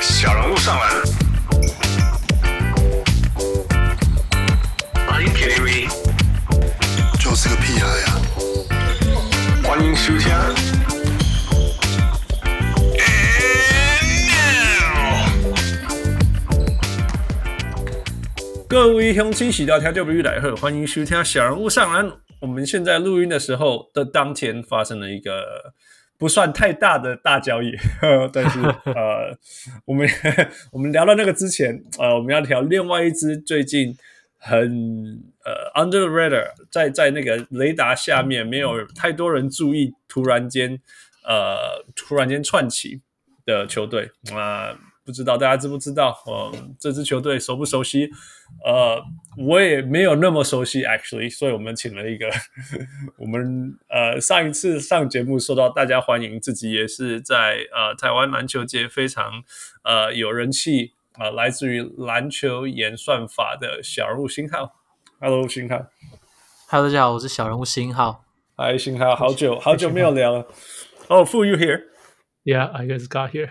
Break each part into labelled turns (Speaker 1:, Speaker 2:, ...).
Speaker 1: 小人物上篮。Are you kidding me？
Speaker 2: 就是个屁孩啊呀、
Speaker 1: 欢迎收听。And now
Speaker 3: 各位乡亲喜到调就不遇来贺，欢迎收听小人物上篮。我们现在录音的时候的当天发生了一个不算太大的大交易， 呵但是呃，我们我们聊到那个之前，呃，我们要聊另外一支最近很呃 under the radar，在在那个雷达下面没有太多人注意，突然间呃突然间窜起的球队啊、不知道大家知不知道？呃，这支球队熟不熟悉？呃，我也没有那么熟悉，actually，所以我们请了一个 我们呃上一次上节目受到大家欢迎，自己也是在呃台湾篮球界非常呃有人气啊、呃来自于篮球演算法的小人物星浩。Hello，星浩，
Speaker 4: Hello，大家好，我是小人物星浩。
Speaker 3: 嗨，星浩，好久 好久没有聊了。哦、oh,，Fu you here？
Speaker 5: Yeah, I just got here.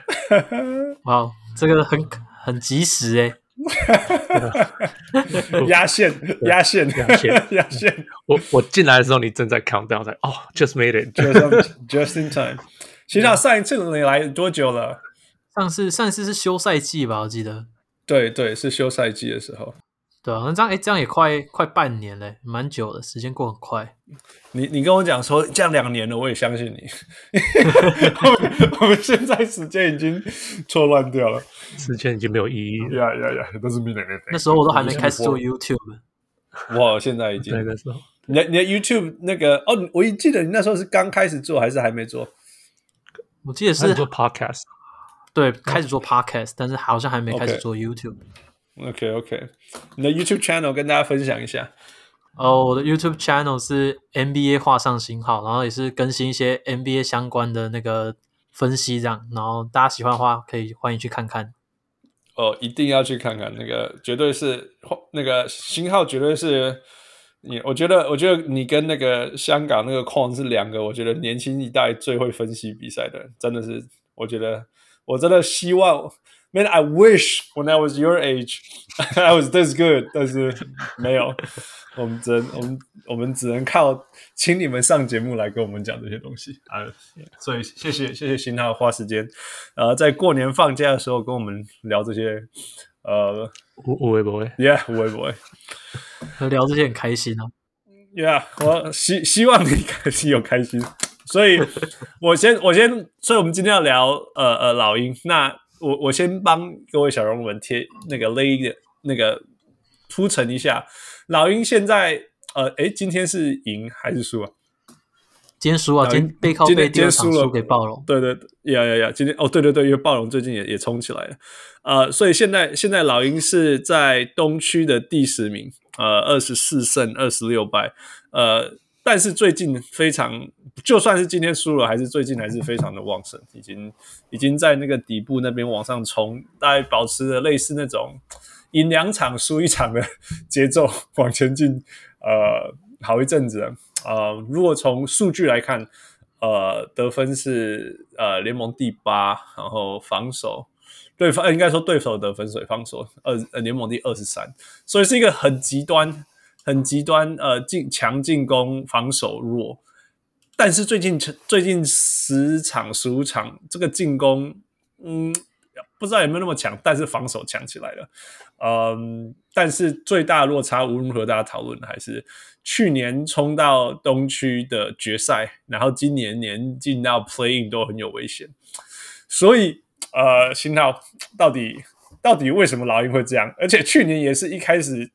Speaker 4: 哇哦，这个很很及时欸诶、
Speaker 3: 压线，压线，
Speaker 5: 压线
Speaker 3: 压线。
Speaker 5: 我我进来的时候，你正在 countdown，我才哦、j u s t made it。
Speaker 3: just just in time。其实啊上一次你来多久了？
Speaker 4: 上次上一次是休赛季吧，我记得。
Speaker 3: 对对，是休赛季的时候。
Speaker 4: 对啊，那这样诶，这样也快快半年嘞，蛮久的，时间过很快。
Speaker 3: 你你跟我讲说这样两年了，我也相信你。我们我们现在时间已经错乱掉了。
Speaker 5: 时间已经没有意义了。
Speaker 3: 呀呀呀，都是 mean anything。
Speaker 4: 那时候我都还没开始做 YouTube，
Speaker 3: 我现在已经
Speaker 5: 那个时候
Speaker 3: 你的你的 YouTube 那个哦，你我一记得你那时候是刚开始做还是还没做？
Speaker 4: 我记得
Speaker 5: 是
Speaker 4: 是
Speaker 5: 做 podcast，
Speaker 4: 对开始做 Podcast，但是好像还没开始
Speaker 3: OK
Speaker 4: 做 YouTube。
Speaker 3: OK OK，你的 YouTube channel 跟大家分享一下。
Speaker 4: 哦，我的 YouTube channel 是 NBA 画上星号，然后也是更新一些 NBA 相关的那个分析这样，然后大家喜欢的话可以欢迎去看看。
Speaker 3: 哦，一定要去看看那个，绝对是那个星号，绝对是你。我觉得，我觉得你跟那个香港那个矿是两个，我觉得年轻一代最会分析比赛的人，真的是，我觉得，我真的希望。Man, I wish when I was your age, I was this good，但是没有，我们只能我们我们只能靠请你们上节目来跟我们讲这些东西啊。所以谢谢谢谢新浩花时间，呃，在过年放假的时候跟我们聊这些，呃
Speaker 5: 我我也不会。
Speaker 3: ，Yeah，我也不会
Speaker 4: 聊这些很开心啊，
Speaker 3: ，Yeah，我希希望你开 心有开心，所以我先我先，所以我们今天要聊呃呃老鹰，那我我先帮各位小人物们贴那个勒一个那个铺陈一下，老鹰现在呃诶，今天是赢还是输啊？
Speaker 4: 今天输啊，
Speaker 3: 呃
Speaker 4: 今天背靠
Speaker 3: 今
Speaker 4: 背
Speaker 3: 天
Speaker 4: 第
Speaker 3: 今
Speaker 4: 二
Speaker 3: 天
Speaker 4: 场
Speaker 3: 输了，
Speaker 4: 输给暴龙。
Speaker 3: 对对，对呀呀呀！今天哦，对对对，因为暴龙最近也也冲起来了，呃，所以现在现在老鹰是在东区的第十名，呃，二十四胜二十六败，呃，但是最近非常，就算是今天输了，还是最近还是非常的旺盛，已经已经在那个底部那边往上冲，大概保持着类似那种赢两场输一场的节奏往前进，呃，好一阵子了。呃，如果从数据来看，呃，得分是呃联盟第八，然后防守对方、呃应该说对手得分水防守二呃联盟第二十三，所以是一个很极端、很极端呃进强进攻，防守弱。但是最近最近十场十五场，这个进攻嗯不知道有没有那么强，但是防守强起来了。嗯，但是最大落差无论如何大家讨论的还是去年冲到东区的决赛，然后今年连进到 playing 都很有危险。所以呃，新浩到底到底为什么老鹰会这样？而且去年也是一开始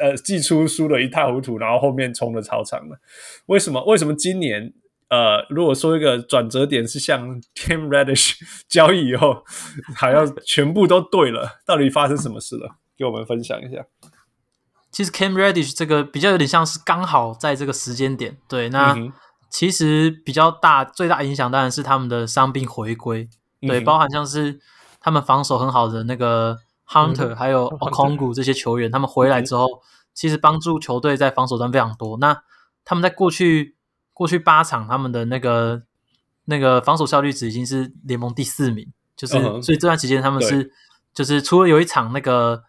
Speaker 3: 呃季初输的一塌糊涂，然后后面冲的超长的，为什么为什么今年？呃，如果说一个转折点是像 Tim Radish 交易以后，还要全部都对了，到底发生什么事了？给我们分享一下。
Speaker 4: 其实 Cam Reddish 这个比较有点像是刚好在这个时间点，对，那
Speaker 3: 嗯哼
Speaker 4: 其实比较大最大影响当然是他们的伤病回归，对，
Speaker 3: 嗯哼
Speaker 4: 包含像是他们防守很好的那个
Speaker 3: 嗯
Speaker 4: Hunter 还有 o k o n g u 这些球员，他们回来之后，其实帮助球队在防守端非常多。那他们在过去过去八场，他们的那个那个防守效率值已经是联盟第四名，就是、
Speaker 3: 嗯哼
Speaker 4: 所以这段期间他们是就是除了有一场那个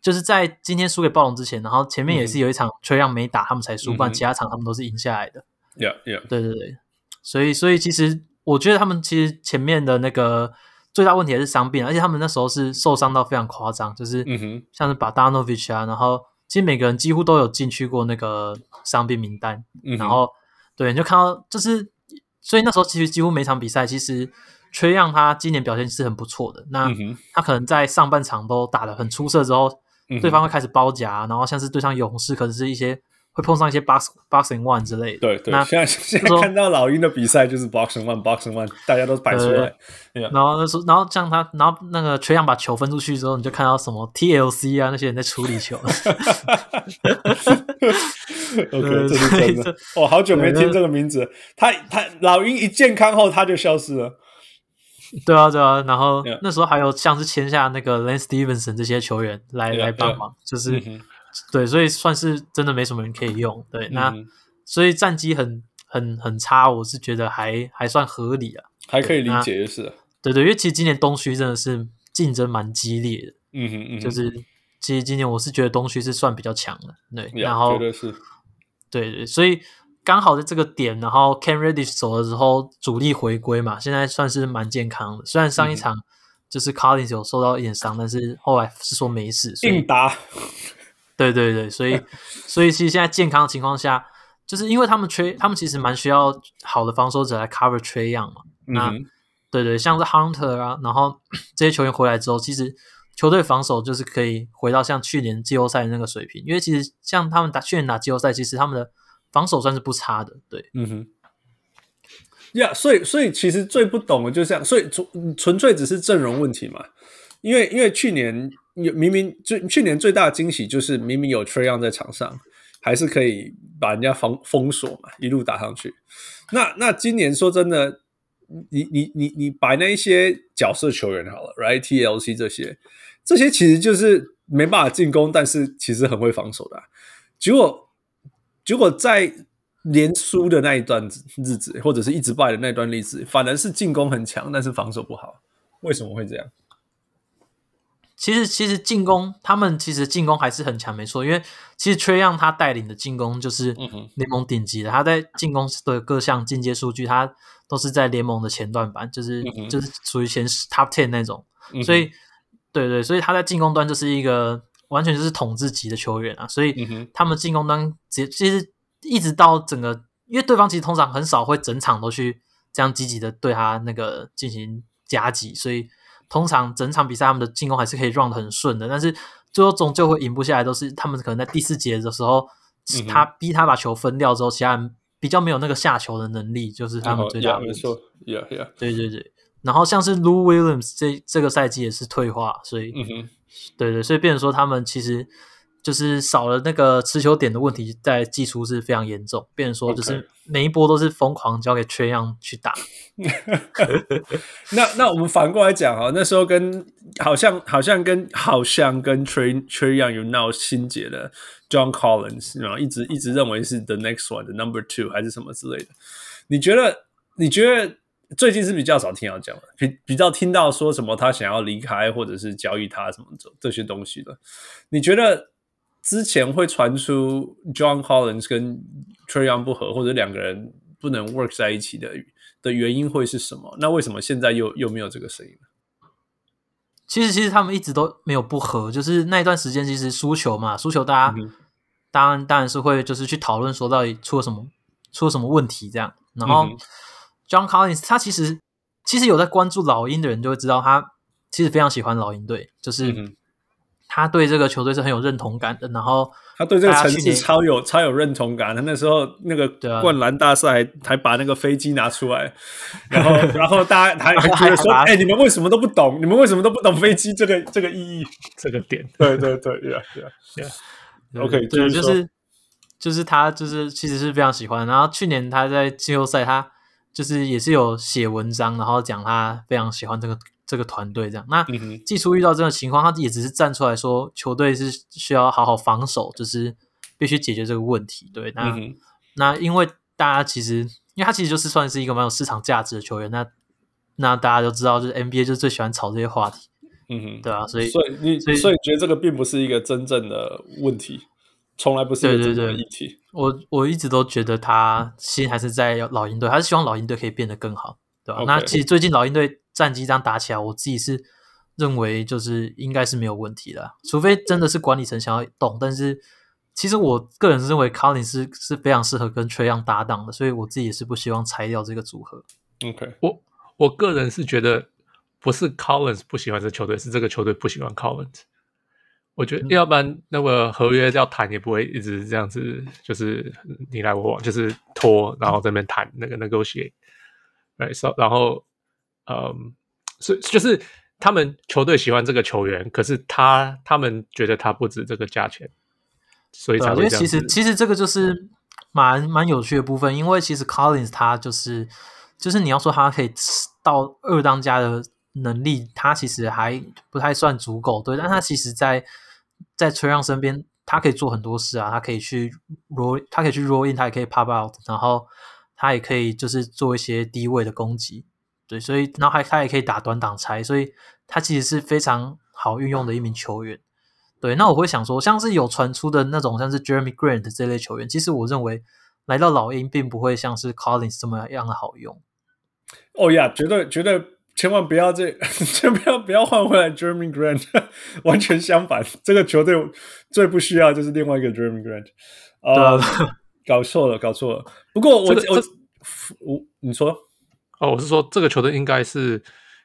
Speaker 4: 就是在今天输给暴龙之前，然后前面也是有一场崔让没打，他们才输，不
Speaker 3: 嗯
Speaker 4: 然
Speaker 3: 哼
Speaker 4: 其他场他们都是赢下来的。
Speaker 3: Yeah, yeah.
Speaker 4: 对对对，所以所以其实我觉得他们其实前面的那个最大问题还是伤病，啊而且他们那时候是受伤到非常夸张，就是
Speaker 3: 嗯哼
Speaker 4: 像是把 d a n o v i c 啊，然后其实每个人几乎都有进去过那个伤病名单，
Speaker 3: 嗯哼
Speaker 4: 然后对你就看到就是，所以那时候其实几乎每场比赛其实。崔让他今年表现是很不错的，那
Speaker 3: 嗯哼
Speaker 4: 他可能在上半场都打得很出色之后，
Speaker 3: 嗯哼
Speaker 4: 对方会开始包夹，然后像是对上勇士，可能是一些会碰上一些 box boxing one 之类的。
Speaker 3: 对对
Speaker 4: 那，
Speaker 3: 现在现在
Speaker 4: 说
Speaker 3: 看到老鹰的比赛就是 boxing one boxing one，大家都摆出来。Yeah
Speaker 4: 然后那时候，然后像他，然后那个崔杨把球分出去之后，你就看到什么 TLC 啊那些人在处 理球，
Speaker 3: OK，这是
Speaker 4: 所以
Speaker 3: 真的。我好久没听这个名字。他他老鹰一健康后他就消失了。
Speaker 4: 对啊对啊。然后
Speaker 3: Yeah.
Speaker 4: 那时候还有像是签下那个 Lance Stevenson 这些球员来
Speaker 3: Yeah,
Speaker 4: 来帮忙，就是、
Speaker 3: 啊嗯哼
Speaker 4: 对，所以算是真的没什么人可以用。对，那、
Speaker 3: 嗯哼
Speaker 4: 所以战绩很很很差，我是觉得还还算合理啊。
Speaker 3: 还可以理解，就是。
Speaker 4: 对对，因为其实今年东区真的是竞争蛮激烈的，
Speaker 3: 嗯哼嗯哼，
Speaker 4: 就是其实今年我是觉得东区是算比较强的，对。
Speaker 3: Yeah，
Speaker 4: 然后
Speaker 3: 绝对是。
Speaker 4: 对对，所以刚好在这个点，然后 Cam Reddish 走了之后，主力回归嘛，现在算是蛮健康的。虽然上一场就是 Collins 有受到一点伤，但是后来是说没事。所以
Speaker 3: 应答。
Speaker 4: 对对对，所以所以其实现在健康的情况下，就是因为他们缺，他们其实蛮需要好的防守者来 cover 缺样嘛。
Speaker 3: 嗯
Speaker 4: 那
Speaker 3: 哼
Speaker 4: 对对，像是 Hunter 啊，然后 这些球员回来之后，其实球队防守就是可以回到像去年季后赛的那个水平，因为其实像他们打去年打季后赛，其实他们的防守算是不差的，对
Speaker 3: 嗯哼。呀、yeah,，所以所以其实最不懂的就是这样，所以纯纯粹只是阵容问题嘛。因为因为去年有明明就去年最大的惊喜就是明明有 t r e y o n 在场上，还是可以把人家防封锁嘛，一路打上去。那那今年说真的，你你你你摆那一些角色球员好了，right TLC 这些，这些其实就是没办法进攻，但是其实很会防守的啊、结果结果在连输的那一段日子，或者是一直败的那段日子，反而是进攻很强，但是防守不好，为什么会这样？
Speaker 4: 其实其实进攻他们其实进攻还是很强，没错，因为其实 Trey Young 他带领的进攻就是
Speaker 3: 嗯哼
Speaker 4: 联盟顶级的，他在进攻的各项进阶数据，他都是在联盟的前段版，就是、
Speaker 3: 嗯哼
Speaker 4: 就是属于前十 Top Ten 那种，
Speaker 3: 嗯
Speaker 4: 所以对对，所以他在进攻端就是一个完全就是统治级的球员啊，所
Speaker 3: 嗯
Speaker 4: 以
Speaker 3: 哼
Speaker 4: 他们进攻端直接其实一直到整个，因为对方其实通常很少会整场都去这样积极的对他那个进行夹击，所以通常整场比赛他们的进攻还是可以 run 的很顺的，但是最后终究会赢不下来，都是他们可能在第四节的时候，
Speaker 3: 嗯哼
Speaker 4: 他逼他把球分掉之后，其他人比较没有那个下球的能力，就是他们最大的
Speaker 3: 哦没
Speaker 4: 问题。
Speaker 3: 错，Yeah Yeah，
Speaker 4: 对对对。然后像是 Lou Williams 这这个赛季也是退化，所以、
Speaker 3: 嗯哼，
Speaker 4: 对对，所以变成说他们其实就是少了那个持球点的问题，在技术是非常严重，变成说就
Speaker 3: OK
Speaker 4: 是每一波都是疯狂交给缺样去打。
Speaker 3: 那那我们反过来讲啊，那时候跟好像好像跟好像跟 Trey Trey Young 有闹心结的 John Collins，然后一直一直认为是 the next one 的 number two 还是什么之类的。你觉得你觉得最近是比较少听到讲了，比比较听到说什么他想要离开或者是交易他什么这这些东西的。你觉得之前会传出 John Collins 跟 Trey Young 不合，或者两个人不能 work 在一起的的原因会是什么？那为什么现在又又没有这个声音了？
Speaker 4: 其实其实他们一直都没有不和，就是那一段时间其实输球嘛，输球大家、
Speaker 3: 嗯
Speaker 4: 当然当然是会就是去讨论说到底出了什么出了什么问题这样。然后、
Speaker 3: 嗯
Speaker 4: John Collins 他其实其实有在关注老鹰的人就会知道他其实非常喜欢老鹰队，就是。
Speaker 3: 嗯哼
Speaker 4: 他对这个球队是很有认同感的，然后
Speaker 3: 他对这个
Speaker 4: 大家
Speaker 3: 城
Speaker 4: 去
Speaker 3: 市
Speaker 4: 年
Speaker 3: 超有超有认同感。他那时候那个
Speaker 4: 对啊
Speaker 3: 灌篮大赛还还把那个飞机拿出来，然 后然后大家还还觉得说：“
Speaker 4: 还把
Speaker 3: 哎、你们为什么都不懂？你们为什么都不懂飞机这个这个意义
Speaker 5: 这个点？”
Speaker 3: 对对对，Yeah Yeah OK，
Speaker 4: 对，
Speaker 3: 继续
Speaker 4: 就
Speaker 3: 说
Speaker 4: 是就是他就是其实是非常喜欢。然后去年他在季后赛，他就是也是有写文章，然后讲他非常喜欢这个这个团队这样。那
Speaker 3: 嗯哼
Speaker 4: 季初遇到这种情况，他也只是站出来说，球队是需要好好防守，就是必须解决这个问题。对，那、
Speaker 3: 嗯哼，
Speaker 4: 那因为大家其实，因为他其实就是算是一个蛮有市场价值的球员，那那大家都知道，就是 NBA 就是最喜欢炒这些话题，
Speaker 3: 嗯哼，
Speaker 4: 对啊，所以
Speaker 3: 所以你
Speaker 4: 所以
Speaker 3: 所以觉得这个并不是一个真正的问题，从来不是一个
Speaker 4: 对对
Speaker 3: 真正的
Speaker 4: 对
Speaker 3: 议题。
Speaker 4: 我我一直都觉得他心还是在老鹰队，还是希望老鹰队可以变得更好，对吧、
Speaker 3: OK
Speaker 4: 那其实最近老鹰队战绩这样打起来，我自己是认为就是应该是没有问题的啊，除非真的是管理层想要动，但是其实我个人认为 Collins 是是非常适合跟 t r 搭档的，所以我自己也是不希望拆掉这个组合。
Speaker 3: OK，
Speaker 5: 我我个人是觉得不是 Collins 不喜欢这球队，是这个球队不喜欢 Collins。我觉
Speaker 4: 嗯
Speaker 5: 得，要不然那个合约要谈也不会一直这样子，就是你来我往，就是拖，然后在那边谈那个 negotiate。right？So, 然后，嗯，所以就是他们球队喜欢这个球员，可是他他们觉得他不值这个价钱，所以
Speaker 4: 对啊，
Speaker 5: 才
Speaker 4: 因
Speaker 5: 会
Speaker 4: 为
Speaker 5: 这
Speaker 4: 其
Speaker 5: 样
Speaker 4: 实
Speaker 5: 子。嗯
Speaker 4: 其实这个就是蛮蛮有趣的部分，因为其实 Collins 他就是就是你要说他可以到二当家的能力，他其实还不太算足够，对，但他其实在在崔让身边，他可以做很多事啊，他可以去 roll，他可以去 roll in，他也可以 pop out，然后他也可以就是做一些低位的攻击，对，所以然后还他也可以打短挡拆，所以他其实是非常好运用的一名球员。对，那我会想说，像是有传出的那种，像是 Jeremy Grant 这类球员，其实我认为来到老鹰并不会像是 Collins 这么样的好用。
Speaker 3: 哦呀，绝对绝对千万不要这， 千万不要不要换回来 Jeremy Grant，完 全相反，这个球队最不需要就是另外一个 Jeremy Grant。呃，搞错了，搞错了。不过我、
Speaker 5: 啊这个
Speaker 3: 我
Speaker 5: 这
Speaker 3: 我你说
Speaker 5: 哦，我是说这个球队应该是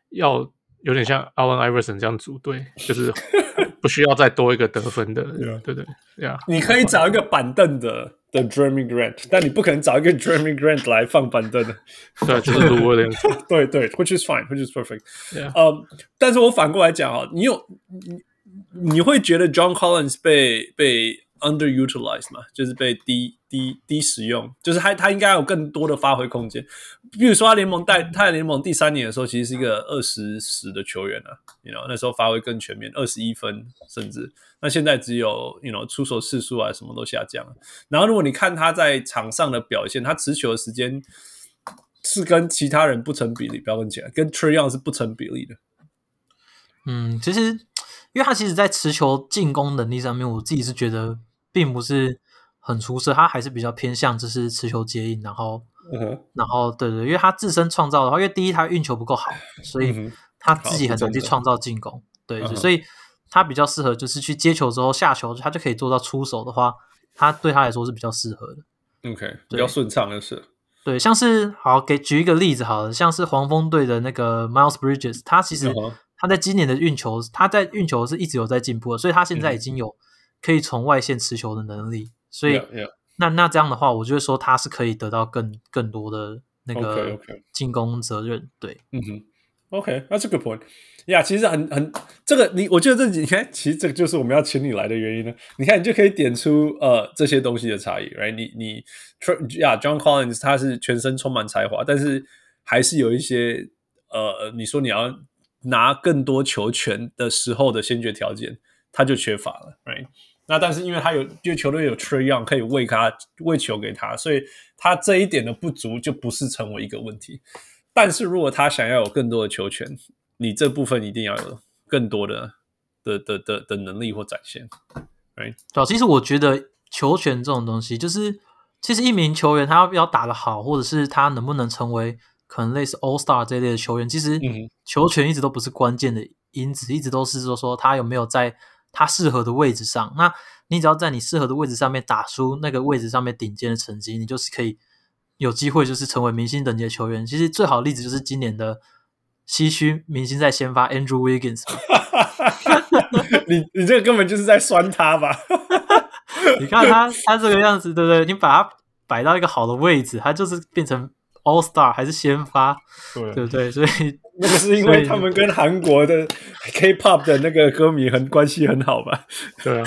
Speaker 5: 要有点像 Allen Iverson 这样组队，就是 不需要再多一个得分的
Speaker 3: Yeah
Speaker 5: 对对呀。
Speaker 3: 你可以找一个板凳的的 Jeremy Grant，但你不可能找一个 Jeremy Grant 来放板凳的。
Speaker 5: 对，啊就是 l u w i l l i a m s
Speaker 3: 对对，which is fine，which is perfect。
Speaker 5: Yeah.
Speaker 3: 呃，但是我反过来讲啊，你有你你会觉得 John Collins 被被 underutilized 吗？就是被低低低使用，就是他他应该有更多的发挥空间。比如说他联盟带他在联盟第三年的时候，其实是一个二十十的球员啊，you know 那时候发挥更全面，二十一分甚至。那现在只有 you know 出手次数啊，什么都下降了。然后如果你看他在场上的表现，他持球的时间是跟其他人不成比例，不要跟起来，跟 Trey Young 是不成比例的。
Speaker 4: 嗯，其实因为他其实在持球进攻能力上面，我自己是觉得并不是很出色，他还是比较偏向就是持球接应，然后
Speaker 3: 嗯哼，
Speaker 4: 然后对对，因为他自身创造的话，因为第一他运球不够好，所
Speaker 3: 嗯
Speaker 4: 以
Speaker 3: 哼
Speaker 4: 他自己
Speaker 3: 好
Speaker 4: 很
Speaker 3: 是
Speaker 4: 难去
Speaker 3: 真的
Speaker 4: 创造进攻。对，
Speaker 3: 嗯哼
Speaker 4: 所以他比较适合就是去接球之后下球，他就可以做到出手的话，他对他来说是比较适合的。
Speaker 3: OK，比较顺畅就是。
Speaker 4: 对，像是好给举一个例子好了，像是黄蜂队的那个 Miles Bridges，他其实
Speaker 3: 嗯哼
Speaker 4: 他在今年的运球，他在运球是一直有在进步的，所以他现
Speaker 3: 嗯
Speaker 4: 在已经有可以从外线持球的能力，所以
Speaker 3: Yeah, yeah.
Speaker 4: 那那这样的话，我就会说他是可以得到更更多的那个
Speaker 3: OK，OK
Speaker 4: 进攻责任。对，
Speaker 3: 嗯哼，OK，那这个 point，呀、yeah,，其实很很这个你，我觉得这你看，其实这个就是我们要请你来的原因呢。你看，你就可以点出呃这些东西的差异，right？你你 Tr- 呀、yeah,，John Collins 他是全身充满才华，但是还是有一些呃，你说你要拿更多球权的时候的先决条件，他就缺乏了，right？那但是因为他有，因为球队有 Trey Young 可以喂他喂球给他，所以他这一点的不足就不是成为一个问题。但是如果他想要有更多的球权，你这部分一定要有更多的的的的的能力或展现。
Speaker 4: 对啊、其实我觉得球权这种东西，就是其实一名球员他要不要打得好，或者是他能不能成为可能类似 All Star 这类的球员，其实
Speaker 3: 嗯哼
Speaker 4: 球权一直都不是关键的因子，一直都是说说他有没有在他适合的位置上。那你只要在你适合的位置上面打出那个位置上面顶尖的成绩，你就是可以有机会就是成为明星等级的球员。其实最好的例子就是今年的西区明星在先发 Andrew Wiggins 嘛
Speaker 3: 你你这个根本就是在酸他吧？
Speaker 4: 你看他他这个样子，对不对？你把他摆到一个好的位置，他就是变成 All Star 还是先发，对
Speaker 3: 对，啊
Speaker 5: 啊
Speaker 4: 不对？所以
Speaker 3: 那个是因为他们跟韩国的 K-pop 的那个歌迷很关系很好吧？
Speaker 5: 对啊，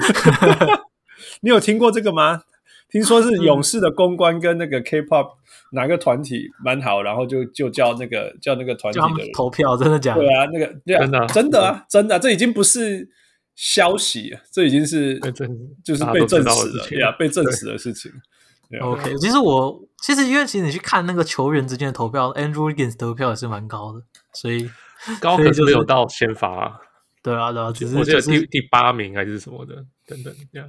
Speaker 3: 你有听过这个吗？听说是勇士的公关跟那个 K-pop 哪个团体蛮好，然后就就叫那个叫那个团体
Speaker 4: 叫他
Speaker 3: 的
Speaker 4: 们
Speaker 3: 人。
Speaker 4: 投票，真的假的
Speaker 3: 对？啊，那个对啊，
Speaker 5: 真的啊
Speaker 3: 真的啊，真的啊、这已经不是消息了，这已经是
Speaker 5: 对真
Speaker 3: 就是
Speaker 5: 大家
Speaker 3: 被
Speaker 5: 都
Speaker 3: 证
Speaker 5: 知道的
Speaker 3: 实
Speaker 5: 事
Speaker 3: 了，
Speaker 5: 情
Speaker 3: 对啊，被证实的事情。 对啊
Speaker 4: OK，其实我其实因为其实你去看那个球员之间的投票，Andrew Wiggins 投票也是蛮高的，所以
Speaker 5: 高
Speaker 4: 所以
Speaker 5: 可
Speaker 4: 就是
Speaker 5: 没有到先发啊，
Speaker 4: 对啊对啊，只是
Speaker 5: 我记
Speaker 4: 就
Speaker 5: 得第
Speaker 4: 是
Speaker 5: 第八名还是什么的，等等这样。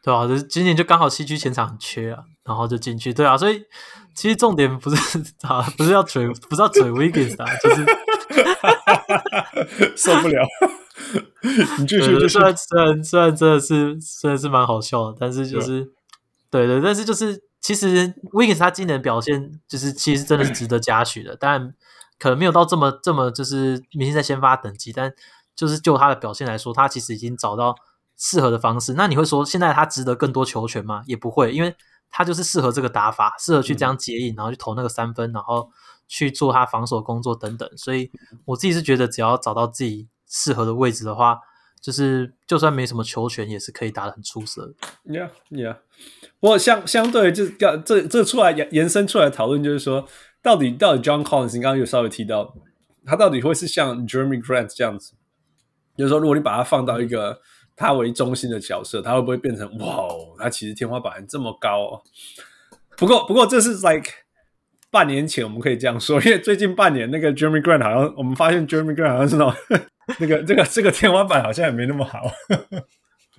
Speaker 4: 对啊，就是今年就刚好西区前场很缺啊，然后就进去，对啊，所以其实重点不是 啊，不是要嘴不是要嘴 Wiggins 啊，就是
Speaker 3: 受不了， 你继续继
Speaker 4: 对对
Speaker 3: 续
Speaker 4: 虽。然虽然虽然真的是真的是蛮好笑的，但是就是对对，但是就是其实 Wiggins 他今年的表现就是其实真的是值得嘉许的，当然可能没有到这么这么就是明星在先发等级，但就是就他的表现来说，他其实已经找到适合的方式。那你会说现在他值得更多球权吗？也不会，因为他就是适合这个打法，适合去这样接应，然后去投那个三分，然后去做他防守工作等等。所以我自己是觉得，只要找到自己适合的位置的话，就是就算没什么球权，也是可以打得很出色的。
Speaker 3: Yeah, yeah。不过相相对就是刚这这出来延延伸出来讨论，就是说到底到底 John Collins，你刚刚有稍微提到，他到底会是像 Jeremy Grant 这样子，就是说如果你把他放到一个他为中心的角色，他会不会变成哇哦，他其实天花板这么高、哦？不过不过这是 like 半年前我们可以这样说，因为最近半年那个 Jeremy Grant 好像我们发现 Jeremy Grant 好像是那种 那个这个这个天花板好像也没那么好。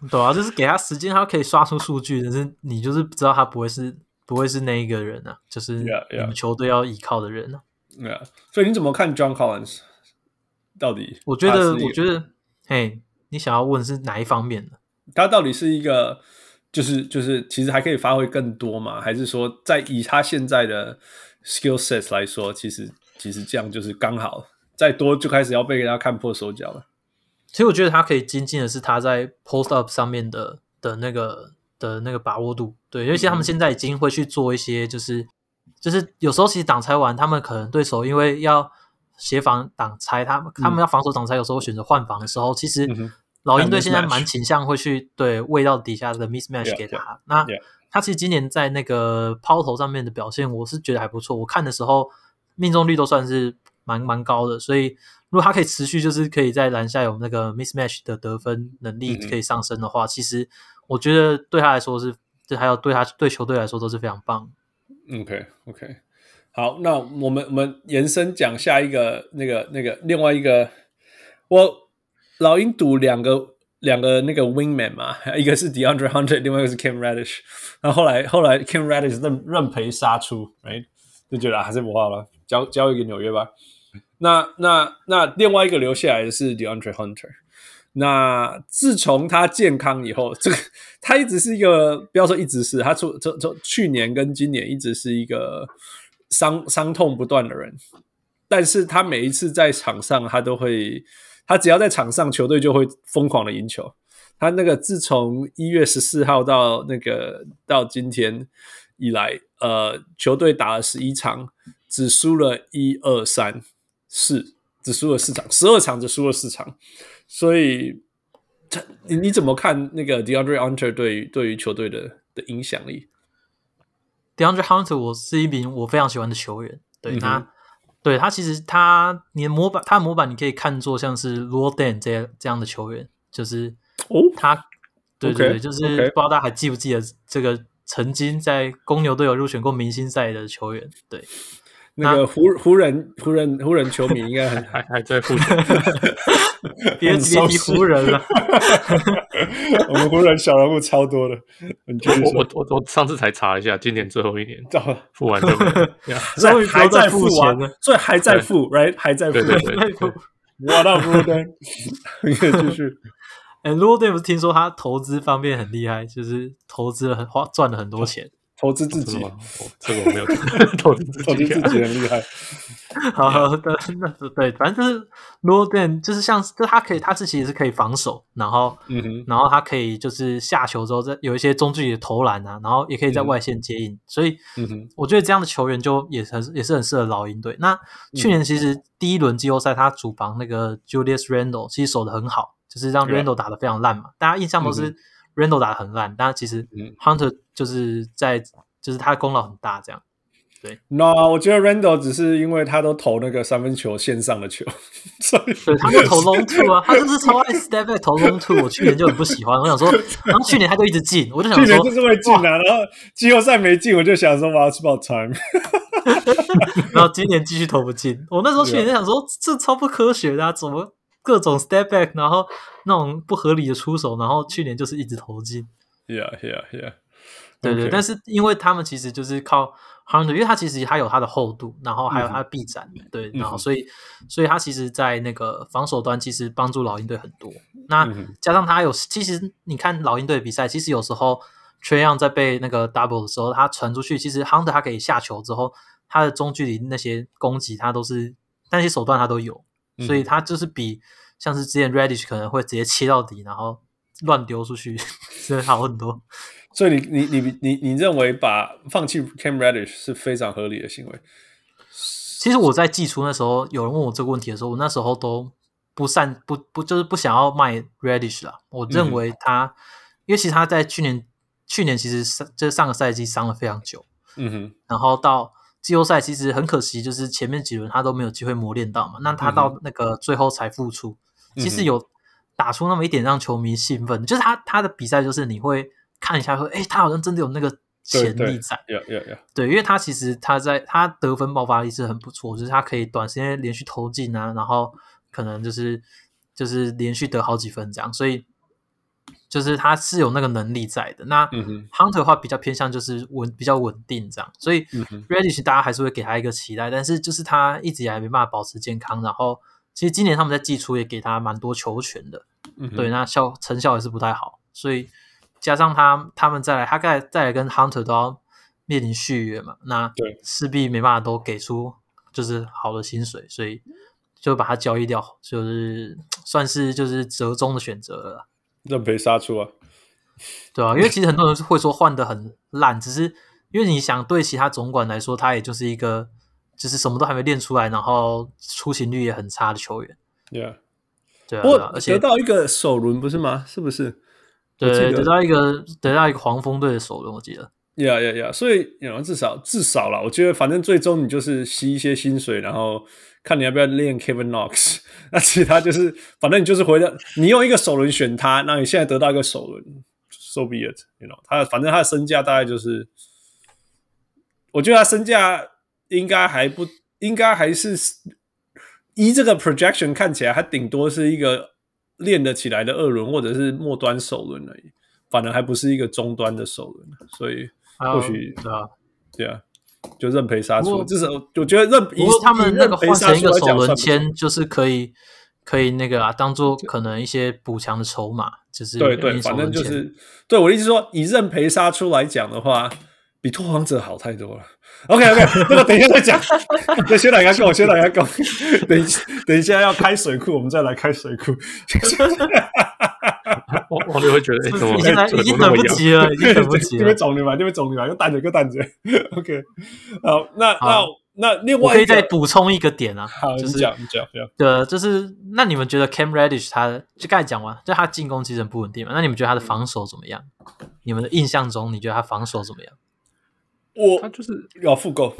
Speaker 4: 对啊，就是给他时间，他可以刷出数据，但是你就是知道他不会是不会是那一个人啊，就是你
Speaker 3: Yeah, yeah.
Speaker 4: 们球队要依靠的人啊。
Speaker 3: 对啊，所以你怎么看 John Collins？到底
Speaker 4: 我觉
Speaker 3: 他
Speaker 4: 得，
Speaker 3: 是一个
Speaker 4: 我觉得，嘿，你想要问是哪一方面的？
Speaker 3: 他到底是一个，就是就是其实还可以发挥更多嘛？还是说，在以他现在的 skill sets 来说，其实其实这样就是刚好，再多就开始要被人家看破手脚了。
Speaker 4: 其实我觉得他可以精进的是他在 post up 上面的的那个的那个把握度，对，因为
Speaker 3: 嗯
Speaker 4: 其实他们现在已经会去做一些，就是就是有时候其实挡拆完，他们可能对手因为要协防挡拆，他们他们要防守挡拆，有时候选择换防的时候，其实
Speaker 3: 嗯哼
Speaker 4: 老鹰队现在
Speaker 3: mismatch
Speaker 4: 蛮倾向会去对味道底下的 mismatch
Speaker 3: Yeah,
Speaker 4: 给
Speaker 3: yeah,
Speaker 4: 他。那
Speaker 3: yeah.
Speaker 4: 他其实今年在那个抛投上面的表现，我是觉得还不错。我看的时候命中率都算是蛮蛮高的，所以如果他可以持续就是可以在篮下有那个 mismatch 的得分能力
Speaker 3: 嗯哼
Speaker 4: 可以上升的话，其实我觉得对他来说是，这还有对他对球队来说都是非常棒。
Speaker 3: OK OK，好，那我们我们延伸讲下一个那个那个另外一个，我老鹰赌两个两个那个 wingman 嘛，一个是 DeAndre Hunter，另外一个是 Cam Radish，然后后来后来 Cam Radish 认认赔杀出，right 就觉得、啊、还是不画了，交交易给纽约吧。那那那另外一个留下来的是 DeAndre Hunter。那自从他健康以后，这个他一直是一个，不要说一直是，他从从从去年跟今年一直是一个伤伤痛不断的人，但是他每一次在场上，他都会，他只要在场上，球队就会疯狂的赢球。他那个自从一月十四号到那个到今天以来，呃，球队打了十一场，只输了一二三四，只输了四场，十二场只输了四场，所以他你你怎么看那个 DeAndre Hunter 对于对于球队的的影响力？
Speaker 4: DeAndre Hunter，我是一名我非常喜欢的球员。对
Speaker 3: 嗯哼
Speaker 4: 他，对他其实他你的模板，他的模板你可以看作像是 r o d a n 这样这样的球员，就是
Speaker 3: 哦
Speaker 4: 他，对
Speaker 3: OK，
Speaker 4: 对对，就是
Speaker 3: OK
Speaker 4: 不知道大家还记不记得这个曾经在公牛队有入选过明星赛的球员。对，
Speaker 3: 那个湖湖人湖人湖人球迷应该很
Speaker 5: 还还在复选，
Speaker 4: 别
Speaker 3: 很
Speaker 4: 别
Speaker 3: 熟
Speaker 4: 提
Speaker 3: 悉
Speaker 4: 湖人了。
Speaker 3: 我们湖人小人物超多的，你觉得
Speaker 5: 我 我我我上次才查一下，今年最后一年
Speaker 3: 到了？
Speaker 5: 付完就没了。Yeah，
Speaker 4: 终于不
Speaker 3: 还
Speaker 4: 要
Speaker 3: 在
Speaker 4: 再
Speaker 3: 付
Speaker 4: 付
Speaker 3: 啊
Speaker 4: 钱了，
Speaker 3: 所以还在付，right？还在付。
Speaker 5: 对对对
Speaker 4: 那
Speaker 5: 对，
Speaker 3: 我到湖人，你可以继 续。
Speaker 4: 哎 r o d a n 不是听说他投资方面很厉害，就是投资了很花赚了很多钱。
Speaker 3: 投资自
Speaker 5: 什
Speaker 3: 己
Speaker 5: 么，？我哦这个我没有 投资
Speaker 3: 投资
Speaker 5: 自己
Speaker 3: 自
Speaker 5: 啊。
Speaker 3: 己很厉害。
Speaker 4: 好的，那是对，反正就是罗顿，就是像就他可以，他自己也是可以防守，然后
Speaker 3: 嗯哼，
Speaker 4: 然后他可以就是下球之后再有一些中距离的投篮啊，然后也可以在
Speaker 3: 嗯
Speaker 4: 外线接应，所以
Speaker 3: 嗯 哼，
Speaker 4: 我觉得这样的球员就也很也是很适合老鹰队。那
Speaker 3: 嗯
Speaker 4: 去年其实第一轮季后赛他主防那个 Julius Randle 其实守的很好，就是让
Speaker 3: Yeah
Speaker 4: Randle 打得非常烂嘛，大家印象都是 Randall 打的很烂，但其实
Speaker 3: 嗯
Speaker 4: Hunter 就是在就是他的功劳很大，这样
Speaker 3: No，我觉得 Randall 只是因为他都投那个三分球线上的球，所以
Speaker 4: 对，他 就投 long two 啊，他就是超爱 step back 投 long two，我去年就很不喜欢，我想 说，然后去年他就一直进，我就
Speaker 3: 去
Speaker 4: 想
Speaker 3: 年
Speaker 4: 说，
Speaker 3: 就是会进啊，然后季后赛没进，我就想说哇，It's about time。
Speaker 4: 然后今年继续投不进。我那时候去年就想说，这超不科学的、啊，怎么各种 step back，然后那种不合理的出手，然后去年就是一直投进。
Speaker 3: Yeah, yeah, yeah。
Speaker 4: 对对
Speaker 3: OK
Speaker 4: 但是因为他们其实就是靠 Hunter，因为他其实他有他的厚度，然后
Speaker 3: 嗯
Speaker 4: 还有他的臂展，对，然后所以所以他其实，在那个防守端其实帮助老鹰队很多。那
Speaker 3: 嗯哼
Speaker 4: 加上他有，其实你看老鹰队比赛，其实有时候 Trey Young 在被那个 double 的时候，他传出去，其实 Hunter 他可以下球之后，他的中距离那些攻击他都是那些手段他都有，
Speaker 3: 嗯
Speaker 4: 所以他就是比像是之前 Radish 可能会直接切到底，然后乱丢出去， 是好很多。
Speaker 3: 所以你你你你你认为把放弃 Cam Radish 是非常合理的行为？
Speaker 4: 其实我在季初那时候，有人问我这个问题的时候，我那时候都不善不不就是不想要卖 Radish 啦。我
Speaker 3: 嗯
Speaker 4: 认为他，因为其实他在去年去年其实上就是上个赛季伤了非常久，
Speaker 3: 嗯哼，
Speaker 4: 然后到季后赛其实很可惜，就是前面几轮他都没有机会磨练到嘛。那
Speaker 3: 嗯
Speaker 4: 他到那个最后才复出，其实有打出那么一点让球迷兴奋，就是他他的比赛就是你会看一下说，哎，他好像真的有那个
Speaker 3: 对
Speaker 4: 潜
Speaker 3: 对
Speaker 4: 力在。
Speaker 3: ，Yeah, yeah, yeah。
Speaker 4: 对，因为他其实他在他得分爆发力是很不错，就是他可以短时间连续投进啊，然后可能就是就是连续得好几分这样，所以就是他是有那个能力在的。那
Speaker 3: 嗯哼，
Speaker 4: Hunter 的话比较偏向就是稳比较稳定这样，所以
Speaker 3: 嗯哼
Speaker 4: Radish 大家还是会给他一个期待，但是就是他一直以来没办法保持健康，然后其实今年他们在季初也给他蛮多球权的，
Speaker 3: 嗯哼
Speaker 4: 对，那效成效也是不太好，所以加上他他们再来，他再再来跟 Hunter 都要面临续约嘛，那
Speaker 3: 对
Speaker 4: 势必没办法都给出就是好的薪水，所以就把他交易掉，就是算是就是折中的选择了啦，
Speaker 3: 认赔杀出啊。
Speaker 4: 对啊，因为其实很多人会说换的很烂，只是因为你想对其他总管来说，他也就是一个就是什么都还没练出来，然后出勤率也很差的球员，
Speaker 3: Yeah，
Speaker 4: 对啊，
Speaker 3: 不过
Speaker 4: 对啊而且
Speaker 3: 得到一个首轮不是吗？是不是？我记
Speaker 4: 对
Speaker 3: 得
Speaker 4: 得到一个得到一个黄蜂队的首轮，我记得。
Speaker 3: 呀呀呀！所以，然后至少至少啦，我觉得反正最终你就是吸一些薪水，然后看你要不要练 Kevin Knox。那 其他就是，反正你就是回到你用一个首轮选他，那你现在得到一个首轮，so be it，you know 他。反正他的身价大概就是，我觉得他身价应该还不应该还是依这个 projection 看起来，他顶多是一个练得起来的二轮或者是末端首轮而已，反而还不是一个终端的首轮，所以。
Speaker 4: 还有
Speaker 3: 或许
Speaker 4: 对啊，
Speaker 3: 对啊，就认赔杀
Speaker 4: 不
Speaker 3: 出，
Speaker 4: 过
Speaker 3: 至少我觉得认
Speaker 4: 不过他们那个换成一个首
Speaker 3: 以以认赔杀出来
Speaker 4: 轮，
Speaker 3: 讲算不错
Speaker 4: 签，就是可以可以那个啊，当做可能一些补强的筹码，就是
Speaker 3: 对对，
Speaker 4: 一首
Speaker 3: 反
Speaker 4: 轮
Speaker 3: 正就
Speaker 4: 签
Speaker 3: 是对我的意思说，以认赔杀出来讲的话，比拓荒者好太多了。OK OK，那 个等一下再讲，对，先来一下我先来一下够，等一等一下要开水库，我们再来开水库。
Speaker 5: 网网友会觉得，哎，怎么
Speaker 4: 已经来已经等不及啊了，已经等 不及
Speaker 3: 这
Speaker 4: 了
Speaker 3: 边。肿瘤吧，这边肿瘤吧，又蛋着又蛋着。OK，好， 那那
Speaker 4: 好
Speaker 3: 那另
Speaker 4: 我
Speaker 3: 外
Speaker 4: 可
Speaker 3: 一
Speaker 4: 以再
Speaker 3: 个，
Speaker 4: 补充一个点啊
Speaker 3: 好，，
Speaker 4: 就
Speaker 3: 你
Speaker 4: 是
Speaker 3: 讲你讲，不要
Speaker 4: 呃，就是那你们觉得 Cam Radish 他就刚才讲完，就他进攻其实很不稳定嘛，那你们觉得
Speaker 3: 嗯
Speaker 4: 他的防守怎么样？你们的印象中，你觉得他防守怎么样？
Speaker 5: 他
Speaker 3: 我
Speaker 5: 就是
Speaker 3: 要复购。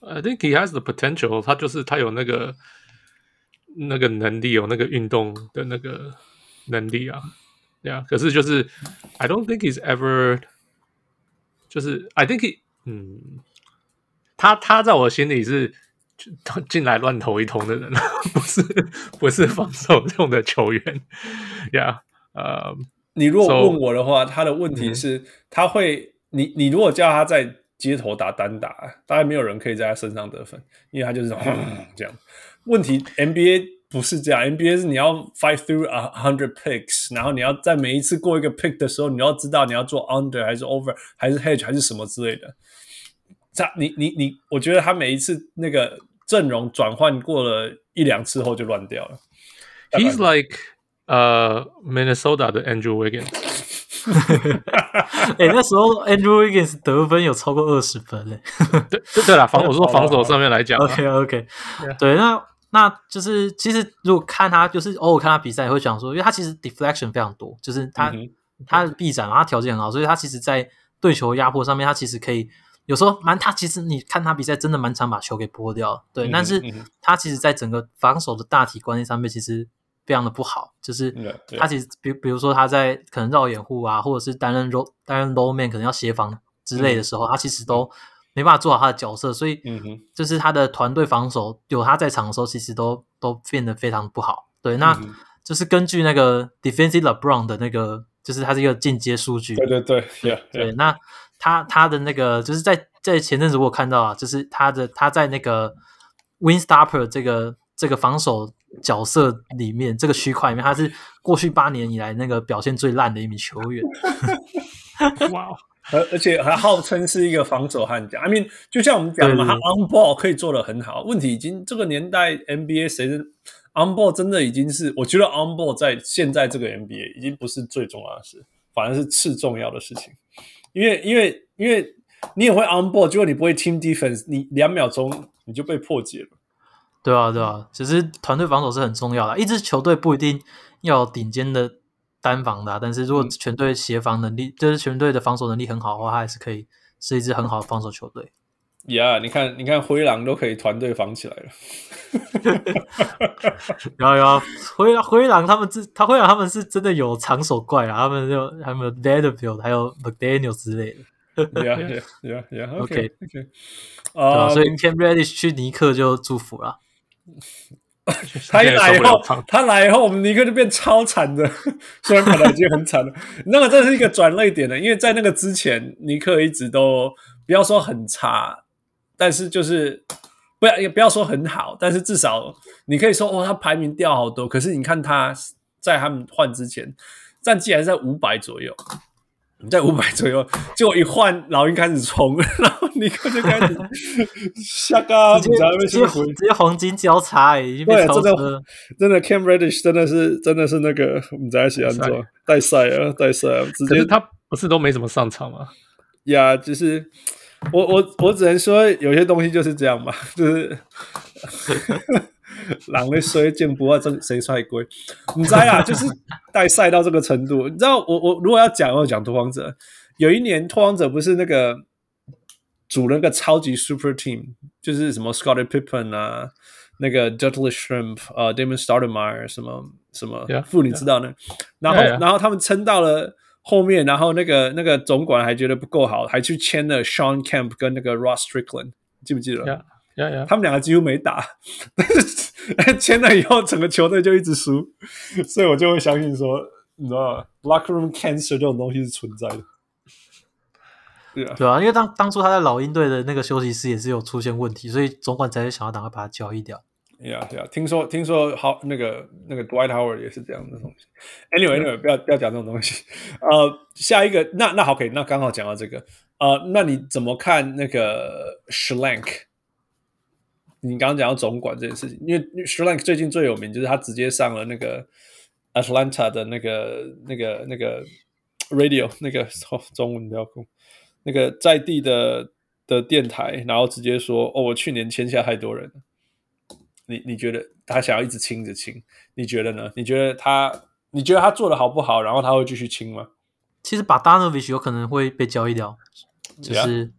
Speaker 5: I think he has the potential，他就是他有那个那个能力，有那个运动的那个能力啊，对啊。可是就是 I don't think he's ever，就是 I think he，嗯，他他在我心里是就他进来乱投一通的人， 不是不是防守用的球员，Yeah，呃、
Speaker 3: 你如果
Speaker 5: So-
Speaker 3: 问我的话，他的问题是，他会，你你如果叫他在街头打单打，当然没有人可以在他身上得分，因为他就是这种这样。问题 NBA 不是这样，NBA 是你要 fight through a hundred picks，然后你要在每一次过一个 pick 的时候，你要知道你要做 under 还是 over 还是 hedge 还是什么之类的。他你你你，我觉得他每一次那个阵容转换过了一两次后就乱掉了。
Speaker 5: He's like 呃、Minnesota 的 Andrew Wiggins。
Speaker 4: 哎、那时候 Andrew Wiggins 得分有超过二十分嘞、欸
Speaker 5: 对对对啦，防我说
Speaker 3: 好了
Speaker 5: 防守上面来讲啊，
Speaker 4: OK OK，
Speaker 3: 啊
Speaker 4: 对，那那就是其实如果看他，就是偶尔看他比赛，也会想说，因为他其实 deflection 非常多，就是他、
Speaker 3: 嗯哼
Speaker 4: 他的臂展嘛，他条件很好，所以他其实在对球压迫上面，他其实可以有时候蛮他其实你看他比赛真的蛮常把球给拨掉，对，
Speaker 3: 嗯哼
Speaker 4: 但是
Speaker 3: 嗯哼
Speaker 4: 他其实在整个防守的大体观念上面其实非常的不好，就是
Speaker 3: 嗯对
Speaker 4: 他其实比比如说他在可能绕掩护啊，或者是担任 low 担任 low man 可能要协防之类的时候，他其实都没办法做好他的角色，所以
Speaker 3: 嗯哼
Speaker 4: 就是他的团队防守有他在场的时候，其实都都变得非常不好。对，
Speaker 3: 嗯
Speaker 4: 那、就是根据那个 defensive LeBron 的那个，就是他这个进阶数据，
Speaker 3: 对对对，yeah，
Speaker 4: 对，
Speaker 3: yeah，
Speaker 4: 那他他的那个就是在在前阵子我有看到啊，就是他的他在那个 Winstopper 这个这个防守角色里面这个区块里面，他是过去八年以来那个表现最烂的一名球员。
Speaker 5: 哇，
Speaker 3: 而而且还号称是一个防守悍将。I mean，就像我们讲的嘛，他
Speaker 4: 对对
Speaker 3: on ball 可以做得很好，问题已经这个年代 NBA 谁是 on ball 真的已经是，我觉得 on ball 在现在这个 NBA 已经不是最重要的事，反而是次重要的事情，因为因为因为你也会 on ball，结果你不会 team defense，你两秒钟你就被破解了。
Speaker 4: 对啊，对啊，其实团队防守是很重要的。一支球队不一定要有顶尖的单防的啊、但是如果全队协防能力，就是全队的防守能力很好的话，它还是可以是一支很好的防守球队。
Speaker 3: 呀、yeah,，你看你看灰狼都可以团队防起来了。
Speaker 4: 然后，然后灰狼灰狼他们是，他灰狼他们是真的有长手怪啊，他们就他们有 Vanderbilt 还有 McDaniel 之类的，
Speaker 3: Yeah, yeah, yeah, yeah. OK,
Speaker 4: Okay.
Speaker 3: OK.
Speaker 4: 对吧、
Speaker 3: 啊
Speaker 4: 所以 Cam Reddish 去尼克就祝福了。
Speaker 3: 他一
Speaker 5: 也
Speaker 3: 来
Speaker 5: 受
Speaker 3: 以
Speaker 5: 不了
Speaker 3: 后
Speaker 5: 场，，
Speaker 3: 他来以后，我们尼克就变超惨的。 虽然本来已经很惨了， 那么这是一个转泪点的，因为在那个之前，尼克一直都不要说很差，但是就是不要也不要说很好，但是至少你可以说哦，他排名掉好多。可是你看他在他们换之前，战绩还是在五百左右。在五百左右，结果一换，老鹰开始冲，然后尼克就开始 下嘎，
Speaker 4: 直
Speaker 3: 你
Speaker 4: 接
Speaker 3: 知道吗
Speaker 4: 直接直接黄金交叉、欸，已经
Speaker 3: 对
Speaker 4: 被超
Speaker 3: 这个
Speaker 4: 车了。
Speaker 3: 真的，Cam Reddish 真的是真的是那个我们在一起安装带赛啊，带赛啊，直
Speaker 5: 可
Speaker 3: 接
Speaker 5: 是他不是都没怎么上场吗？
Speaker 3: 呀，就是我我我只能说有些东西就是这样吧，就是 狼的衰见不怕真谁衰龟，你知道 啊，就是带赛到这个程度，你知道我我如果要讲我要讲拓荒者，有一年拓荒者不是那个组了个超级 super team，就是什么 Scottie Pippen 啊，那个 Dudley Shrimp 呃 Damon Stoudemire 什么什么
Speaker 5: Yeah,
Speaker 3: 妇女知道呢然后
Speaker 5: Yeah, yeah.
Speaker 3: 然后他们撑到了后面，然后那个那个总管还觉得不够好，还去签了 Sean Camp 跟那个 Ross Strickland，记不记得
Speaker 5: 呀呀呀！
Speaker 3: 他们两个几乎没打， 但是签了以后，整个球队就一直输，所以我就会相信说，你知道，locker room cancer 这种东西是存在的。对啊，
Speaker 4: 对啊，因为当当初他在老鹰队的那个休息室也是有出现问题，所以总管才会想要赶快把他交易掉。
Speaker 3: 呀呀，听说听说好那个那个 Dwight Howard 也是这样的东西。Anyway anyway，不要不要讲这种东西。 呃，下一个那那好可以，那刚好讲到这个。呃，那你怎么看那个 Shlank？你刚刚讲到总管这件事情，因为因为 Shlank 最近最有名就是他直接上了那个 Atlanta 的那个那个那个 radio 那个、哦、中文不要空，那个在地的的电台，然后直接说哦，我去年签下太多人了。你你觉得他想要一直亲着亲，你觉得呢？你觉得他你觉得他做的好不好？然后他会继续亲吗？
Speaker 4: 其实把 Danovich 有可能会被交易掉，
Speaker 3: 嗯
Speaker 4: 就是
Speaker 3: Yeah.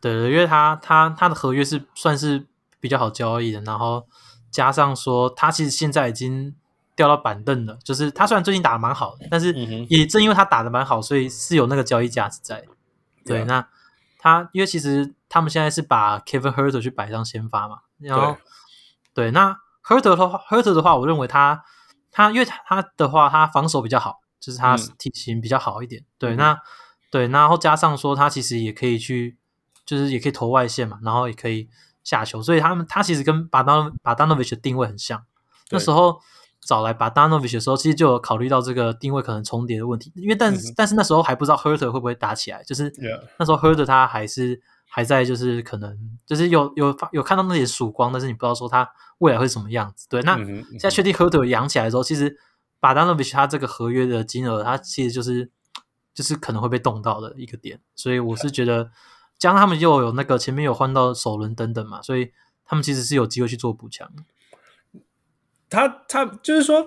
Speaker 4: 对对，因为他他他的合约是算是比较好交易的，然后加上说他其实现在已经掉到板凳了，就是他虽然最近打的蛮好，但是
Speaker 3: 嗯哼
Speaker 4: 也正因为他打的蛮好，所以是有那个交易价值在。对
Speaker 3: Yeah.
Speaker 4: 那他因为其实他们现在是把 Kevin Herter 去摆上先发嘛，然后对那 Herter 的话，Herter 的话，我认为他他因为他的话，他防守比较好，就是他
Speaker 3: 嗯
Speaker 4: 体型比较好一点。对，
Speaker 3: 嗯
Speaker 4: 那对，然后加上说他其实也可以去，就是也可以投外线嘛，然后也可以下球，所以他们他其实跟巴当巴当诺维奇的定位很像。
Speaker 3: 对
Speaker 4: 那时候找来巴当诺维奇的时候，其实就有考虑到这个定位可能重叠的问题，因为但、
Speaker 3: 嗯哼
Speaker 4: 但是那时候还不知道 Herter 会不会打起来，就是
Speaker 3: ，Yeah，
Speaker 4: 那时候 Herder 他还是还在，就是可能就是有有发有看到那点曙光，但是你不知道说他未来会是什么样子。对，那
Speaker 3: 嗯哼嗯哼
Speaker 4: 现在确定 Herder 养起来的时候，其实把 d a n o v i c 他这个合约的金额，他其实就是就是可能会被动到的一个点。所以我是觉得，加上他们又有那个前面有换到首轮等等嘛，所以他们其实是有机会去做补强的。
Speaker 3: 他他就是说，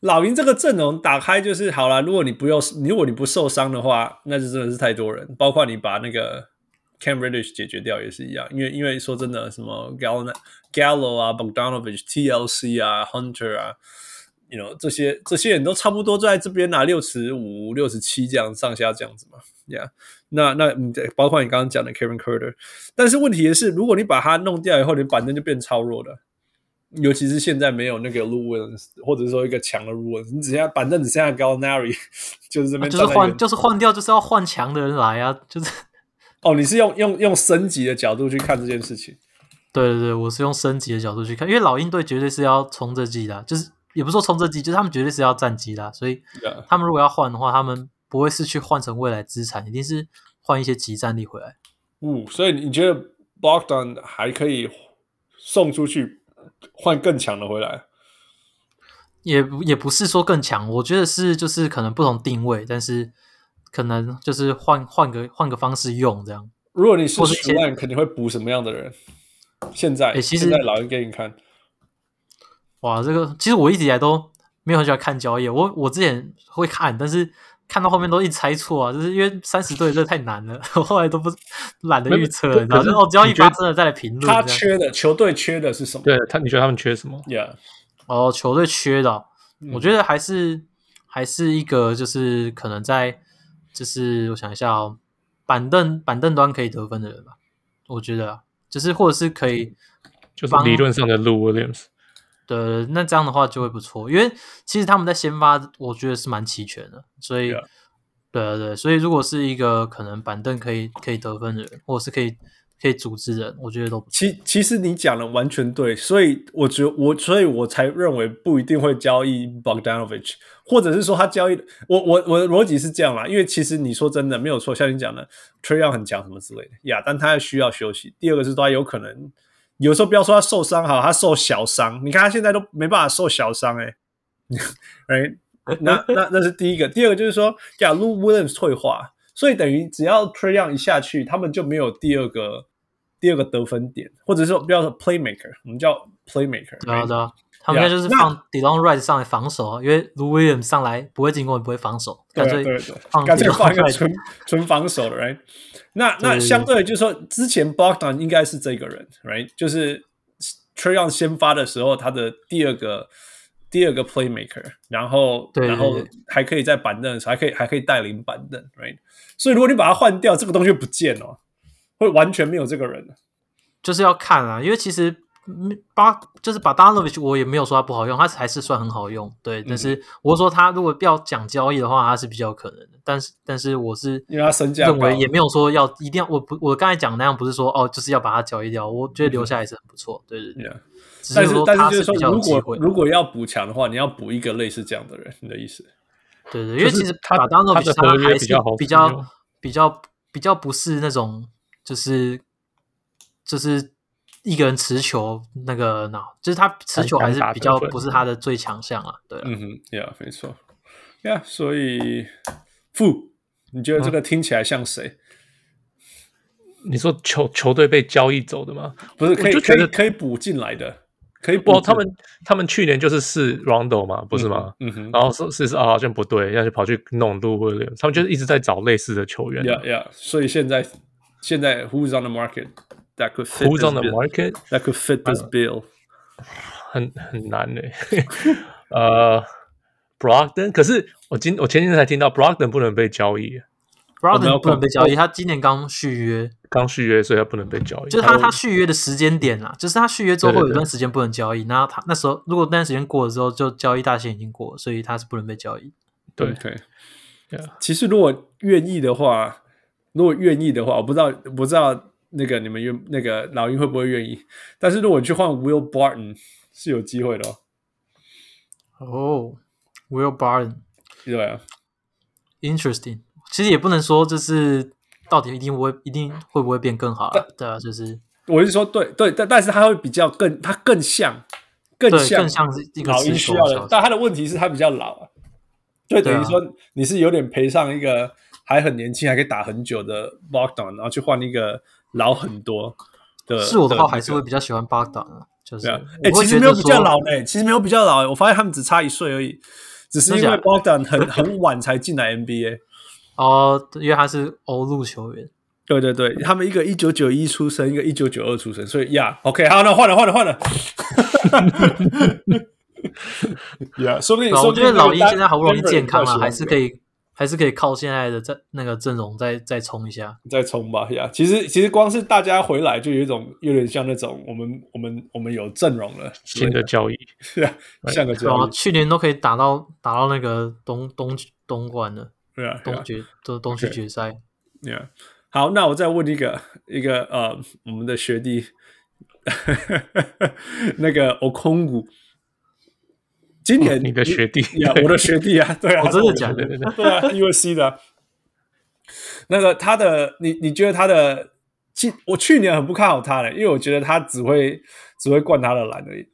Speaker 3: 老鹰这个阵容打开就是好了。如果你不用，如果你不受伤的话，那就真的是太多人。包括你把那个 Cam Reddish 解决掉也是一样，因为因为说真的，什么 Gallo Gallo 啊，Bogdanovich、TLC 啊，Hunter 啊，you know 这些这些人都差不多在这边拿六十五、六十七这样上下这样子嘛，Yeah。那那你再包括你刚刚讲的 Kevin Carter，但是问题也是，如果你把他弄掉以后，你板凳就变超弱了。尤其是现在没有那个 l u w i l l i s 或者说一个强的 l u w i l l i s 你只剩下板凳只剩下 Gallinari，就是 这边、
Speaker 4: 啊就是换就是是换掉，就是要换强的人来啊，就是
Speaker 3: 哦，你是用用用升级的角度去看这件事情，
Speaker 4: 对对对，我是用升级的角度去看，因为老鹰队绝对是要冲这季的啊，就是也不是说冲这季，就是他们绝对是要战绩的啊，所以
Speaker 3: Yeah
Speaker 4: 他们如果要换的话，他们不会是去换成未来资产，一定是换一些集战力回来。
Speaker 3: 嗯，所以你觉得 Blockdown 还可以送出去换更强的回来？
Speaker 4: 也不也不是说更强，我觉得是就是可能不同定位，但是可能就是换换个换个方式用这样。
Speaker 3: 如果你是
Speaker 4: 或是一些
Speaker 3: s h 肯定会补什么样的人？现在、
Speaker 4: 诶其实
Speaker 3: 现在老人给你看，
Speaker 4: 哇，这个其实我一直以来都没有很喜欢看交易，我我之前会看，但是看到后面都一直猜错啊，就是因为三十队这太难了， 我后来都不懒得预测了，
Speaker 5: 没有
Speaker 4: 你知道
Speaker 5: 可是
Speaker 4: 就哦交易
Speaker 5: 你觉得
Speaker 4: 发生了再来评论
Speaker 3: 他
Speaker 4: 这样。
Speaker 3: 缺的球队缺的是什么
Speaker 5: 对他，你觉得他们缺什么？
Speaker 3: ？Yeah，
Speaker 4: 哦，球队缺的哦、
Speaker 3: 嗯
Speaker 4: 我觉得还是还是一个就是可能在就是我想一下哦，板凳板凳端可以得分的人吧，我觉得啊，就是或者是可以。
Speaker 5: 就是
Speaker 4: 帮
Speaker 5: 理论上的 Lou Williams，
Speaker 4: 对，那这样的话就会不错，因为其实他们在先发，我觉得是蛮齐全的，所以
Speaker 3: Yeah.
Speaker 4: 对啊对对，所以如果是一个可能板凳可以可以得分的人，或者是可以可以组织的人，我觉得都不错。
Speaker 3: 其其实你讲的完全对，所以我觉我所以我才认为不一定会交易 Bogdanovich，或者是说他交易我我我的逻辑是这样啦，因为其实你说真的没有错，像你讲的 t r e y o n 很强什么之类的呀，但他需要休息。第二个是说他有可能有时候不要说他受伤好，他受小伤，你看他现在都没办法受小伤哎、欸，哎，那那那是第一个，第二个就是说呀 l u Williams 退化，所以等于只要 Trey Young 一下去，他们就没有第二个第二个得分点，或者说不要说 playmaker，我们叫 playmaker，哎
Speaker 4: 对啊
Speaker 3: right？
Speaker 4: 对啊，他们应该就是
Speaker 3: Yeah，那
Speaker 4: 放 Delon Wright 上来防守啊，因为 Lou Williams 上来不会进攻也不会防守，
Speaker 3: 对
Speaker 4: 干
Speaker 3: 啊
Speaker 4: 脆
Speaker 3: 对对
Speaker 4: 放
Speaker 3: 干脆
Speaker 4: Delon
Speaker 3: 放一个
Speaker 4: Wright
Speaker 3: 纯 纯防守的，right？那
Speaker 4: 对
Speaker 3: 那
Speaker 4: 对对
Speaker 3: 相对就是说，之前 Bogdan 应该是这个人，right？就是 Trey Young 先发的时候，他的第二个第二个 playmaker，然后
Speaker 4: 对对
Speaker 3: 然后
Speaker 4: 对
Speaker 3: 还可以在板凳的时候，还可以还可以带领板凳，right？所以如果你把他换掉，这个东西就不见了，会完全没有这个人了。
Speaker 4: 就是要看啊，因为其实嗯巴就是把 d a n o v i c 我也没有说他不好用，他还是算很好用，对。但
Speaker 3: 嗯
Speaker 4: 是我说他如果要讲交易的话，他是比较有可能的，但是但是我是
Speaker 3: 因为他身价
Speaker 4: 认为
Speaker 3: 高
Speaker 4: 也没有说要一定要，我不我刚才讲的那样不是说哦就是要把它交易掉，我觉得留下来是很不错，对对对。
Speaker 3: Yeah 嗯
Speaker 4: 只
Speaker 3: 但
Speaker 4: 是
Speaker 3: 是
Speaker 4: 说
Speaker 3: 但
Speaker 4: 他
Speaker 3: 是就是
Speaker 4: 比较
Speaker 3: 说，
Speaker 4: 有
Speaker 3: 如
Speaker 4: 机
Speaker 3: 果
Speaker 4: 会，
Speaker 3: 如果要补强的话，你要补一个类似这样的人，你的意思？
Speaker 4: 对对，因为
Speaker 5: 就是
Speaker 4: 其实
Speaker 5: 他
Speaker 4: 把 d a n o v
Speaker 5: 他
Speaker 4: i c
Speaker 5: 的
Speaker 4: 他
Speaker 5: 合约
Speaker 4: 还
Speaker 5: 比
Speaker 4: 是
Speaker 5: 较好
Speaker 4: 比
Speaker 5: 使用
Speaker 4: 较比较比较不是那种就是就是一个人持球那个脑，就是他持球还是比较不是他的最强项啊。对啊
Speaker 3: 嗯哼，Yeah，没错，Yeah，所以负，你觉得这
Speaker 5: 啊
Speaker 3: 个听起来像谁？
Speaker 5: 你说球球队被交易走的吗？
Speaker 3: 不是可以
Speaker 5: 就
Speaker 3: 可
Speaker 5: 觉
Speaker 3: 以
Speaker 5: 得
Speaker 3: 可以补进来的，可以补
Speaker 5: 不，
Speaker 3: 进
Speaker 5: 他们他们去年就是试 Rondo 嘛，不是吗？
Speaker 3: 嗯哼
Speaker 5: 然后是是是啊，好像不对，要去跑去弄 Lou Williams，他们就是一直在找类似的球员啊。
Speaker 3: ，Yeah Yeah，所以现在现在 Who's on the market that could fit
Speaker 5: Who's
Speaker 3: this
Speaker 5: on the
Speaker 3: bill?
Speaker 5: market？
Speaker 3: that could fit this bill？
Speaker 5: 很很难呢、 呃，Brogden，可是我今我前天才听到 Brogden 不能被交易，
Speaker 4: ，Broden
Speaker 5: 哦
Speaker 3: Malcolm
Speaker 4: 不能被交易，他今年刚续约，
Speaker 5: 刚续约，所以他不能被交易。
Speaker 4: 就是他他续约的时间点啊，就是他续约之后
Speaker 5: 对对
Speaker 4: 会有一段时间不能交易，那他那时候如果那段时间过了之后，就交易大限已经过了，所以他是不能被交易。
Speaker 5: 对
Speaker 3: 对
Speaker 5: Yeah
Speaker 3: 其实如果愿意的话，如果愿意的话，我不知道不知道那个你们愿那个老鹰会不会愿意，但是如果你去换 Will Barton 是有机会的哦，
Speaker 4: 哦、w i l l Barton。
Speaker 3: 对啊，
Speaker 4: Interesting，其实也不能说就是到底一定会一定会不会变更好啊？对啊，就是
Speaker 3: 我是说对对，但但是他会比较更他更像更
Speaker 4: 对，
Speaker 3: 像
Speaker 4: 更像是一个
Speaker 3: 老鹰
Speaker 4: 持
Speaker 3: 需
Speaker 4: 球
Speaker 3: 要
Speaker 4: 的
Speaker 3: 的
Speaker 4: 小，
Speaker 3: 但他的问题是他比较老啊，对，
Speaker 4: 对
Speaker 3: 等
Speaker 4: 啊
Speaker 3: 于说你是有点赔上一个还很年轻还可以打很久的 Bogdan，然后去换一个老很多的，
Speaker 4: 是我的话
Speaker 3: 那个
Speaker 4: 还是会比较喜欢巴达的，就是
Speaker 3: 对啊，
Speaker 4: 我
Speaker 3: 哎、
Speaker 4: 会
Speaker 3: 其实
Speaker 4: 觉
Speaker 3: 没有
Speaker 4: 得
Speaker 3: 比较
Speaker 4: 说
Speaker 3: 老呢、其实没有比较老、我发现他们只差一岁而已，只是因
Speaker 4: 真
Speaker 3: 为
Speaker 4: 假的
Speaker 3: Bogdan 很很晚才进来 NBA。
Speaker 4: 哦，因为他是欧陆球员，
Speaker 3: 对对对，他们一个一九九一出生，一个一九九二出生，所以呀、o k 好，那换了换了换了。呀、yeah,，说不定
Speaker 4: 对啊，
Speaker 3: 说
Speaker 4: 我
Speaker 3: 不定
Speaker 4: 觉得老
Speaker 3: 一
Speaker 4: 鹰现在好不容易健康了、啊
Speaker 3: 了，
Speaker 4: 还是可
Speaker 3: 以
Speaker 4: 以，还是可以靠现在的在那个阵容再再冲一下。
Speaker 3: 再冲吧。呀、其实其实光是大家回来，就有一种有点像那种我们我们我们有阵容了，
Speaker 5: 新的交易，
Speaker 3: 对啊，像个
Speaker 4: 对
Speaker 3: 交
Speaker 4: 啊，
Speaker 3: 易，
Speaker 4: 去年都可以打到打到那个东东东冠了，
Speaker 3: 对啊，对啊
Speaker 4: 东决东东区
Speaker 3: OK
Speaker 4: 决赛。
Speaker 3: Yeah，好，那我再问一个一个呃，我们的学弟， 那个 o 空谷，今年、
Speaker 5: 哦 你的学弟
Speaker 3: 呀我的学弟啊，对啊，
Speaker 4: 我真的假的
Speaker 5: 对对对，
Speaker 3: 对啊，USC 的啊、那个他的，你你觉得他的，去我去年很不看好他的，因为我觉得他只会只会灌他的篮而已。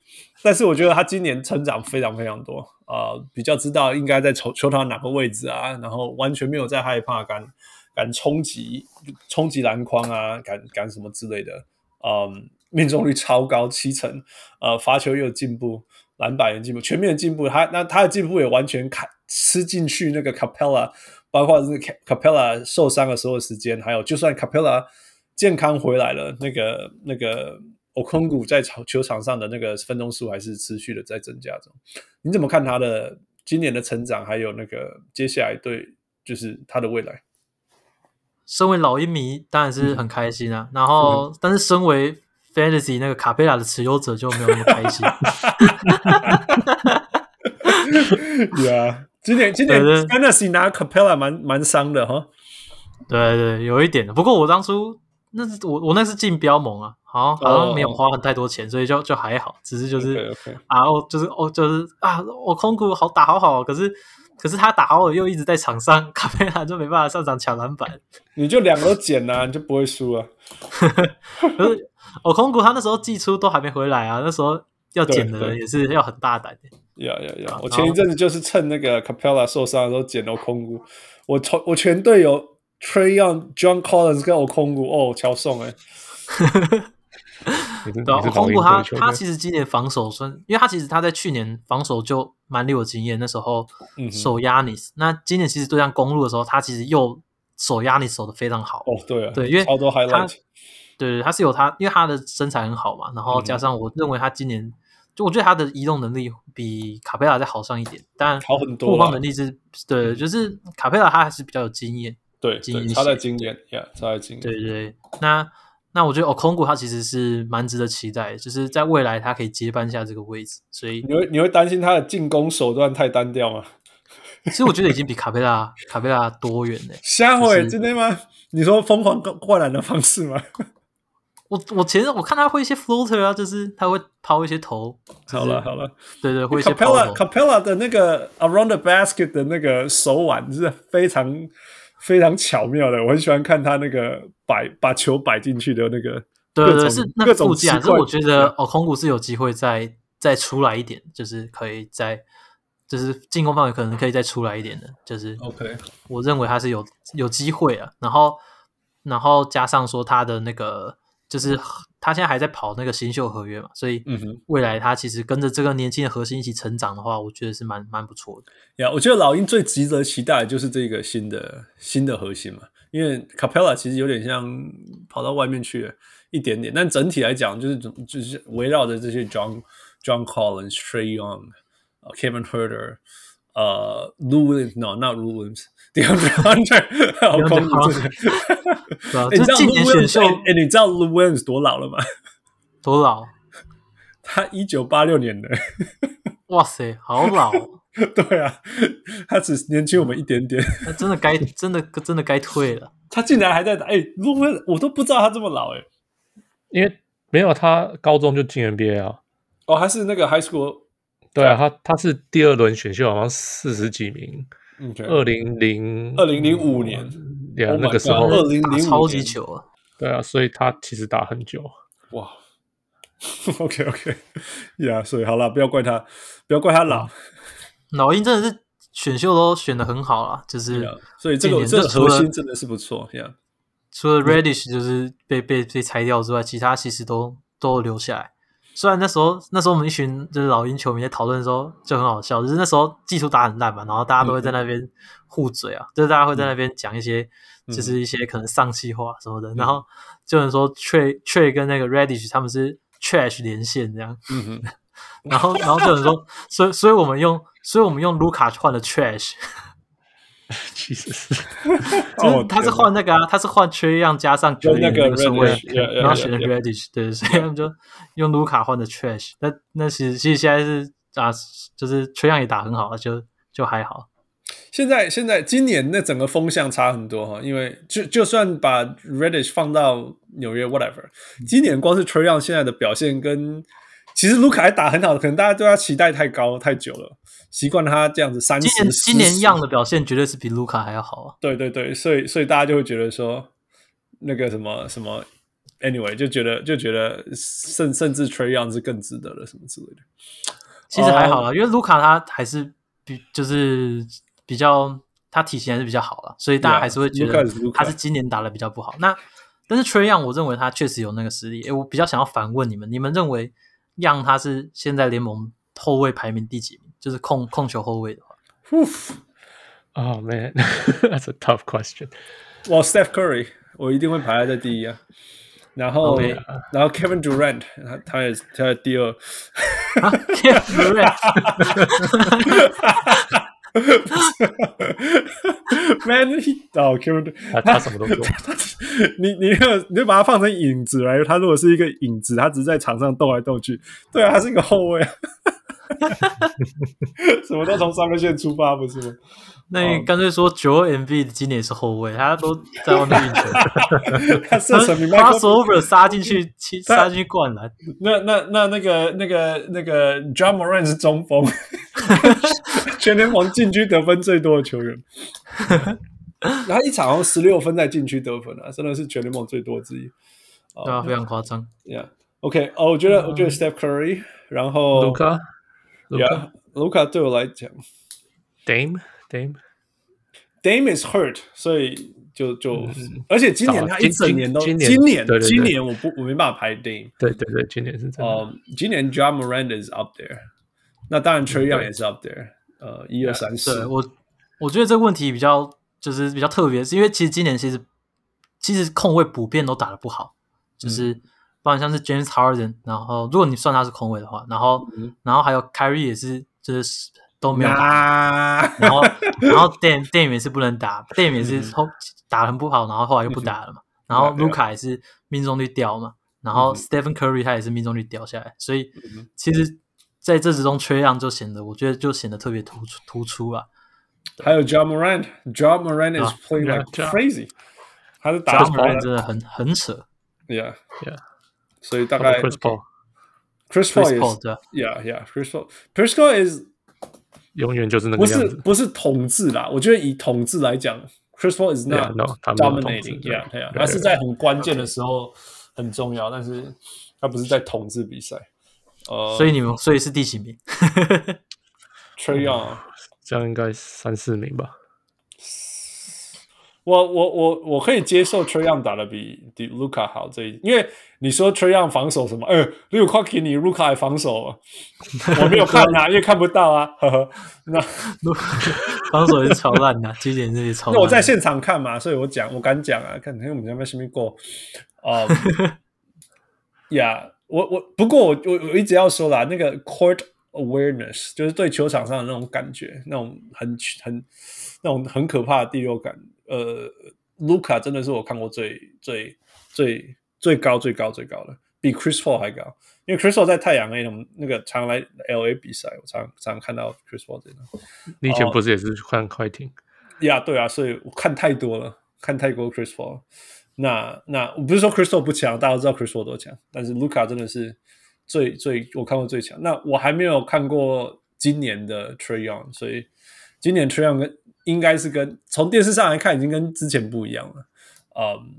Speaker 3: 但是我觉得他今年成长非常非常多，呃，比较知道应该在球球场哪个位置啊，然后完全没有在害怕敢敢冲击冲击篮筐啊，敢敢什么之类的，嗯，命中率超高七成，呃，罚球也有进步，篮板也进步，全面的进步。他那他的进步也完全卡吃进去那个 Capella，包括是 Ca- Capella 受伤的时候的时间，还有就算 Capella 健康回来了，那个那个 o k o n g u 在场球场上的那个分钟数还是持续的在增加中。你怎么看他的今年的成长，还有那个接下来对就是他的未 来？
Speaker 4: 身为老鹰迷，当然
Speaker 3: 嗯
Speaker 4: 是很开心啊。然后，但是身为 Fantasy 那个卡佩拉的持有者就没有那么开 心。
Speaker 3: 对啊，今年今年
Speaker 4: 对对
Speaker 3: Fantasy 拿 Capella 蛮蛮伤的哈。
Speaker 4: 对对，有一点的。不过我当初那是我我那是进标盟啊，好像
Speaker 3: 哦
Speaker 4: 好像没有花太多钱，所以就就还好，只是就是
Speaker 3: OK，OK
Speaker 4: 啊，哦就是哦就是啊，我、空谷好打好好，可是可是他打好又一直在场上，卡佩拉就没办法上场抢篮板。
Speaker 3: 你就两个都捡呐、你就不会输啊。
Speaker 4: 可是我空谷他那时候寄出都还没回来啊，那时候要捡的
Speaker 3: 对
Speaker 4: 人
Speaker 3: 对
Speaker 4: 也是要很大胆、欸。
Speaker 3: 呀呀呀
Speaker 4: 啊！
Speaker 3: 我
Speaker 4: 然
Speaker 3: 前一
Speaker 4: 后
Speaker 3: 阵子就是趁那个 Capella 受伤的时候捡了空谷，我从我全队有 Trey Young、John Collins 跟我空谷哦，乔宋哎，
Speaker 5: 你是
Speaker 4: 对啊，
Speaker 5: 你是老
Speaker 4: 空
Speaker 5: 鹰
Speaker 4: 谷他
Speaker 5: 队球
Speaker 4: 他
Speaker 5: 队
Speaker 4: 其实今年防守算，因为他其实他在去年防守就蛮有经验，那时候
Speaker 3: 嗯哼
Speaker 4: 守压你、那今年其实对上公路的时候，他其实又守压你守的非常好。
Speaker 3: 哦对啊，
Speaker 4: 对因为
Speaker 3: 超多
Speaker 4: 他
Speaker 3: highlight，
Speaker 4: 对，他是有他，因为他的身材很好嘛，然后加上我认为他今年，就我觉得他的移动能力比卡佩拉再好上一点，但
Speaker 3: 好很多
Speaker 4: 护
Speaker 3: 啦
Speaker 4: 框能力是，对，就是卡佩拉他还是比较有经验。
Speaker 3: 对
Speaker 4: 经
Speaker 3: 对，
Speaker 4: 验
Speaker 3: 差在
Speaker 4: 性
Speaker 3: 经验呀，差在经验，
Speaker 4: 对对，那那我觉得 o k o n g u 他其实是蛮值得期待，就是在未来他可以接班下这个位置，所以
Speaker 3: 你会你会担心他的进攻手段太单调吗？
Speaker 4: 其实我觉得已经比卡佩拉卡佩拉多元嘞、
Speaker 3: 下
Speaker 4: 就
Speaker 3: 回
Speaker 4: 是
Speaker 3: 真的吗？你说疯狂灌灌篮的方式吗？
Speaker 4: 我我前我看他会一些 floater 啊，就是他会抛一些头，
Speaker 3: 好了好了
Speaker 4: 对对，会一些抛
Speaker 3: ，Capella
Speaker 4: 投。
Speaker 3: Capella 的那个 Around the Basket 的那个手腕是非常非常巧妙的，我很喜欢看他那个摆把球摆进去的那个
Speaker 4: 对
Speaker 3: 各
Speaker 4: 对对，
Speaker 3: 种
Speaker 4: 是那
Speaker 3: 各
Speaker 4: 个
Speaker 3: 种
Speaker 4: 附
Speaker 3: 奇
Speaker 4: 件啊，
Speaker 3: 怪。嗯
Speaker 4: 可是我觉得哦，空谷是有机会再再出来一点，就是可以再就是进攻范围可能可以再出来一点的，就是我认为他是有有机会啊。然后然后加上说他的那个就是他现在还在跑那个新秀合约嘛，所以
Speaker 3: 嗯哼
Speaker 4: 未来他其实跟着这个年轻的核心一起成长的话，我觉得是蛮蛮不错的。
Speaker 3: 呀我觉得老鹰最值得期待的就是这个新的新的核心嘛，因为 Capella 其实有点像跑到外面去了一点点，但整体来讲就是总就是围绕着这些 John John Collins、Trey Young、呃 Kevin Herter、呃 Lou Williams，no not Lou Williams。DeAndre Hunter，好恐怖！这个
Speaker 4: 对啊，
Speaker 3: 欸
Speaker 4: 就
Speaker 3: 你知
Speaker 4: 是
Speaker 3: 道
Speaker 4: 今
Speaker 3: Lou
Speaker 4: 年选
Speaker 3: Williams，
Speaker 4: 秀
Speaker 3: 哎、欸你知道 Lou Williams 多老了吗？
Speaker 4: 多老，
Speaker 3: 他一九八六年的，
Speaker 4: 哇塞，好老哦，
Speaker 3: 对啊，他只年轻我们一点点。
Speaker 4: 那真的该真的真的该退了。
Speaker 3: 他竟然还在打，哎、如果我都不知道他这么老、哎，
Speaker 5: 因为没有他高中就进 NBA 啊，
Speaker 3: 哦，还是那个 high school，
Speaker 5: 对啊，他他是第二轮选秀，好像四十几名，
Speaker 3: 嗯，
Speaker 5: 二零零
Speaker 3: 2005年
Speaker 5: 呀
Speaker 3: Oh my
Speaker 5: 那个时
Speaker 3: God，
Speaker 5: 候
Speaker 3: 二零零五
Speaker 4: 打
Speaker 3: 年
Speaker 4: 超级球啊！
Speaker 5: 对啊，所以他其实打很久，
Speaker 3: 哇 ，OK OK，呀、yeah,，所以好了，不要怪他，不要怪他老，
Speaker 4: 老鹰真的是选秀都选的很好啦，就是、
Speaker 3: Yeah，所以这
Speaker 4: 今
Speaker 3: 个
Speaker 4: 年
Speaker 3: 这个
Speaker 4: 这除
Speaker 3: 核
Speaker 4: 了
Speaker 3: 心真的是不错，呀、
Speaker 4: 除了 Radish 就是被被被裁掉之外，其他其实都都留下来。虽然那时候那时候我们一群就是老鹰球迷在讨论的时候就很好笑，就是那时候技术打很烂嘛，然后大家都会在那边互嘴啊，就是大家会在那边讲一些、
Speaker 3: 嗯
Speaker 4: 就是一些可能丧气话什么的，然后就有人说 Trey Trey 跟那个 Radish 他们是 trash 连线这样，
Speaker 3: 嗯 哼，
Speaker 4: 然后然后就有人说，所以所以我们用所以我们用 Luca 换了 trash，
Speaker 5: 其实是
Speaker 3: 哦
Speaker 4: 就是他是换那个啊，他是换缺样加上
Speaker 3: 就
Speaker 4: Curry
Speaker 3: 那
Speaker 4: 的
Speaker 3: 个
Speaker 4: 那个顺位
Speaker 3: Reddish，yeah，yeah，
Speaker 4: 然后选了
Speaker 3: yeah，yeah
Speaker 4: Radish，对，所以他们就用卢卡换的 Trash。那那其实其实现在是啊，就是缺样也打很好，就就还好。
Speaker 3: 现在现在今年那整个风向差很多哈，因为就就算把 Reddish 放到纽约 whatever，今
Speaker 4: 嗯
Speaker 3: 年光是 Trey Young 现在的表现跟其实卢卡还打很好，可能大家对他期待太高太久了，习惯他这样子三
Speaker 4: 今
Speaker 3: 十
Speaker 4: 年今年样
Speaker 3: 的
Speaker 4: 的表现绝对是比卢卡还要好啊。
Speaker 3: 对对对，所以所以大家就会觉得说那个什么什么，anyway 就觉得就觉得甚甚至 Trey Young 是更值得的什么之类的。
Speaker 4: 其实还好啦，因为卢卡他还是比就是比较他体型还是比较好了，所以大
Speaker 3: Yeah，
Speaker 4: 家还是会觉
Speaker 3: Luka
Speaker 4: 得
Speaker 3: is Luka
Speaker 4: 他是今年打的比较不好。那但是 Trey Young 我认为他确实有那个实力。诶我比较想要反问你们，你们认为 Young 他是现在联盟后卫排名第几名？就是控控球后卫的话，
Speaker 5: ，Oh man，that's a tough question。
Speaker 3: 我 Steph Curry 我一定会排在第一啊，然后
Speaker 4: OK
Speaker 3: 然后 Kevin Durant 他他也是他在第二。
Speaker 4: 啊 Kevin Durant
Speaker 3: Man，he- 哦，Kevin，
Speaker 5: 他他什么都不懂
Speaker 3: 你你那个你就把它放成影子来，他如果是一个影子，他只是在场上动来动去，对啊，他是一个后卫啊， 什么都从三分线出发，不是吗？
Speaker 4: 那你干脆说九 M B 今年也是后卫，他都在外面运球，
Speaker 3: 他射程比迈克
Speaker 4: crossover 杀进去，切杀进去灌篮。
Speaker 3: 那那那那个那个那个 John Moran 是中锋，全联盟禁区得分最多的球员。他一场好像十六分在禁区得分啊，真的是全联盟最多之一。哦
Speaker 4: 对啊，非常夸张。
Speaker 3: Yeah，OK，、哦，我觉得我觉得 Steph Curry，然后
Speaker 5: 嗯卢卡，卢卡
Speaker 3: 卢卡对我来讲
Speaker 5: ，Dame Dame，
Speaker 3: ，Dame is hurt，所以就就，而且今年他一整年都，
Speaker 5: 嗯今今
Speaker 3: 今年
Speaker 5: 今年对对对
Speaker 3: 今年我不我没办法排 Dame，
Speaker 5: 对对对，今年是真的。
Speaker 3: 呃，今年 John Moran is up there，那
Speaker 5: 嗯
Speaker 3: 当然 Trey Young 也是 up there，呃，一二三
Speaker 4: 对
Speaker 3: 四，
Speaker 4: 我，我觉得这个问题比较就是比较特别，是因为其实今年其实其实控卫普遍都打得不好，就是
Speaker 3: 嗯
Speaker 4: 包含像是 James Harden，然后如果你算他是控卫的话，然后、然后还有 Kyrie 也是就是都没有打
Speaker 3: 嗯啊，
Speaker 4: 然后然后电电影也是不能打，电影也
Speaker 3: 嗯
Speaker 4: 是后打得很不好，然后后来又不打了嘛。然后
Speaker 3: 对啊嗯
Speaker 4: 卢卡也是命中率掉嘛，然后 Stephen Curry 他也是命中率掉下来，所以其实在这之中缺氧就显得，我觉得就显得特别突出突出啊。
Speaker 3: 还有 John Moran，John Moran is
Speaker 4: 啊
Speaker 3: playing like
Speaker 5: Ja- Ja-
Speaker 3: crazy，他是打
Speaker 4: j
Speaker 3: 得好
Speaker 4: o h
Speaker 3: 的
Speaker 4: 真的很很扯
Speaker 3: ，Yeah
Speaker 5: Yeah
Speaker 3: 所以大
Speaker 5: 包括
Speaker 3: 概
Speaker 5: Chris Paul
Speaker 3: Chris Paul
Speaker 4: ，Chris Paul
Speaker 3: 也
Speaker 4: 对啊，
Speaker 3: 是，Yeah Yeah，Chris Paul，Chris Paul is
Speaker 5: 永远就是那
Speaker 3: 不
Speaker 5: 个
Speaker 3: 是
Speaker 5: 样子。
Speaker 3: 不是统治啦，我觉得以统治来讲，Chris Paul is not
Speaker 5: Yeah, no，他没有统治
Speaker 3: dominating，
Speaker 5: 对
Speaker 3: yeah，对啊，
Speaker 5: 对
Speaker 3: 他是在很关键的时候很重要，但是他不是在统治比赛。呃，
Speaker 4: 所以你们所以是第几名？
Speaker 3: Trey Young，
Speaker 5: 这样应该三四名吧。
Speaker 3: 我我我我可以接受 Trey Young 打的比比 Luca 好这一，因为你说 Trey Young 防守什么，呃，六块给你 Luca 还防守啊，我没有看啊，因为看不到啊，呵呵，那。
Speaker 4: 防守也是超烂的，今年这也超
Speaker 3: 那
Speaker 4: 烂。
Speaker 3: 我在现场看嘛，所以我讲，我敢讲啊，看看我们家没什么过，啊、 呀，我我不过我我我一直要说啦，那个 court awareness 就是对球场上的那种感觉，那种很很那种很可怕的第六感，呃，卢卡真的是我看过最最最最高最高最高的，比 Chris Paul 还高。因为 Chris Paul 在太阳那种那个常来 L A 比赛，我常常看到 Chris Paul 这种。
Speaker 5: 你以前
Speaker 3: 哦
Speaker 5: 不是也是看快艇？
Speaker 3: 呀对啊，所以我看太多了，看太多 Chris Paul 了。那那我不是说 Chris Paul 不强，大家都知道 Chris Paul 多强，但是 Luca 真的是最最我看过最强。那我还没有看过今年的 Trey Young，所以今年 Trey Young 跟应该是跟从电视上来看已经跟之前不一样了。嗯，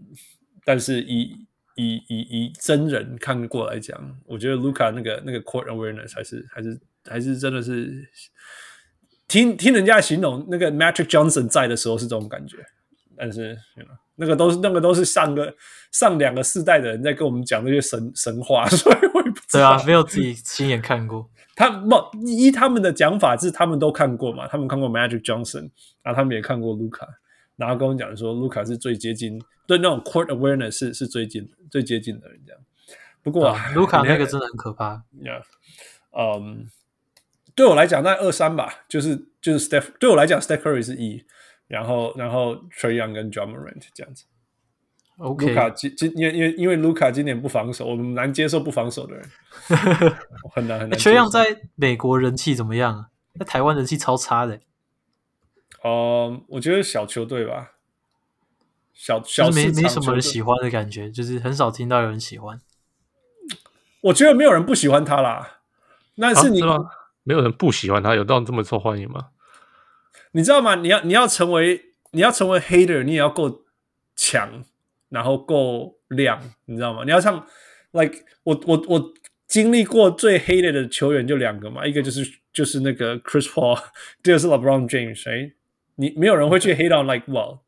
Speaker 3: 但是以以以以真人看过来讲，我觉得 Luca 那个那个 court awareness 还是还是还是真的是听听人家形容，那个 Magic Johnson 在的时候是这种感觉，但是 you know，那个都是那个都是上个上两个世代的人在跟我们讲那些神神话，所以我也不
Speaker 4: 对啊，没有自己亲眼 看过。
Speaker 3: 他不依他们的讲法是，他们都看过嘛，他们看过 Magic Johnson，然后他们也看过卢卡，然后跟我讲说卢卡是最接近对那种 court awareness 是是最近最接近的人这样。不过啊
Speaker 4: 卢卡那
Speaker 3: 你
Speaker 4: 个
Speaker 3: 看
Speaker 4: 真的很可怕，
Speaker 3: Yeah，嗯、对我来讲，那二三吧，就是就是 Steph，对我来讲，Steph Curry 是一，然后然后 Trey Young 跟 John Morant 这样子。卢
Speaker 4: OK，
Speaker 3: 卡今今因为因为因为卢卡今年不防守，我们难接受不防守的 人，我很难很难接受。
Speaker 4: 缺样在美国人气怎么样啊？在台湾人气超差的、
Speaker 3: 哦、我觉得小球队吧，小小
Speaker 4: 就是没
Speaker 3: 市场
Speaker 4: 没什么人
Speaker 3: 球队
Speaker 4: 喜欢的感觉，就是很少听到有人喜欢。
Speaker 3: 我觉得没有人不喜欢他啦。但
Speaker 5: 啊
Speaker 3: 是你、
Speaker 5: 吗？没有人不喜欢他，有到这么受欢迎吗？
Speaker 3: 你知道吗？你要你要成为你要成为 hater，你也要够强，然后够亮，你知道吗？你要像 like 我我我经历过最 hater 的球员就两个嘛，一个就是就是那个 Chris Paul，第二 个是 LeBron James，right? 你没有人会去 hate on like well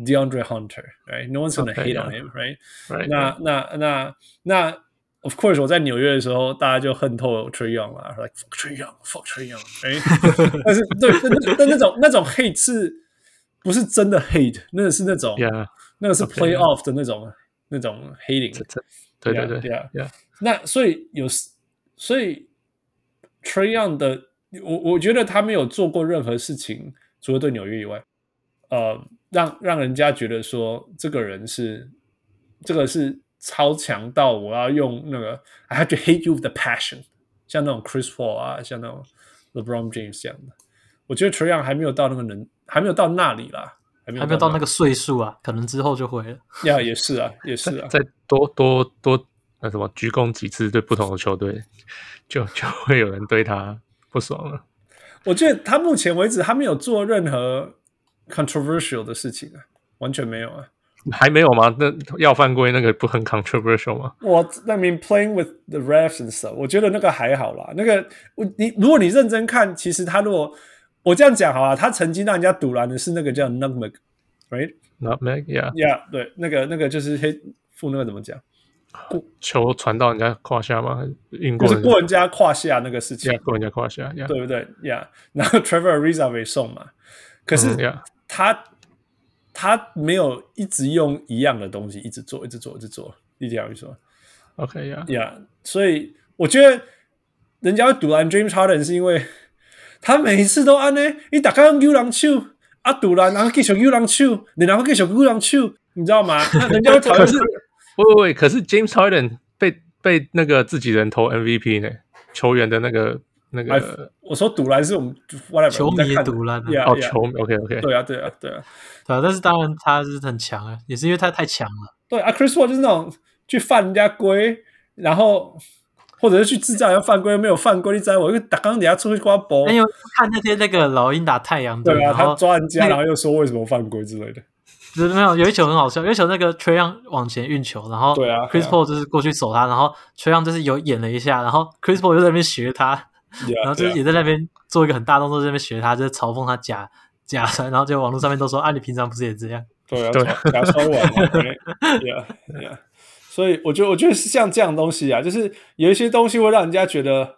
Speaker 3: DeAndre Hunter，right？No one's gonna
Speaker 5: Okay,
Speaker 3: hate on
Speaker 5: yeah.
Speaker 3: him，right？
Speaker 5: Right,
Speaker 3: 那那那那，of course，我在纽约的时候，大家就恨透 Trey Young 啦，like fuck Trey Young，fuck Trey Young，哎，但是对，但但那种那种 hate 是不是真的 hate？那个是那种
Speaker 5: yeah，
Speaker 3: 那个是
Speaker 5: okay
Speaker 3: playoff 的那种那种 hating，
Speaker 5: 这这，对对对
Speaker 3: Yeah,
Speaker 5: yeah，
Speaker 3: 那所以有，所以 Trey Young 的，我我觉得他没有做过任何事情，除了对纽约以外，呃，让让人家觉得说这个人是这个是超强到我要用那个 I have to hate you with the passion，像那种 Chris Paul 啊，像那种 LeBron James 这样的，我觉得 Trey Young 还没有到那个能，还没有到那里啦，还没
Speaker 4: 还没有到
Speaker 3: 那
Speaker 4: 那个岁数啊，可能之后就会了。
Speaker 3: 呀也是啊，也是啊，
Speaker 5: 再多多多那什么鞠躬几次对不同的球队，就 就会有人对他不爽了。
Speaker 3: 我觉得他目前为止他没有做任何 controversial 的事情啊，完全没有啊。
Speaker 5: 还没有吗？那要犯规那个不很 controversial 吗？
Speaker 3: 我 I mean playing with the refs and stuff，我觉得那个还好啦。那个我你如果你认真看，其实他如果我这样讲好啊，他曾经让人家堵拦的是那个叫 Nugmeg，right？Yeah，
Speaker 5: 那 Mac yeah，
Speaker 3: 对，那个那个就是黑负那个怎么讲，
Speaker 5: 球传到人家胯下吗？还是运
Speaker 3: 就
Speaker 5: 过
Speaker 3: 是
Speaker 5: 人家
Speaker 3: 过人家胯下那个事情
Speaker 5: yeah，过人家胯下，yeah，嗯
Speaker 3: 对不对？Yeah，然后 Trevor Ariza 被送嘛，可是
Speaker 5: 嗯，yeah，
Speaker 3: 他他没有一直用一样的东西，一直做，一直做，一直做，一条鱼说
Speaker 5: OK yeah，
Speaker 3: 呀所以我觉得人家会堵拦 James Harden 是因为 他每一次都安呢，你打开用 U 人手啊堵拦，然后继续 U 人手，你然后继续 U 人手，你知道吗？那人家会讨
Speaker 5: 可
Speaker 3: 厌
Speaker 5: 是
Speaker 3: 是，
Speaker 5: 喂喂喂，可是 James Harden 被被那个自己人投 MVP 呢，球员的那个那
Speaker 3: 哎
Speaker 5: 个
Speaker 3: 我说堵拦是我们 whatever
Speaker 4: 球迷也堵
Speaker 3: 了
Speaker 4: 拦啊
Speaker 5: 哦
Speaker 3: y
Speaker 5: 球，OK OK，
Speaker 3: 对啊对啊对啊
Speaker 4: 对啊，但是当然他是很强啊，也是因为他太强了。
Speaker 3: 对啊，Chris Paul 就是那种去犯人家规，然后。或者是去制造人家犯规，没有犯规，你知道我因为打刚人家出去刮包。
Speaker 4: 哎呦，看那天那个老鹰打太阳队，
Speaker 3: 哦对啊，
Speaker 4: 然后
Speaker 3: 他抓人家，
Speaker 4: 那个
Speaker 3: 然后又说为什么犯规之类的。
Speaker 4: 就是没有有一球很好笑，有一球那个崔让往前运球，然后
Speaker 3: 对啊对
Speaker 4: Chris
Speaker 3: 啊
Speaker 4: Paul 就是过去守他，然后崔让就是有演了一下，然后 Chris Paul 就在那边学他，
Speaker 3: 啊
Speaker 4: 然后就是也在那边做一个很大动作，在那边学他，就是嘲讽他假假的，然后就网络上面都说啊，你平常不是也这样？
Speaker 3: 对啊，
Speaker 5: 对
Speaker 3: 牙刷碗 嘛，yeah yeah。所以我觉得，我觉得是像这样的东西啊，就是有一些东西会让人家觉得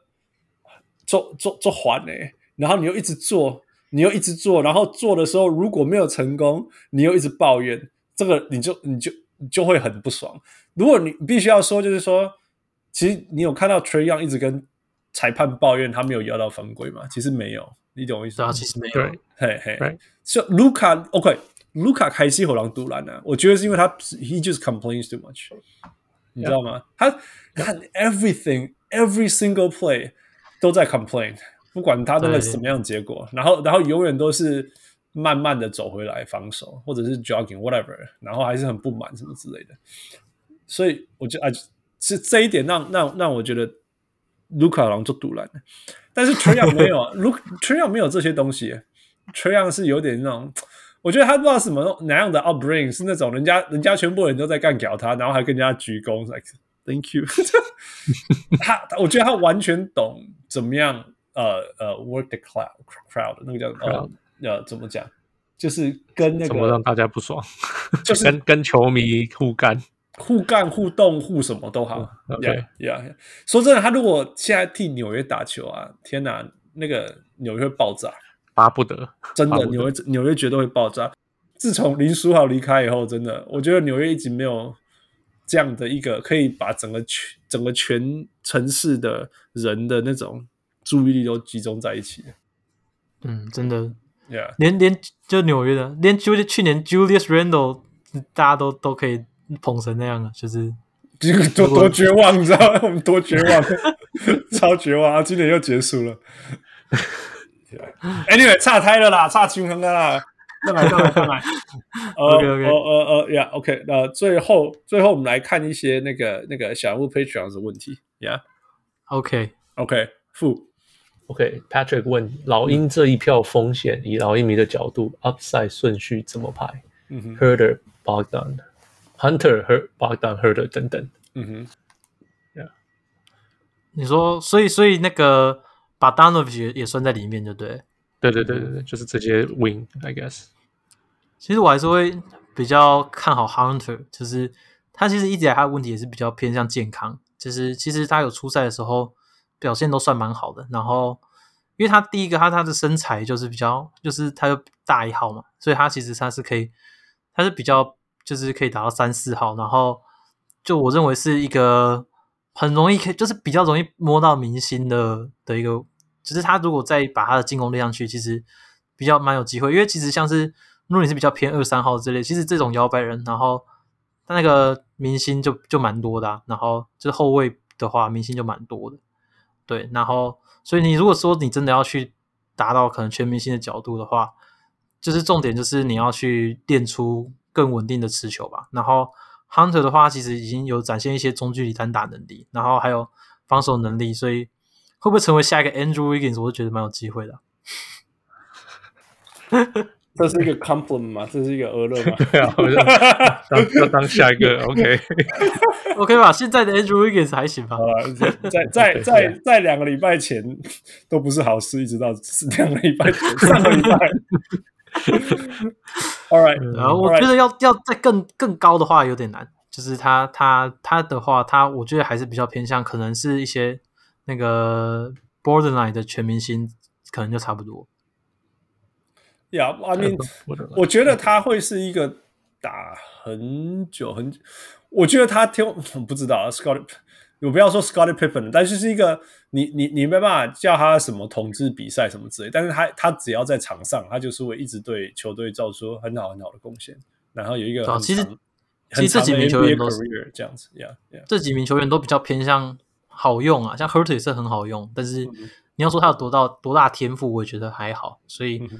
Speaker 3: 做做做缓呢，欸然后你又一直做，你又一直做，然后做的时候如果没有成功，你又一直抱怨，这个你就你就你就会很不爽。如果你必须要说，就是说，其实你有看到 Trey Young 一直跟裁判抱怨他没有摇到犯规吗？其实没有，你懂我意思
Speaker 4: 对
Speaker 3: 吗
Speaker 4: 啊，？其实没有
Speaker 5: 对，
Speaker 3: 嘿嘿
Speaker 5: Right.，
Speaker 3: 所以卢卡 OK，卢卡开西火狼独篮啊，我觉得是因为他 he just complains too much，你知道吗？他看 everything every single play 都在 complain，不管他那个
Speaker 4: 对
Speaker 3: 什么样的结果，然后然后永远都是慢慢的走回来防守，或者是 jogging whatever，然后还是很不满什么之类的。所以我觉得啊，是这一点让让让我觉得卢卡狼就独揽了，但是 Trey Young 没有啊，卢 Trey Young 没有这些东西，Trey 啊 Young 是有点那种，我觉得他不知道什么哪样的 upbringing 是那种人家人家全部人都在干屌他，然后还跟人家鞠躬，like thank you，他他我觉得他完全懂怎么样呃呃 work the crowd crowd 那个叫呃
Speaker 5: Crowd
Speaker 3: 呃怎么讲，就是跟那
Speaker 5: 怎么
Speaker 3: 个
Speaker 5: 让大家不爽？
Speaker 3: 就是
Speaker 5: 跟跟球迷互干
Speaker 3: 互干互动互什么都好。
Speaker 5: 嗯，OK
Speaker 3: yeah, yeah, yeah. 说真的，他如果现在替纽约打球啊，天哪，那个纽约会爆炸，
Speaker 5: 巴不得
Speaker 3: 真
Speaker 5: 巴
Speaker 3: 的
Speaker 5: 不得
Speaker 3: 纽约纽约绝对会爆炸。自从林书豪离开以后，真的，我觉得纽约一直没有这样的一个可以把整个全整个全城市的人的那种注意力都集中在一起的。
Speaker 4: 嗯，真的，
Speaker 3: Yeah，
Speaker 4: 连连就纽约的，连 Julius 去年 Julius Randle 大家都都可以捧成那样了，就是
Speaker 3: 这个多多绝望，你知道吗？我们多绝望， 超绝望啊！今年又结束了。Anyway，岔开了啦，岔平衡了啦。再来，再来，再 来。呃
Speaker 4: OK，OK
Speaker 3: 呃呃呃呀，OK。那最后，最后我们来看一些那个那个小人物 Patreon 的问题。Yeah，OK，、
Speaker 4: OK。
Speaker 3: 负
Speaker 5: OK，Patrick、问老鹰这一票风险，以老鹰迷的角度，upside 顺序怎么排、
Speaker 3: 嗯哼
Speaker 5: h e r d e r Bogdan、Hunter、Her Bogdan、Herder 等等。
Speaker 3: 嗯哼，
Speaker 4: 你说，所以所以那个把 d a n o v i 也也算在里面，就对了。
Speaker 5: 对对对对对，就是这些 win，I guess。
Speaker 4: 其实我还是会比较看好 Hunter，就是他其实一直以来他的问题也是比较偏向健康，就是其实他有出赛的时候表现都算蛮好的。然后，因为他第一个他他的身材就是比较，就是他就大一号嘛，所以他其实他是可以，他是比较就是可以打到三四号，然后就我认为是一个很容易可以就是比较容易摸到明星的的一个只是他如果再把他的进攻力上去，其实比较蛮有机会。因为其实像是如果你是比较偏二三号之类，其实这种摇摆人，然后他那个明星就就蛮多的、啊，然后就是后卫的话，明星就蛮多的。对，然后所以你如果说你真的要去达到可能全明星的角度的话，就是重点就是你要去练出更稳定的持球吧。然后 Hunter 的话，其实已经有展现一些中距离单打能力，然后还有防守能力，所以会不会成为下一个 Andrew Wiggins，我就觉得蛮有机会的啊。
Speaker 3: 这是一个 compliment 吗？这是一个俄勒吗？
Speaker 5: 对啊，我就当要当下一 个 OK。
Speaker 4: OK 吧，现在的 Andrew Wiggins 还行吧
Speaker 3: 好。了，在在在在两个礼拜前都不是好事，一直到是两个礼拜前，上个礼拜。All right，
Speaker 4: 然后我
Speaker 3: Alright
Speaker 4: 觉得要要再更更高的话有点难，就是他他他的话，他我觉得还是比较偏向可能是一些那个 borderline 的全明星，可能就差不多。
Speaker 3: Yeah, I mean，
Speaker 5: 我的
Speaker 3: 我觉得他会是一个打很久很久，我觉得他天，我不知道啊 Scotty，我不要说 Scotty Pippen，但是是一个你你你没办法叫他什么统治比赛什么之类，但是他他只要在场上，他就是会一直对球队造出很好很好的贡献，然后有一个
Speaker 4: 对啊
Speaker 3: 很
Speaker 4: 其实
Speaker 3: 长
Speaker 4: 其实这几名
Speaker 3: 很长
Speaker 4: 球
Speaker 3: 的 NBA
Speaker 4: 员都是
Speaker 3: career 这样子，Yeah Yeah。
Speaker 4: 这几名球员都比较偏向好用啊，像 Hurt 也是很好用，但是你要说他有多大多大天赋，我也觉得还好。所以，
Speaker 5: Yeah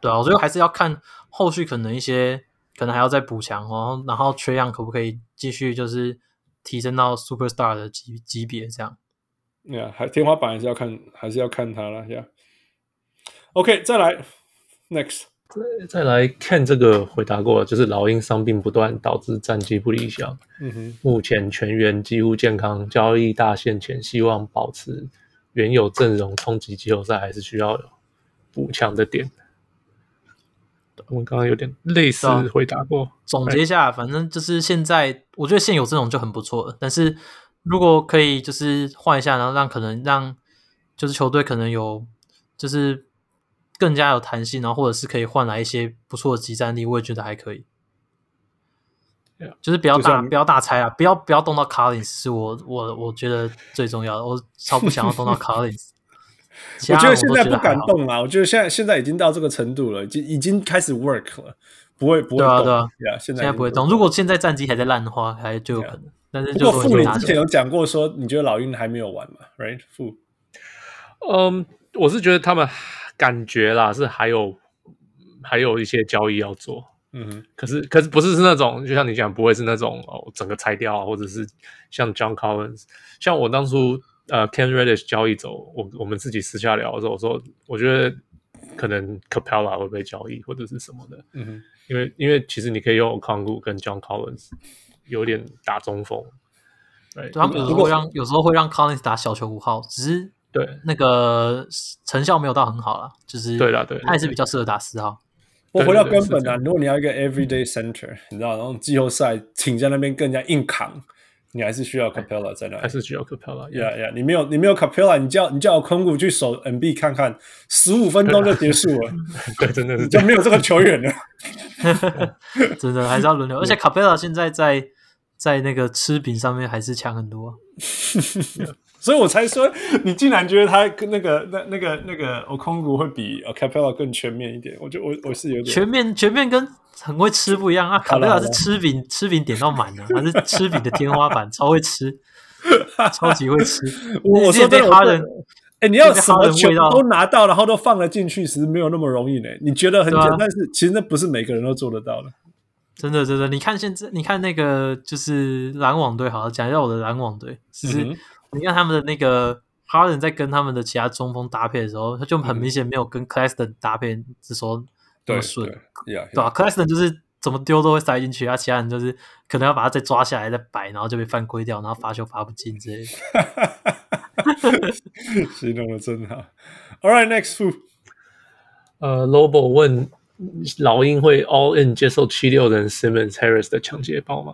Speaker 4: 对啊，我觉得还是要看后续可能一些可能还要再补强哦，然后 t r e y o n 可不可以继续就是提升到 Superstar 的级级别这样。
Speaker 3: 呀，还天花板还是要看，还是要看他了呀。OK，再来，next，
Speaker 5: 再来看这个回答过了，就是老鹰伤病不断，导致战绩不理想。
Speaker 3: 嗯哼，
Speaker 5: 目前全员几乎健康，交易大限前希望保持原有阵容冲击季后赛，还是需要有补强的点。我们刚刚有点类似
Speaker 4: 对啊
Speaker 5: 回答过，
Speaker 4: 总结一下，反正就是现在，我觉得现有这种就很不错了。但是如果可以，就是换一下，然后让可能让就是球队可能有就是更加有弹性，然后或者是可以换来一些不错的集战力，我也觉得还可以
Speaker 5: Yeah，。
Speaker 4: 就是不要
Speaker 3: 就
Speaker 4: 大
Speaker 3: 像
Speaker 4: 不要大拆啊，不要不要动到 Collins，是我我我觉得最重要的，我超不想要动 到 Collins。其
Speaker 3: 我
Speaker 4: 他
Speaker 3: 觉
Speaker 4: 人
Speaker 3: 得现
Speaker 4: 我都
Speaker 3: 在不
Speaker 4: 觉得还
Speaker 3: 敢
Speaker 4: 好，
Speaker 3: 动啊啦，我觉得现在现在已经到这个程度了，已经已经开始 work 了，不会不会
Speaker 4: 对啊
Speaker 3: 动
Speaker 4: 对啊
Speaker 3: 呀，现在
Speaker 4: 现在
Speaker 3: 已经
Speaker 4: 不会动。如果现在战绩还在烂的话，还就有
Speaker 3: Yeah
Speaker 4: 可能。但是
Speaker 3: 不
Speaker 4: 就
Speaker 3: 过
Speaker 4: 是
Speaker 3: 傅，
Speaker 4: 会
Speaker 3: 你
Speaker 4: 拿
Speaker 3: 之
Speaker 4: 走
Speaker 3: 前有讲过说，你觉得老鹰还没有完嘛？Right，傅，
Speaker 5: 嗯，我是觉得他们感觉啦是还有还有一些交易要做，
Speaker 3: 嗯哼，
Speaker 5: 可是可是不是是那种，就像你讲，不会是那种哦，整个拆掉啊，或者是像 John Collins，像我当初呃 Ken Reddish 交易走，我我们自己私下聊的时候，我说我觉得可能 Capella 会被交易或者是什么的，
Speaker 3: 嗯哼，
Speaker 5: 因为因为其实你可以用 c o n g u 跟 John Collins 有点打中锋，对
Speaker 4: 对他们有时
Speaker 3: 如
Speaker 4: 候
Speaker 3: 果
Speaker 4: 会让有时候会让 Collins 打小球五号，只是
Speaker 5: 对
Speaker 4: 那个成效没有到很好啦，就是
Speaker 5: 对啦对
Speaker 4: 他也是比较适合打四号。
Speaker 3: 我
Speaker 5: 对
Speaker 3: 回到
Speaker 5: 对对
Speaker 3: 根
Speaker 5: 是
Speaker 3: 本
Speaker 5: 这
Speaker 3: 啊，
Speaker 5: 样
Speaker 3: 如果你要一个 everyday center，你知道，然后季后赛请在那边更加硬扛，你还是需
Speaker 4: 哎
Speaker 3: 要 Capella 在那
Speaker 5: 还
Speaker 3: 里。
Speaker 5: 是只有
Speaker 4: 嗯
Speaker 5: Capella。
Speaker 3: 呀呀，你没有你没有 Capella，你叫你叫空谷去守 NB 看看，十五分钟就结束了，
Speaker 5: 对，真的是
Speaker 3: 你
Speaker 5: 这
Speaker 3: 就
Speaker 5: 样。
Speaker 3: 没有这个球员了。
Speaker 4: 真的还是要轮 流。而且卡贝拉现在在在那个吃饼上面还是强很多。啊
Speaker 3: 所以我才说，你竟然觉得他跟那个那那个那个 o 空谷会比 Capella 更全面一点，我就我我是有点
Speaker 4: 全面全面跟很会吃不一样啊，卡贝
Speaker 3: 好
Speaker 4: 拉
Speaker 3: 了
Speaker 4: 是吃饼吃饼点到满的，还是吃饼的天花 板，超会吃，超级会吃。
Speaker 3: 我我
Speaker 4: 之前
Speaker 3: 说真的，
Speaker 4: 被
Speaker 3: 我
Speaker 4: 哈
Speaker 3: 真的
Speaker 4: 人
Speaker 3: 哎、你要
Speaker 4: 被
Speaker 3: 什么
Speaker 4: 哈人
Speaker 3: 球
Speaker 4: 喂到
Speaker 3: 都拿到，然后都放了进去，其实没有那么容易呢。你觉得很简
Speaker 4: 对啊
Speaker 3: 单，但是其实那不是每个人都做得到的。
Speaker 4: 真的真的，你看现在，你看那个就是篮网队，好了，讲一下我的篮网队，就是、
Speaker 3: 嗯
Speaker 4: 你看他们的那个哈登在跟他们的其他中锋搭配的时候，他就
Speaker 3: 嗯
Speaker 4: 很明显没有跟 Claxton 搭配的时候那么顺，
Speaker 3: 呀
Speaker 4: 对吧、c 啊 l a x t o n 就是怎么丢都会塞进去，啊，其他人就是可能要把他再抓下来再摆，然后就被犯规掉，然后罚球罚不进之类的。
Speaker 3: 形容的真好。All right, next food。
Speaker 5: 呃，Lobo 问老鹰会 All In 接受七六人 Simmons Harris 的抢劫包吗？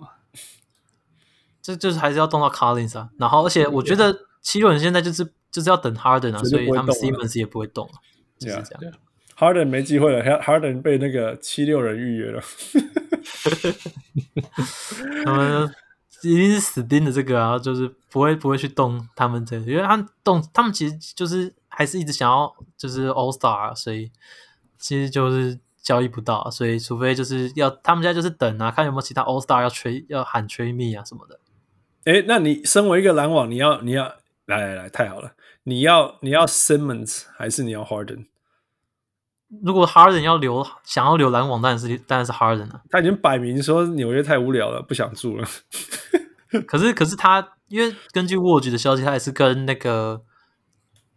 Speaker 4: 这就是还是要动到 Collins 啊。然后，而且我觉得七六人现在就是就是要等 Harden 啊，
Speaker 3: 绝
Speaker 4: 所
Speaker 3: 对
Speaker 4: 以
Speaker 3: 不会
Speaker 4: 他
Speaker 3: 动
Speaker 4: 们
Speaker 3: 了
Speaker 4: Simmons 也不会动、啊，就是这
Speaker 3: Yeah
Speaker 4: 样。
Speaker 3: Harden 没机会了，Har-，Harden 被那个七六人预约了。
Speaker 4: 他们一定是死盯着这个啊，就是不会不会去动他们这个，因为他们动，他们其实就是还是一直想要就是 All Star，、啊、所以其实就是交易不到啊、所以除非就是要他们现在就是等啊，看有没有其他 All Star 要吹要喊吹密啊什么的。
Speaker 3: 哎，那你身为一个篮网，你要你要来来来，太好了！你要你要 Simmons 还是你要 Harden？
Speaker 4: 如果 Harden 要留，想要留篮网，当然是当然是 Harden 啊。
Speaker 3: 他已经摆明说纽约太无聊了，不想住了。
Speaker 4: 可是可是他，因为根据沃局的消息，他也是跟那个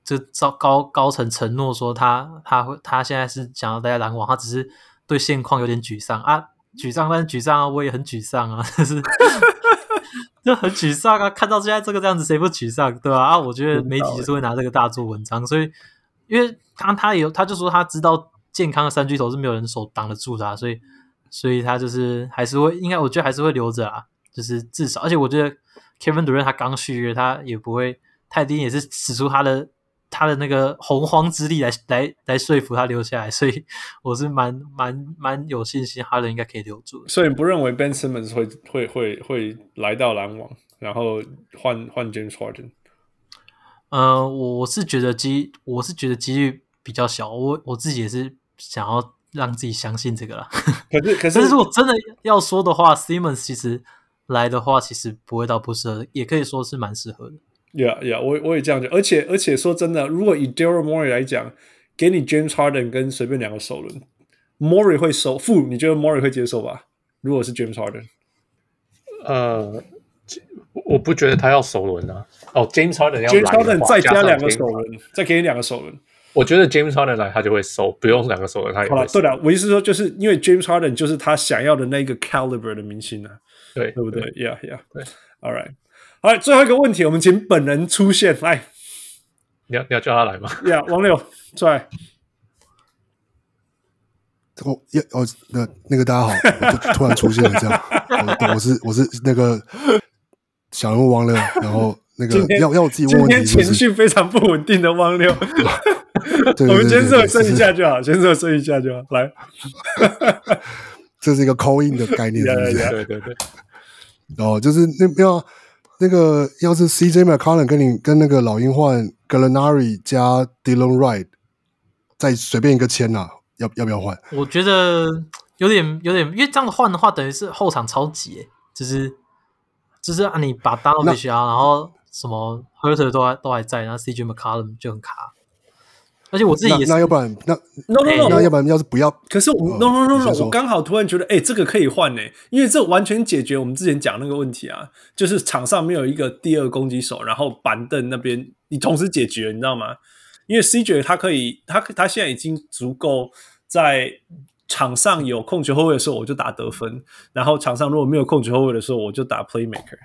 Speaker 4: 这高高高层承诺说他，他会他现在是想要待在篮网，他只是对现况有点沮丧啊，沮丧，但是沮丧啊，我也很沮丧啊， 就是就很沮丧啊，看到现在这个这样子，谁不沮丧对吧、啊？我觉得媒体就是会拿这个大做文章，所以因为他他也有他就说他知道健康的三巨头是没有人手挡得住的、啊，所以所以他就是还是会应该我觉得还是会留着啊，就是至少，而且我觉得 Kevin 主任他刚续约，他也不会泰迪也是使出他的他的那个洪荒之力来来来说服他留下来，所以 我是蛮蛮蛮有信心哈伦应该可以留住的。
Speaker 3: 所以你不认为 Ben Simmons 会会会会来到篮网，然后换换 James Harden？
Speaker 4: 呃，我是觉得机，我是觉得几率比较小，我我自己也是想要让自己相信这个啦。
Speaker 3: 可是可是
Speaker 4: 但是如果真的要说的话，Simmons 其实来的话，其实不会到不适合，也可以说是蛮适合的。
Speaker 3: 呀呀，我我也这样觉得，而且而且说真的，如果以 Daryl Morey 来讲，给你 James Harden 跟随便两个首轮，Morey 会收付，你觉得 Morey 会接受吧？如果是 James Harden，
Speaker 5: 呃，我不觉得他要首轮啊。哦，James Harden 要
Speaker 3: James
Speaker 5: 来的
Speaker 3: Harden
Speaker 5: 话
Speaker 3: 再加
Speaker 5: 上
Speaker 3: 两个
Speaker 5: James-
Speaker 3: 首轮，再给你两个首轮。
Speaker 5: 我觉得 James Harden 来他就会收，不用两个首轮他也
Speaker 3: 好了
Speaker 5: 会，
Speaker 3: 对
Speaker 5: 收。
Speaker 3: 了，我意思说，就是因为 James Harden 就是他想要的那个 caliber 的明星啊，
Speaker 5: 对
Speaker 3: 对不对？？Yeah yeah，
Speaker 5: 对
Speaker 3: ，All right，好了，最后一个问题，我们请本人出现来
Speaker 5: 你要你要叫他来吗？
Speaker 3: ，Yeah，王六出来，
Speaker 2: 我要哦，那那个大家好，我就突然出现了这 样，我我是我是那个小人物王乐，然后那个
Speaker 3: 今天
Speaker 2: 要要我自己问
Speaker 3: 今
Speaker 2: 问
Speaker 3: 天
Speaker 2: 题是
Speaker 3: 情
Speaker 2: 不是，
Speaker 3: 绪非常不稳定的汪六，
Speaker 2: 对对
Speaker 3: 我们先
Speaker 2: 对对
Speaker 3: 热
Speaker 2: 对，
Speaker 3: 身一
Speaker 2: 是
Speaker 3: 下就好，先热身一下就好。来，
Speaker 2: 这是一个 call in 的概念，是不是？
Speaker 3: 呀
Speaker 5: 对对对，
Speaker 2: 哦，就是那没有啊那个，要是 CJ McCollum 跟你跟那个老鹰换 Gallinari 加 Dylan Wright，再随便一个签呐、啊，要要不要换？
Speaker 4: 我觉得有点有点，因为这样换的话，等于是后场超级耶，就是就是啊，你把 d a n o v i c 啊，然后什么 Herter 都还都还在，然后 CJ McCollum 就很卡，而且我自己
Speaker 2: 那
Speaker 4: 也是
Speaker 2: 那要不然那
Speaker 3: No no
Speaker 2: 那要
Speaker 3: no，
Speaker 2: 不然要是不要
Speaker 3: 可是我
Speaker 2: 哦
Speaker 3: no no no
Speaker 2: 你
Speaker 3: no，
Speaker 2: 先说
Speaker 3: 我刚好突然觉得，哎，这个可以换呢，因为这完全解决我们之前讲那个问题啊，就是场上没有一个第二攻击手，然后板凳那边你同时解决，你知道吗？因为 CJ 他可以，他他现在已经足够在场上有控球后卫的时候我就打得分，然后场上如果没有控球后卫的时候我就打 playmaker，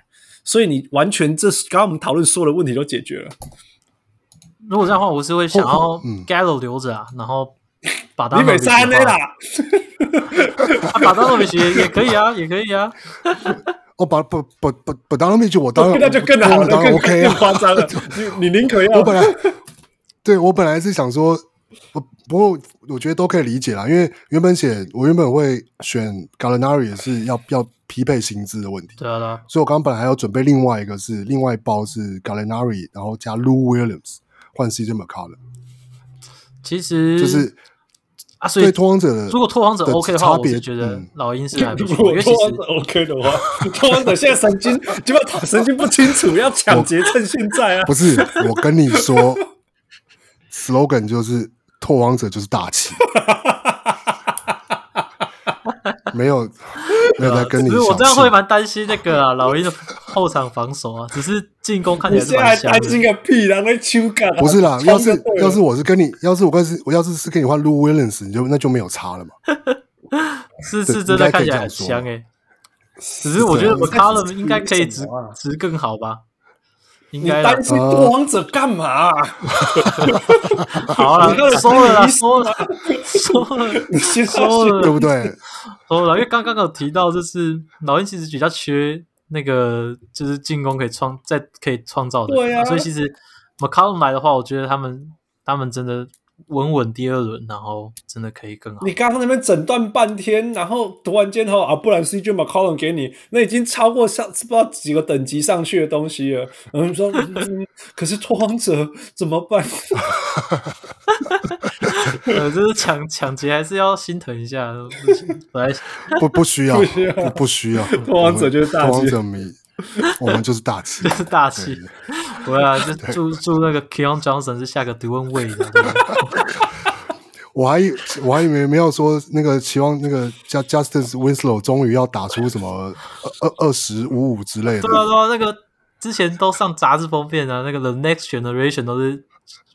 Speaker 3: 所以你完全这刚刚我们讨论所有的问题都解决了。
Speaker 4: 如果这样的话，我是会想要
Speaker 2: 嗯
Speaker 4: Gallo 留着啊，然后把 d a
Speaker 3: 你
Speaker 4: n
Speaker 3: 每
Speaker 4: o v
Speaker 3: 三
Speaker 4: i
Speaker 3: A
Speaker 4: c
Speaker 3: 啦，
Speaker 4: 啊，把到诺比奇也也可以啊， 也可以啊。
Speaker 2: 哦，把不不不不当面就我当然
Speaker 3: 那就更好
Speaker 2: 我
Speaker 3: 了，
Speaker 2: 当然
Speaker 3: 更
Speaker 2: OK
Speaker 3: 更
Speaker 2: 啊。
Speaker 3: 夸张了。你你宁可 要
Speaker 2: 我本来
Speaker 4: 哦
Speaker 2: 对我本来是想说，不不过我觉得都可以理解啦，因为原本写我原本会选 Gallinari 也是要要匹配薪资的问题，
Speaker 4: 对啊，对啊，
Speaker 2: 所以我刚刚本来还要准备另外一个是另外一包是 Gallinari，然后加 Lou Williams 换 CJ McCollum，
Speaker 4: 其实
Speaker 2: 就是
Speaker 4: 啊，所以
Speaker 2: 对拓荒者的
Speaker 4: 如果拓荒者
Speaker 2: 的
Speaker 4: OK 的话，
Speaker 2: 差
Speaker 4: 我
Speaker 2: 别
Speaker 4: 是觉得
Speaker 2: 嗯
Speaker 4: 老鹰是还不
Speaker 3: 如
Speaker 4: 错，因
Speaker 3: 果拓荒者
Speaker 4: 为其实
Speaker 3: OK 的 话，拓荒者现在神经基本上神经不清楚，要抢劫趁现在啊！
Speaker 2: 不是，我跟你说，slogan 就是拓荒者就是大 气，没有没有在跟你
Speaker 4: 只是我
Speaker 2: 小
Speaker 4: 这样
Speaker 2: 气
Speaker 4: 会蛮担心那个啊，老鹰的后场防守啊，只是进攻看起
Speaker 3: 你
Speaker 4: 来是
Speaker 3: 现在还
Speaker 4: 蛮香
Speaker 3: 担心
Speaker 4: 的。
Speaker 3: 个屁啦！那修改
Speaker 2: 不是啦， 要是要是我是跟你，要是我跟是我要是是跟你换 Lou Williams，你就那就没有差了嘛。
Speaker 4: 是
Speaker 2: 对
Speaker 4: 是真
Speaker 2: 应该可
Speaker 4: 的看
Speaker 2: 以
Speaker 4: 起
Speaker 2: 这
Speaker 4: 来
Speaker 2: 样
Speaker 4: 很
Speaker 2: 说啊
Speaker 4: 香哎、只是我觉得 McCollum 应该可以值值更好吧？应
Speaker 3: 你
Speaker 4: 该啦
Speaker 3: 担心
Speaker 2: 呃
Speaker 3: 拓荒者干嘛？啊
Speaker 4: 好啦，
Speaker 3: McCollum
Speaker 4: 收了啦，
Speaker 3: 是
Speaker 4: 收了啦，收了，
Speaker 3: 你先
Speaker 4: 收
Speaker 3: 说，
Speaker 4: 了，
Speaker 2: 对不对？
Speaker 4: 收了。因为哦刚刚有提到，就是老鹰其实比较缺那个，就是进攻可以创在可以创造的人，
Speaker 3: 对啊
Speaker 4: 所以其实 McCollum 来的话，我觉得他们他们真的稳稳第二轮，然后真的可以更好。
Speaker 3: 你刚刚那边诊断半天，然后读完间头啊，不然 CJ McCollum 给你，那已经超过上不知道几个等级上去的东西了。然后你说，嗯可是拓荒者怎么办？
Speaker 4: 呃，就是抢抢劫还是要心疼一下，不行本来。
Speaker 2: 不不需要，
Speaker 3: 不需要
Speaker 2: 不不需 要。
Speaker 3: 拓荒者就是大气
Speaker 2: 我们拓荒者迷，我们就是大气
Speaker 4: 是大气
Speaker 2: 对。
Speaker 4: 我啊，就祝祝那个 Keon Johnson 是下个 d u a n Wade 的那个。
Speaker 2: 我还以我还以为没有说那个期望那个 Ju- Justin Winslow 终于要打出什么二二二十五五之类的
Speaker 4: 对，啊，对啊，那个之前都上杂志封面啊，那个 The Next Generation 都是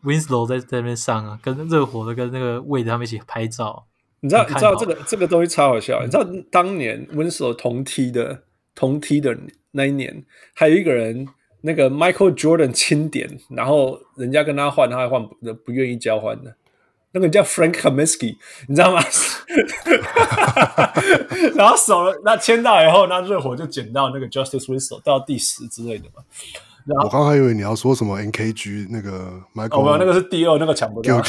Speaker 4: Winslow 在在那边上啊，跟热火的跟那个 Wade 他们一起拍照。
Speaker 3: 你知道，你
Speaker 4: 看
Speaker 3: 知道
Speaker 4: 好
Speaker 3: 这个这个东西超好笑。你知道当年温 i 同梯的同梯的那一年，还有一个人，那个 Michael Jordan 钦点，然后人家跟他换，他还换不不愿意交换的。那个人叫 Frank Kaminsky，你知道吗？ 然后手了，那签到以后，那热火就捡到那个 Justice Winslow 到第十之类的嘛。
Speaker 2: 我刚还以为你要说什么 NKG 那个
Speaker 3: 哦，没有，那
Speaker 2: Michael
Speaker 3: 个是第二，那个抢不到。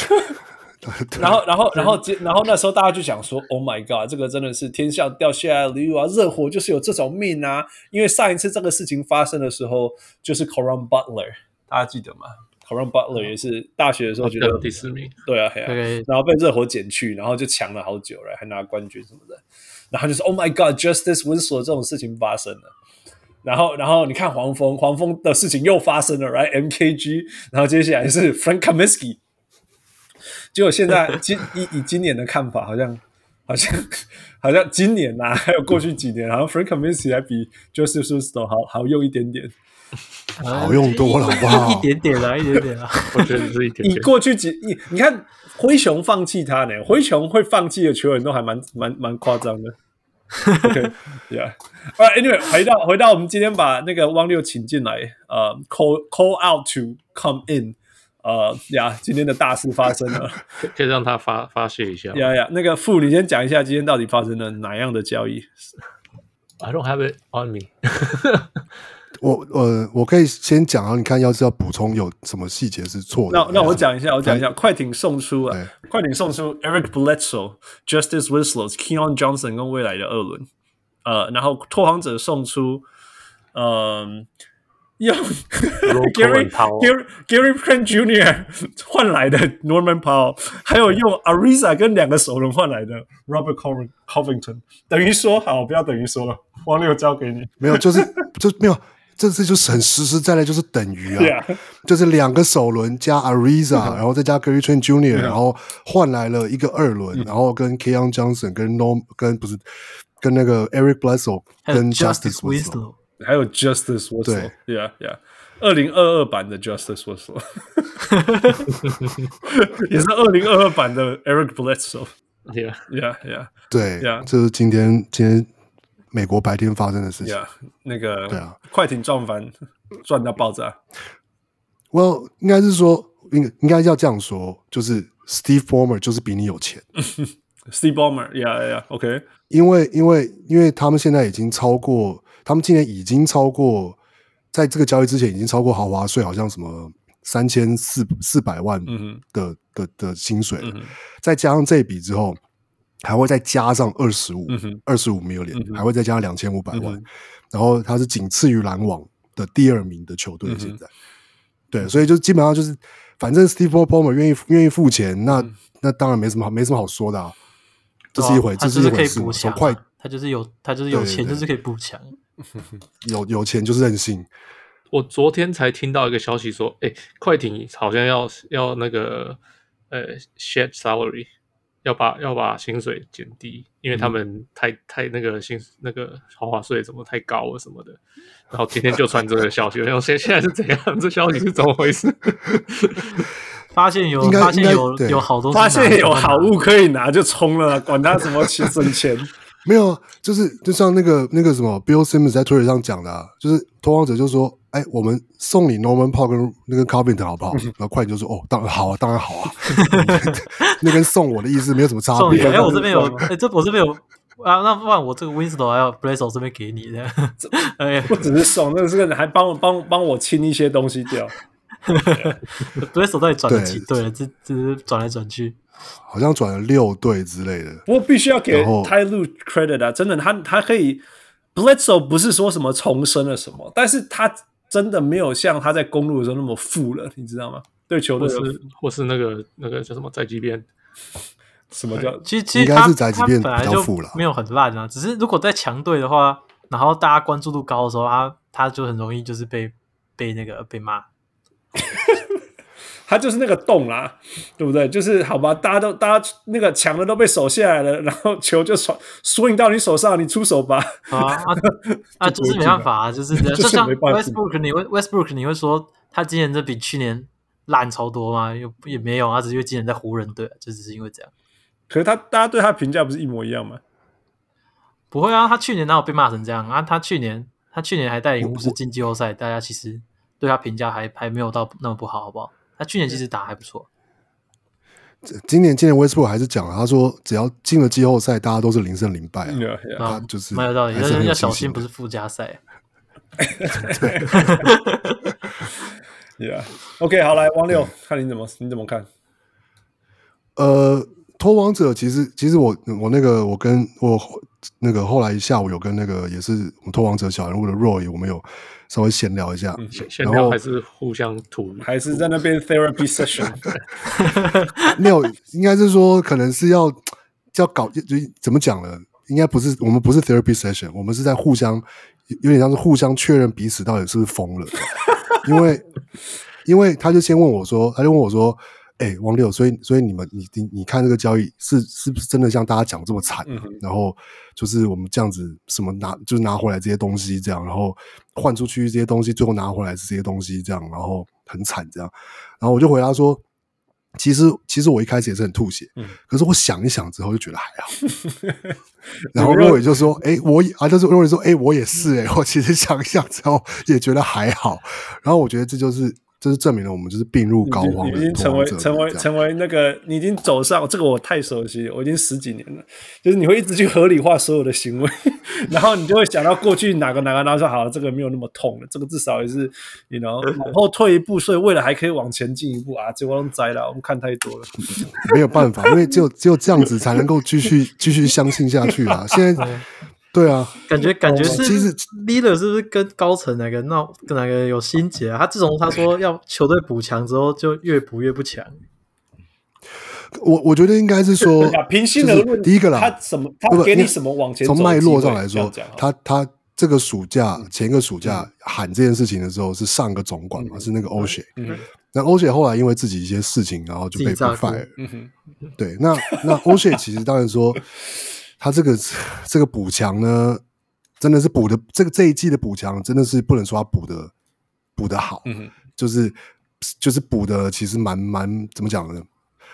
Speaker 3: 然后，然后，然后，接，然后那时候大家就想说，Oh my God，这个真的是天上掉下来的礼物啊！热火就是有这种命啊！因为上一次这个事情发生的时候，就是 Coron Butler，大家记得吗？Coron Butler 也是大学的时候觉
Speaker 5: 掉
Speaker 3: 得
Speaker 5: 到第四名。
Speaker 3: 对啊，嘿啊
Speaker 4: 那个
Speaker 3: 然后被热火减去，然后就强了好久了，还拿冠军什么的。然后就是 Oh my God，Justice Winslow 这种事情发生了。然后，然后你看黄蜂，黄蜂的事情又发生了，right？MKG，然后接下来是 Frank Kaminsky。结果现在今以以今年的看法，好像好像好像今年呐、还有过去几年，好像 Frank Kaminsky 还比 Joseph Winslow 好好用一点点。
Speaker 2: 好用多了好不好
Speaker 4: 一点点啊啦，一点点啦。
Speaker 5: 我觉得是一点
Speaker 3: 你
Speaker 5: 点。
Speaker 3: 过去几你你看灰熊放弃他呢，灰熊会放弃的球员都还蛮蛮蛮夸张的。OK，Yeah，、a n y w a y 回到回到我们今天把那个汪六请进来，呃、c a l l call out to come in，呃呀，今天的大事发生了，
Speaker 5: 可以可以让他发发泄一下。
Speaker 3: 呀呀，那个傅，你先讲一下今天到底发生了哪样的交易？
Speaker 5: I don't have it on me
Speaker 2: 我呃，我可以先讲啊，你看要是要补充有什么细节是错的，
Speaker 3: 那那我讲一下，我讲一下，快艇送出啊
Speaker 2: 对，
Speaker 3: 快艇送出 Eric Bledsoe、Justice Winslow、Keon Johnson 跟未来的二轮，呃，然后拓荒者送出，嗯、用
Speaker 5: Roll
Speaker 3: Gary
Speaker 5: Cohen Powell
Speaker 3: Gary Gary Payne Jr. 换来的 Norman Powell，还有用 Ariza 跟两个首轮换来的 Robert Coving- Covington，等于说好，不要等于说了，王六交给你，
Speaker 2: 没有，就是 就没有，这次就是很实实在在，就是等于啊
Speaker 3: 对啊，嗯
Speaker 2: 就是两个首轮加 Ariza，、然后再加 Gary Trent Jr.，、然后换来了一个二
Speaker 3: 嗯
Speaker 2: 轮，然后跟 Keon Johnson 跟 Norm 跟不是跟那个 Eric Bledsoe
Speaker 4: 还有
Speaker 2: 跟
Speaker 4: Justice
Speaker 2: Justice
Speaker 4: Winslow，
Speaker 3: 还有 Justice Winslow，yeah yeah，二零二二版的 Justice Winslow，也是二零二二版的 Eric Bledsoe，yeah
Speaker 5: Yeah。
Speaker 3: yeah
Speaker 2: 对
Speaker 3: Yeah
Speaker 2: 这是今天今天美国白天发生的事情。
Speaker 3: yeah，那
Speaker 2: 对
Speaker 3: 个
Speaker 2: 啊
Speaker 3: 快艇撞翻，撞到爆炸，
Speaker 2: Well，应该是说，应应该要这样说，就是 Steve Ballmer 就是比你有钱，
Speaker 3: Steve Ballmer，yeah，yeah，OK，、
Speaker 2: 因为因为因为他们现在已经超过，他们今年已经超过，在这个交易之前已经超过豪华税，好像什么三千四四百万的、
Speaker 3: 嗯
Speaker 2: 的的薪水了
Speaker 3: 嗯哼
Speaker 2: 再加上这笔之后，还会再加上二十五
Speaker 3: 嗯哼
Speaker 2: 二十五 million，、
Speaker 3: 嗯哼
Speaker 2: 还会再加上两千五百万，
Speaker 3: 嗯
Speaker 2: 然后他是仅次于篮网的第二名的球队
Speaker 3: 嗯哼
Speaker 2: 现在，对，所以就基本上就是，反正 Steve Ballmer 愿意愿意付钱，那、
Speaker 4: 嗯
Speaker 2: 那当然没什么好没什么好说的、啊，这是一回，
Speaker 4: 对啊他
Speaker 2: 这
Speaker 4: 就是
Speaker 2: 一
Speaker 4: 可
Speaker 2: 回
Speaker 4: 以
Speaker 2: 事嘛，
Speaker 4: 补
Speaker 2: 从
Speaker 4: 强
Speaker 2: 快
Speaker 4: 啊，他就是有他就是
Speaker 2: 对
Speaker 4: 有
Speaker 2: 对
Speaker 4: 钱，
Speaker 2: 对
Speaker 4: 就是可以补强。
Speaker 2: 有有钱就是任性，
Speaker 5: 我昨天才听到一个消息说，哎，快艇好像要要那个呃 shed salary，要把要把薪水减低，
Speaker 3: 嗯
Speaker 5: 因为他们太、太那个薪那个豪华税怎么太高了什么的。然后今天就传这个消息，然后现现在是怎样？这消息是怎么回事？
Speaker 4: 发现有
Speaker 2: 应该
Speaker 4: 发现
Speaker 2: 应该
Speaker 4: 有
Speaker 2: 对
Speaker 4: 有好东西拿，
Speaker 3: 发现有
Speaker 4: 就拿
Speaker 3: 好物可以拿就冲了啦，管他 什么钱省钱。
Speaker 2: 没有，啊，就是就像那个那个什么 Bill Simmons 在推特上讲的、啊，就是拓荒者就说：“哎，我们送你 Norman p a u l 跟那个 Covington 好不
Speaker 4: 嗯
Speaker 2: 好？”然后快点就说：“哦，当然好啊，当然好啊。” 那跟送我的意思没有什么差
Speaker 4: 送你。
Speaker 2: 别。
Speaker 4: 哎，我这边有，哎，这我这边有啊，那不然我这个 Winslow 还有 b l a z e 这边给你的。 哎
Speaker 3: 不只是送，那这个人还帮我帮帮我清一些东西掉。
Speaker 4: b l a z e 到底转了几
Speaker 2: 对
Speaker 4: 队了？这这是转来转去，
Speaker 2: 好像转了六队之类的。
Speaker 3: 不过必须要给
Speaker 2: 然后
Speaker 3: t y l u credit 啊，真的，他他可以 Bledsoe 不是说什么重生了什么，但是他真的没有像他在公路的时候那么富了，你知道吗？对啊球
Speaker 5: 或
Speaker 3: 队
Speaker 5: 是
Speaker 3: 的
Speaker 5: 或是那个那个叫什么在即便
Speaker 3: 什么叫
Speaker 4: 其实其
Speaker 2: 应
Speaker 4: 实
Speaker 2: 该
Speaker 4: 他
Speaker 2: 是宅急
Speaker 4: 他
Speaker 2: 便
Speaker 4: 本来
Speaker 2: 比较
Speaker 4: 就
Speaker 2: 富啦
Speaker 4: 没有很烂啊，只是如果在强队的话，然后大家关注度高的时候，他他就很容易就是被被那个被骂。
Speaker 3: 他就是那个洞啦，对不对？就是好吧，大家都大家那个抢的都被守下来了，然后球就传 swing 到你手上，你出手吧。
Speaker 4: 啊啊 啊！
Speaker 3: 就
Speaker 4: 就
Speaker 3: 不会
Speaker 4: 是没办法啊，就是这样
Speaker 3: 就是
Speaker 4: 就像
Speaker 3: 没办法
Speaker 4: Westbrook，你会 Westbrook 你会说他今年这比去年烂超多吗？又也没有，他啊只是因为今年在湖人队啊，就只是因为这样。
Speaker 3: 可是他大家对他评价不是一模一样吗？
Speaker 4: 不会啊，他去年哪有被骂成这样啊？他去年他去年还带领巫师进季后赛，大家其实对他评价还还没有到那么不好，好不好？他去年其实打还不错，
Speaker 2: 今年今年 Westbrook 还是讲了，他说只要进了季后赛，大家都是零胜零败啊。
Speaker 3: Yeah, yeah
Speaker 2: 他就是
Speaker 4: 嗯蛮有道理，
Speaker 2: 还
Speaker 4: 但
Speaker 2: 是很有
Speaker 4: 要
Speaker 2: 信
Speaker 4: 小
Speaker 2: 心
Speaker 4: 心，
Speaker 2: 的
Speaker 4: 不是附加赛。
Speaker 3: Yeah. OK，好，来王六，看你怎么你怎么看？
Speaker 2: 呃，脱王者其实其实我我那个我跟我那个后来下午有跟那个也是我们脱王者小人物的 Roy，我们有稍微闲聊一下。
Speaker 4: 嗯
Speaker 5: 闲闲
Speaker 2: 然
Speaker 5: 聊
Speaker 2: 后
Speaker 5: 还是互相吐露？
Speaker 3: 还是在那边 therapy session？
Speaker 2: 没有，应该是说可能是要要搞就怎么讲呢？应该不是我们不是 therapy session，我们是在互相有有点像是互相确认彼此到底是不是疯了， 因为因为他就先问我说，他就问我说。哎、王六，所以所以你们你你你看这个交易是是不是真的像大家讲这么惨、
Speaker 3: 嗯哼
Speaker 2: 然后就是我们这样子什么拿就是拿回来这些东西这样，然后换出去这些东西，最后拿回来是这些东西这样，然后很惨这样。然后我就回答说，其实其实我一开始也是很吐血，
Speaker 3: 嗯
Speaker 2: 可是我想一想之后就觉得还好。 然后若伟就说：“哎、我也啊，就是若伟说，哎、我也是哎、我其实想一想之后也觉得还好。然后我觉得这就是这是证明了我们就是病入膏肓
Speaker 3: 你
Speaker 2: 的
Speaker 3: 已经成为
Speaker 2: 拓荒者
Speaker 3: 成为
Speaker 2: 这样
Speaker 3: 成为那个，你已经走上这个，我太熟悉了，我已经十几年了。就是你会一直去合理化所有的行为， 然后你就会想到过去哪个哪个，然后说好了，这个没有那么痛了，这个至少也是你 you know 往后退一步，所以为了还可以往前进一步啊，结果都栽了，我们看 太多了。
Speaker 2: 没有办法， 因为只有只有这样子才能够继续继续相信下去 啊。现在对啊，
Speaker 4: 感觉感觉是
Speaker 2: 其实
Speaker 4: leader 是不是跟高层哪个闹跟哪个有心结啊？他自从他说要球队补强之后，就越补越不强。
Speaker 2: 我我觉得应该是说
Speaker 3: 对啊，平心而
Speaker 2: 就是
Speaker 3: 论，
Speaker 2: 第一个啦，
Speaker 3: 他什么，
Speaker 2: 不
Speaker 3: 他
Speaker 2: 不
Speaker 3: 给
Speaker 2: 因
Speaker 3: 你
Speaker 2: 为
Speaker 3: 什么往前走
Speaker 2: 从
Speaker 3: 的
Speaker 2: 脉络
Speaker 3: 机会
Speaker 2: 上来
Speaker 3: 这样
Speaker 2: 说
Speaker 3: 讲好，了啊嗯
Speaker 2: 他他这个暑假前一个暑假喊这件事情的时候是上个总管嘛，是那个欧雪。
Speaker 3: 嗯
Speaker 2: 那欧雪后来因为自己一些事情，然后就被
Speaker 4: 自己炸
Speaker 2: fire。
Speaker 3: 嗯哼，
Speaker 2: 对，那那欧雪其实当然说，他这个这个补强呢，真的是补的这个这一季的补强真的是不能说他补的补的好，
Speaker 3: 嗯哼，
Speaker 2: 就是就是补的其实蛮蛮怎么讲呢？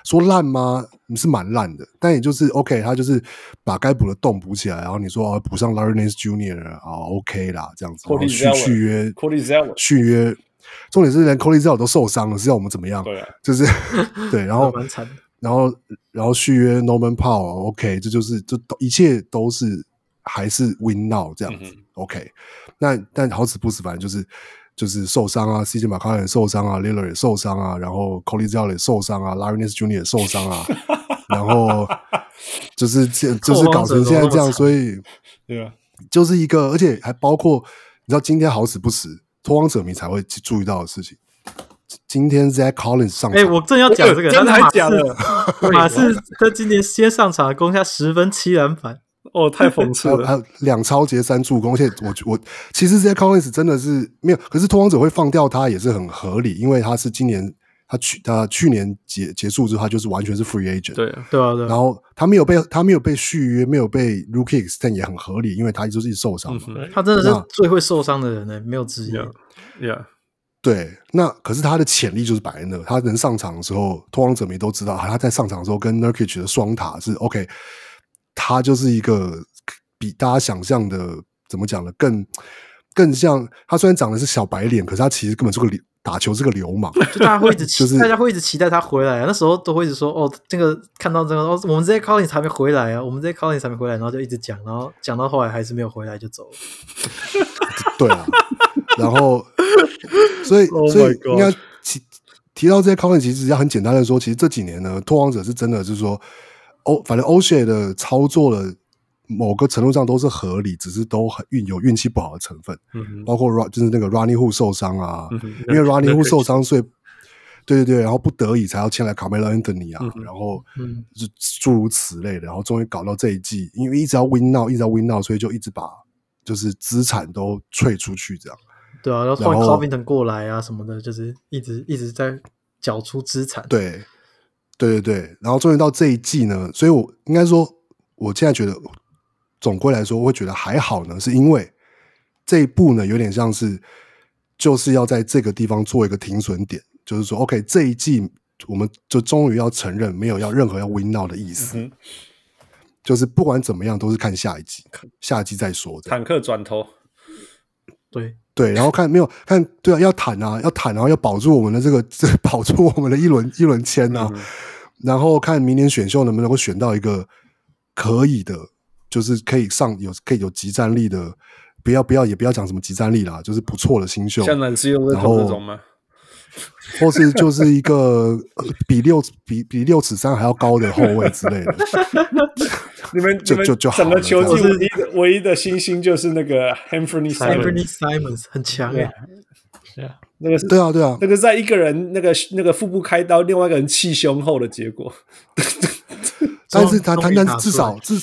Speaker 2: 说烂吗？是蛮烂的，但也就是 OK，他就是把该补的洞补起来，然后你说、啊、补上 Larry Nance Junior 啊，OK 啦，这样子，然
Speaker 3: Cody
Speaker 2: 后续
Speaker 3: Zeller
Speaker 2: 续约
Speaker 3: Cody Zeller
Speaker 2: 续约，重点是连 Cody Zeller 都受伤了，是要我们怎么样？
Speaker 3: 对啊，
Speaker 2: 就是对，然后
Speaker 4: 蛮惨的。
Speaker 2: 然后然后续约 Norman Powell，OK，、这就是这都一切都是还是 Win Now 这样
Speaker 4: 嗯
Speaker 2: 子、o k 那但好死不死，反正就是就是受伤啊，CJ 马卡也受伤啊 l i l l a r 也受伤啊，然后 Colin z e l 也受伤啊 l a r r y n e s Junior 也受伤 啊，然后就是这就是搞成现在这
Speaker 4: 拓荒者都那么
Speaker 2: 样，
Speaker 4: 惨
Speaker 2: 所以
Speaker 3: 对啊吧？
Speaker 2: 就是一个，而且还包括你知道今天好死不死，拓荒者迷才会注意到的事情。今天 Zach Collins 上场，
Speaker 4: 哎，我正要讲这个，
Speaker 3: 真的
Speaker 4: 但是
Speaker 3: 还
Speaker 4: 马
Speaker 3: 假
Speaker 4: 刺
Speaker 3: 的？
Speaker 4: 马刺在今年先上场攻下十分七篮板，
Speaker 3: 哦，太讽刺
Speaker 2: 哎还有 还
Speaker 3: 了。
Speaker 2: 有两超节三助攻，而且我我其实 Zach Collins 真的是没有，可是拓荒者会放掉他也是很合理，因为他是今年他去他去年结结束之后，他就是完全是 free agent，
Speaker 3: 对啊，
Speaker 4: 对啊，对
Speaker 2: 然
Speaker 4: 啊，
Speaker 2: 后他没有被他没有被续约，没有被 rookie extend 也很合理，因为他就是一直受伤
Speaker 3: 嗯
Speaker 2: 嘛。
Speaker 3: 哼
Speaker 4: 他真的
Speaker 2: 那
Speaker 4: 是最会受伤的人呢，没有之一。
Speaker 3: ，Yeah Yeah，
Speaker 2: 对，那可是他的潜力就是摆在那，他能上场的时候，拓荒者迷都知道，啊他在上场的时候跟 Nurkic 的双塔是 OK，他就是一个比大家想象的怎么讲呢，更更像他虽然长得是小白脸，可是他其实根本是个流打球是个流氓，
Speaker 4: 就大家会一直期，
Speaker 2: 就是
Speaker 4: 大家会一直期待他回来、啊。那时候都会一直说，哦，这个看到这个，哦，我们这些 Collins 还没回来啊，我们这些 Collins 还没回来，然后就一直讲，然后讲到后来还是没有回来就走了。
Speaker 2: 对啊，然后所以
Speaker 3: Oh my
Speaker 2: 所以
Speaker 3: God
Speaker 2: 应该提提到这些 comment，其实要很简单的说，其实这几年呢，拓荒者是真的就是说欧，反正欧谢的操作的某个程度上都是合理，只是都很运有运气不好的成分，
Speaker 3: 嗯哼
Speaker 2: 包括 Ro- 就是那个 Ronnie Hu 受伤啊，
Speaker 3: 嗯哼，
Speaker 2: 因为 Ronnie Hu
Speaker 5: 对
Speaker 2: 受伤，所以。对对对，然后不得已才要签来 Carmelo Anthony 啊，然后
Speaker 4: 嗯
Speaker 2: 就诸如此类的，然后终于搞到这一季，因为一直要 win now，一直要 win now，所以就一直把就是资产都退出去这样。
Speaker 4: 对啊，然后换
Speaker 2: 然后
Speaker 4: Covington 过来啊什么的，就是一直一直在缴出资产。，
Speaker 2: 对，对对对，然后终于到这一季呢，所以我应该说，我现在觉得总归来说，我会觉得还好呢，是因为这一步呢有点像是就是要在这个地方做一个停损点，就是说，OK，这一季我们就终于要承认没有要任何要 win now 的意思，
Speaker 3: 嗯哼
Speaker 2: 就是不管怎么样都是看下一季，下一季再说这样。
Speaker 3: 坦克转头，
Speaker 4: 对，
Speaker 2: 对，然后看没有看，对啊，要谈啊，要谈，然后要保住我们的这个，这 保住我们的一轮一轮签啊，然后看明年选秀能不能够选到一个可以的，就是可以上有可以有集战力的，不要不要也不要讲什么集战力啦，就是不错的新秀，
Speaker 3: 像兰斯用的
Speaker 2: 然后
Speaker 3: 头那种吗？
Speaker 2: 或是就是一个呃比六比比六尺三还要高的后卫之类的，
Speaker 3: 你们
Speaker 2: 就
Speaker 3: 你们
Speaker 2: 就就好
Speaker 3: 整个
Speaker 2: 了
Speaker 3: 球
Speaker 2: 这
Speaker 3: 季
Speaker 2: 样
Speaker 3: 唯一的唯一的新星就是那个 Anthony
Speaker 4: e v e r
Speaker 3: Simon，
Speaker 4: n y Simons 很强哎、
Speaker 3: 那个是
Speaker 2: 对啊对啊
Speaker 3: 那，个在一个人那个那个腹部开刀，另外一个人气胸后的结果。
Speaker 2: 但是他
Speaker 4: 终
Speaker 2: 他
Speaker 4: 于
Speaker 2: 但
Speaker 4: 打
Speaker 2: 是至
Speaker 4: 出来
Speaker 2: 少至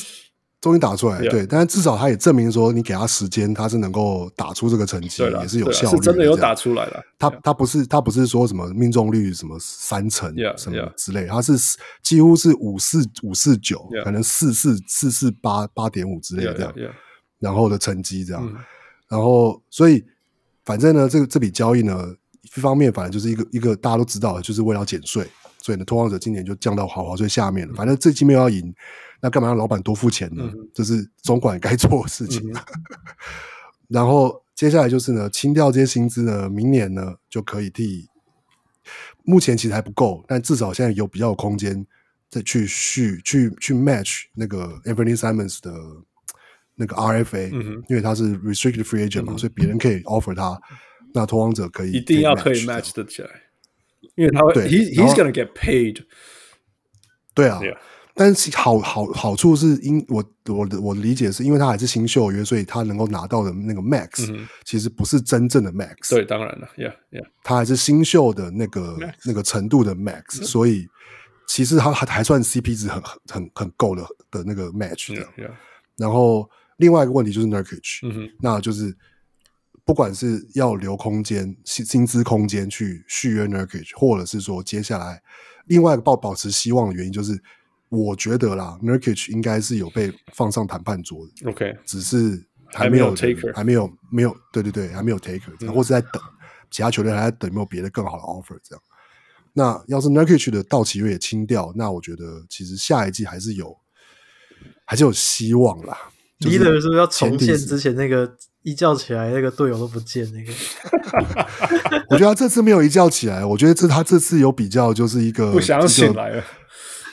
Speaker 2: 终于打出来，
Speaker 3: Yeah
Speaker 2: 对，但是至少他也证明说，你给他时间，他是能够打出这个成绩，
Speaker 3: 对了，
Speaker 2: 也是有
Speaker 3: 对啦
Speaker 2: 效率，
Speaker 3: 是真的有打。出来了。
Speaker 2: 他他不是他不是说什么命中率什么三成
Speaker 3: Yeah，
Speaker 2: 什么
Speaker 3: yeah
Speaker 2: 之类，他是几乎是五四五四九，
Speaker 3: Yeah
Speaker 2: 可能四四四四八八点五之类的这样，
Speaker 3: yeah, yeah,
Speaker 2: 然后的成绩这样，
Speaker 3: 嗯
Speaker 2: 然后所以反正呢，这个这笔交易呢，一方面反正就是一个一个大家都知道的，就是为了要减税，所以呢，拓荒者今年就降到豪华税下
Speaker 3: 嗯
Speaker 2: 面了。反正这季没有要赢，那干嘛让老板多付钱呢？这是总管该做的事情。
Speaker 3: 嗯
Speaker 2: 然后接下来就是呢，清掉这些薪资呢，明年呢就可以替。目前其实还不够，但至少现在有比较有空间再去续去去 match 那个 Anthony Simons 的那个 RFA，、
Speaker 3: 嗯哼嗯
Speaker 2: 因为他是 restricted free agent 嘛，所以别人可以 offer 他，那拓荒者可以
Speaker 3: 一定要可以 match 得起来，因为他会
Speaker 2: 对
Speaker 3: he
Speaker 2: 然
Speaker 3: he's
Speaker 2: 后
Speaker 3: gonna get paid。
Speaker 2: 这样对
Speaker 3: Yeah
Speaker 2: 啊。但是好好好处是因我我的我的理解是因为他还是新秀约，所以他能够拿到的那个 max、
Speaker 3: 嗯哼
Speaker 2: 其实不是真正的 max，
Speaker 3: 对，当然了，Yeah Yeah，
Speaker 2: 他还是新秀的那个那个程度的
Speaker 3: 嗯
Speaker 2: max，所以其实他还还算 CP 值很很很很够的的那个 match 这
Speaker 3: Yeah
Speaker 2: 样。
Speaker 3: Yeah，
Speaker 2: 然后另外一个问题就是 Nurkic，、
Speaker 3: 嗯哼，
Speaker 2: 那就是不管是要留空间、薪薪资空间去续约 Nurkic，或者是说接下来另外一个保保持希望的原因，就是我觉得啦，Nurkic 应该是有被放上谈判桌的，
Speaker 3: OK，
Speaker 2: 只是嗯还
Speaker 3: 还没
Speaker 2: 没
Speaker 3: 有
Speaker 2: 有嗯
Speaker 3: taker
Speaker 2: 人还没有没有对对对，还没有 taker，、或是在等其他球队还在等有没有别的更好的 offer 这样。那要是 Nurkic 的到期月也清掉，那我觉得其实下一季还是有还是有希望啦。就是
Speaker 4: leader 是不是要重
Speaker 2: 前提
Speaker 4: 现
Speaker 2: 是
Speaker 4: 之前那个一叫起来那个啊队友都不见那个？
Speaker 2: 呃我觉得他这次没有一觉起来，我觉得这他这次有比较，就是一个
Speaker 3: 不想
Speaker 2: 一个
Speaker 3: 醒来了。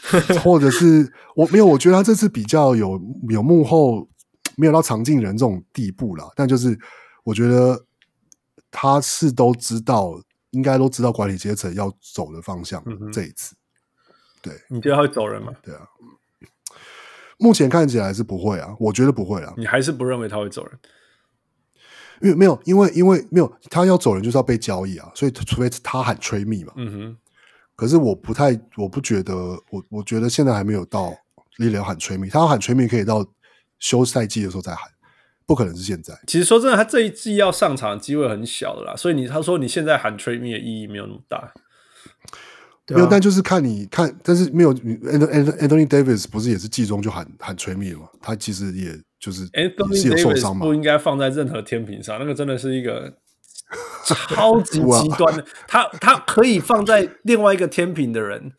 Speaker 2: 或者是我没有，我觉得他这次比较有有幕后，没有到常进人这种地步啦。但就是我觉得他是都知道，应该都知道管理阶层要走的方向。
Speaker 3: 嗯哼
Speaker 2: 这一次，
Speaker 3: 你觉得他会走人吗？
Speaker 2: 对啊，目前看起来是不会啊，我觉得不会啊，
Speaker 3: 你还是不认为他会走人？
Speaker 2: 因为没有，因为因为没有他要走人就是要被交易啊，所以除非他喊吹密嘛。
Speaker 3: 嗯哼，
Speaker 2: 可是我不太，我不觉得，我我觉得现在还没有到力量喊吹密，他要喊吹密可以到休赛季的时候再喊，不可能是现在。
Speaker 3: 其实说真的，他这一季要上场的机会很小的啦，所以你他说你现在喊 trade me 的意义没有那么大。
Speaker 4: 对
Speaker 2: 没有，
Speaker 4: 啊
Speaker 2: 但就是看你看，但是没有你 Ant- Ant- Anthony Davis 不是也是季中就喊喊吹密了吗？他其实也就是也
Speaker 3: Anthony
Speaker 2: 是有受伤
Speaker 3: Davis
Speaker 2: 嘛
Speaker 3: 不。应该放在任何天平上，那个真的是一个超级极端的。他他可以放在另外一个天平的人，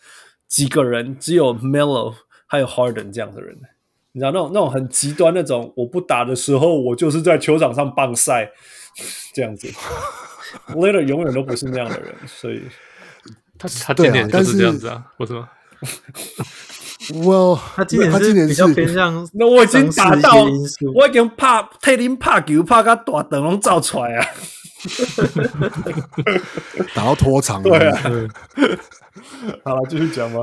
Speaker 3: 几个人只有 Melo 还有 Harden 这样的人，你知道那种那种很极端那种，我不打的时候，我就是在球场上棒晒这样子。l a t e r 永远都不是那样的人，所以
Speaker 5: 他他
Speaker 2: 对啊
Speaker 5: 今年就
Speaker 2: 但
Speaker 5: 这样
Speaker 2: 是
Speaker 5: 子啊，不是吗？
Speaker 2: Well，
Speaker 4: 他今年
Speaker 2: 他今
Speaker 4: 是
Speaker 2: 年
Speaker 4: 比较
Speaker 2: 是
Speaker 4: 偏向
Speaker 3: 那我已经打到
Speaker 4: 伤势一些因素，
Speaker 3: 我已经怕替您怕球怕到大灯拢照出来啊！
Speaker 2: 打到拖 长了。
Speaker 3: 对啊，好了，继续讲吧。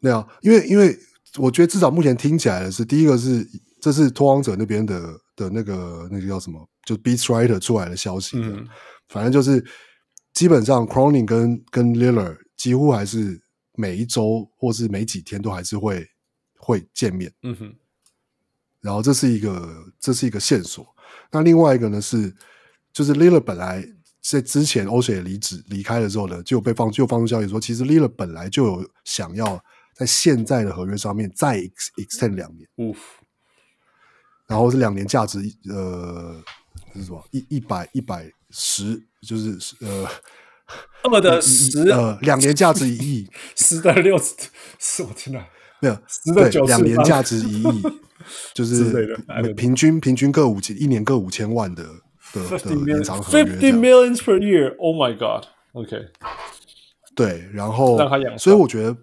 Speaker 2: 对啊，因为因为我觉得至少目前听起来的是，第一个是这是拓荒者那边的的那个那个叫什么，就 Beat Writer 出来的消息这样，
Speaker 3: 嗯
Speaker 2: 反正就是基本上 Cronin 跟跟 Lillard 几乎还是每一周或是每几天都还是会会见面，
Speaker 3: 嗯哼，
Speaker 2: 然后这是一个这是一个线索。那另外一个呢是，就是 Lillard 本来在之前欧雪离职离开了之后呢，就有被放就放出消息说，其实 Lillard 本来就有想要在现在的合约上面再 ex- extend 两年，
Speaker 3: 呜。
Speaker 2: 然后是两年价值呃这是什么一一百一百十就是呃
Speaker 3: 二的
Speaker 2: 一
Speaker 3: 十
Speaker 2: 呃两年价值一亿，
Speaker 3: 十的六十，是我天哪！
Speaker 2: 没有
Speaker 3: 十的
Speaker 2: 对
Speaker 3: 九次
Speaker 2: 两年
Speaker 3: 方
Speaker 2: 价值一 亿，就
Speaker 3: 之
Speaker 2: 是
Speaker 3: 类的，I don't know
Speaker 2: 平均平均各五千一年各五千万的 的的
Speaker 3: Fifty
Speaker 2: 延长合约
Speaker 3: million,
Speaker 2: 这
Speaker 3: fifty
Speaker 2: 样。
Speaker 3: millions per year. Oh my god. OK，
Speaker 2: 对，然后
Speaker 3: 让他养
Speaker 2: 所以
Speaker 3: 伤
Speaker 2: 我觉得，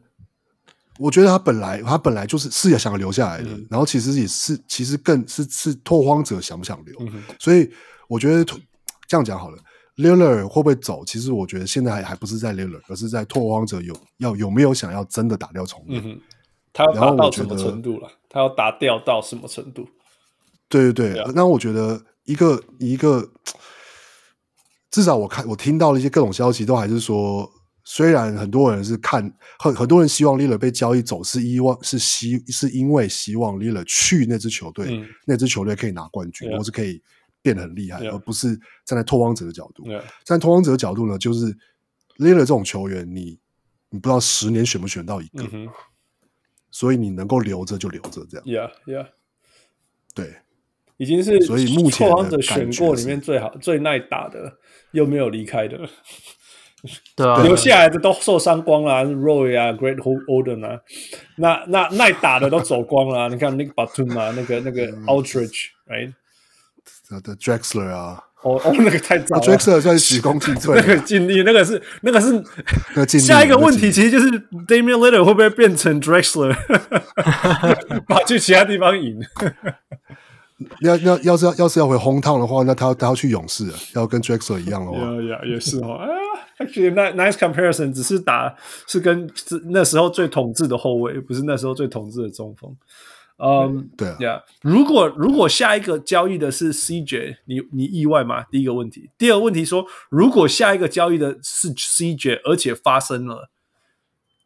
Speaker 2: 我觉得他本来他本来就是是想留下来的，
Speaker 3: 嗯
Speaker 2: 然后其实也是其实更是是拓荒者想不想留，
Speaker 3: 嗯哼
Speaker 2: 所以我觉得拓这样讲好了。Lillard 会不会走？其实我觉得现在还还不是在 Lillard，而是在拓荒者有要有没有想要真的打掉重
Speaker 3: 嗯
Speaker 2: 练。
Speaker 3: 哼，他要
Speaker 2: 然后
Speaker 3: 达
Speaker 2: 我
Speaker 3: 到
Speaker 2: 觉
Speaker 3: 什么
Speaker 2: 得
Speaker 3: 程度了？他要达掉到什么程度？
Speaker 2: 对对对
Speaker 3: Yeah.，
Speaker 2: 那我觉得一个一个，至少我看我听到了一些各种消息，都还是说，虽然很多人是看很很多人希望 l i l a 被交易走，是希望是希是因为希望 l i l a 去那支球队，
Speaker 3: 嗯啊
Speaker 2: 那支球队可以拿冠军
Speaker 3: Yeah.
Speaker 2: 或是可以变得很厉害
Speaker 3: Yeah.
Speaker 2: 而不是站在拓荒者的角度。
Speaker 3: Yeah.
Speaker 2: 站在拓荒者的角度呢，就是 l i l a 这种球员你，你不知道十年选不选到一个，
Speaker 3: 嗯哼嗯
Speaker 2: 所以你能够留着就留着，这样
Speaker 3: ，Yeah Yeah，
Speaker 2: 对。
Speaker 3: 已经是
Speaker 2: 所以目前的
Speaker 3: 拓荒者选过
Speaker 2: 感
Speaker 3: 里
Speaker 2: 觉
Speaker 3: 面
Speaker 2: 是
Speaker 3: 最好、最耐打的，又没有离开的，
Speaker 4: 对啊，
Speaker 3: 留下来的都受伤光了、Roy 啊，Great Ho- Holden 啊，那那耐打的都走光了、你看 Nick Batum 啊，那个那个
Speaker 2: 嗯
Speaker 3: Outridge，right？
Speaker 2: 呃的 Drexler 啊，
Speaker 3: 哦哦，那个太早
Speaker 2: 那
Speaker 3: 了。
Speaker 2: Drexler 算是急功近罪
Speaker 3: 那个
Speaker 2: 了，
Speaker 3: 尽力，那个是那个是
Speaker 2: 啊那尽力
Speaker 3: 下一个问
Speaker 2: 那尽
Speaker 3: 题，
Speaker 2: 力
Speaker 3: 其实就是 Damian l i l l a r 会不会变成 Drexler，把去其他地 方赢？
Speaker 2: 要要要是要要是要回红烫的话，那他他要去勇士了，要跟 Drexler 一样的话，
Speaker 3: 呀呀，也是哦。啊，actually，那 nice comparison，只是打是跟是那时候最统治的后卫，不是那时候最统治的中锋。嗯，
Speaker 2: 对啊，
Speaker 3: 呀，如果如果下一个交易的是 CJ，你你意外吗？第一个问题，第二个问题说，如果下一个交易的是 CJ，而且发生了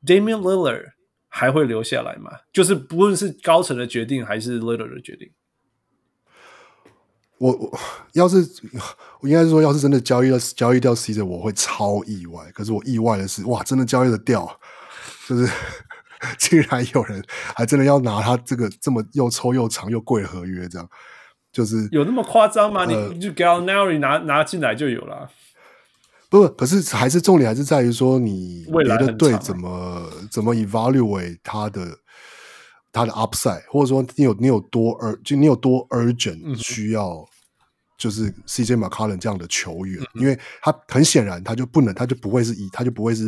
Speaker 3: ，Damian Lillard 还会留下来吗？就是不论是高层的决定还是 Lillard 的决定，
Speaker 2: 我我要是我应该是说，要是真的交易了交易掉 C 的，我会超意外。可是我意外的是，哇，真的交易了掉，啊就是 竟然有人还真的要拿他这个这么又抽又长又贵的合约，这样就是
Speaker 3: 有那么夸张吗？
Speaker 2: 呃
Speaker 3: 你就 Gallinari 拿拿进来就有了。
Speaker 2: 不不，可是还是重点还是在于说你
Speaker 3: 未
Speaker 2: 别
Speaker 3: 来
Speaker 2: 的
Speaker 3: 很
Speaker 2: 队
Speaker 3: 长欸
Speaker 2: 怎么怎么 evaluate 他的他的 upside，或者说你有你有多 ur 就你有多
Speaker 3: 嗯
Speaker 2: urgent 需要就是 CJ
Speaker 3: 嗯
Speaker 2: McCollum 这样的球员，因为他很显然他就不能他就不会是一他就不会是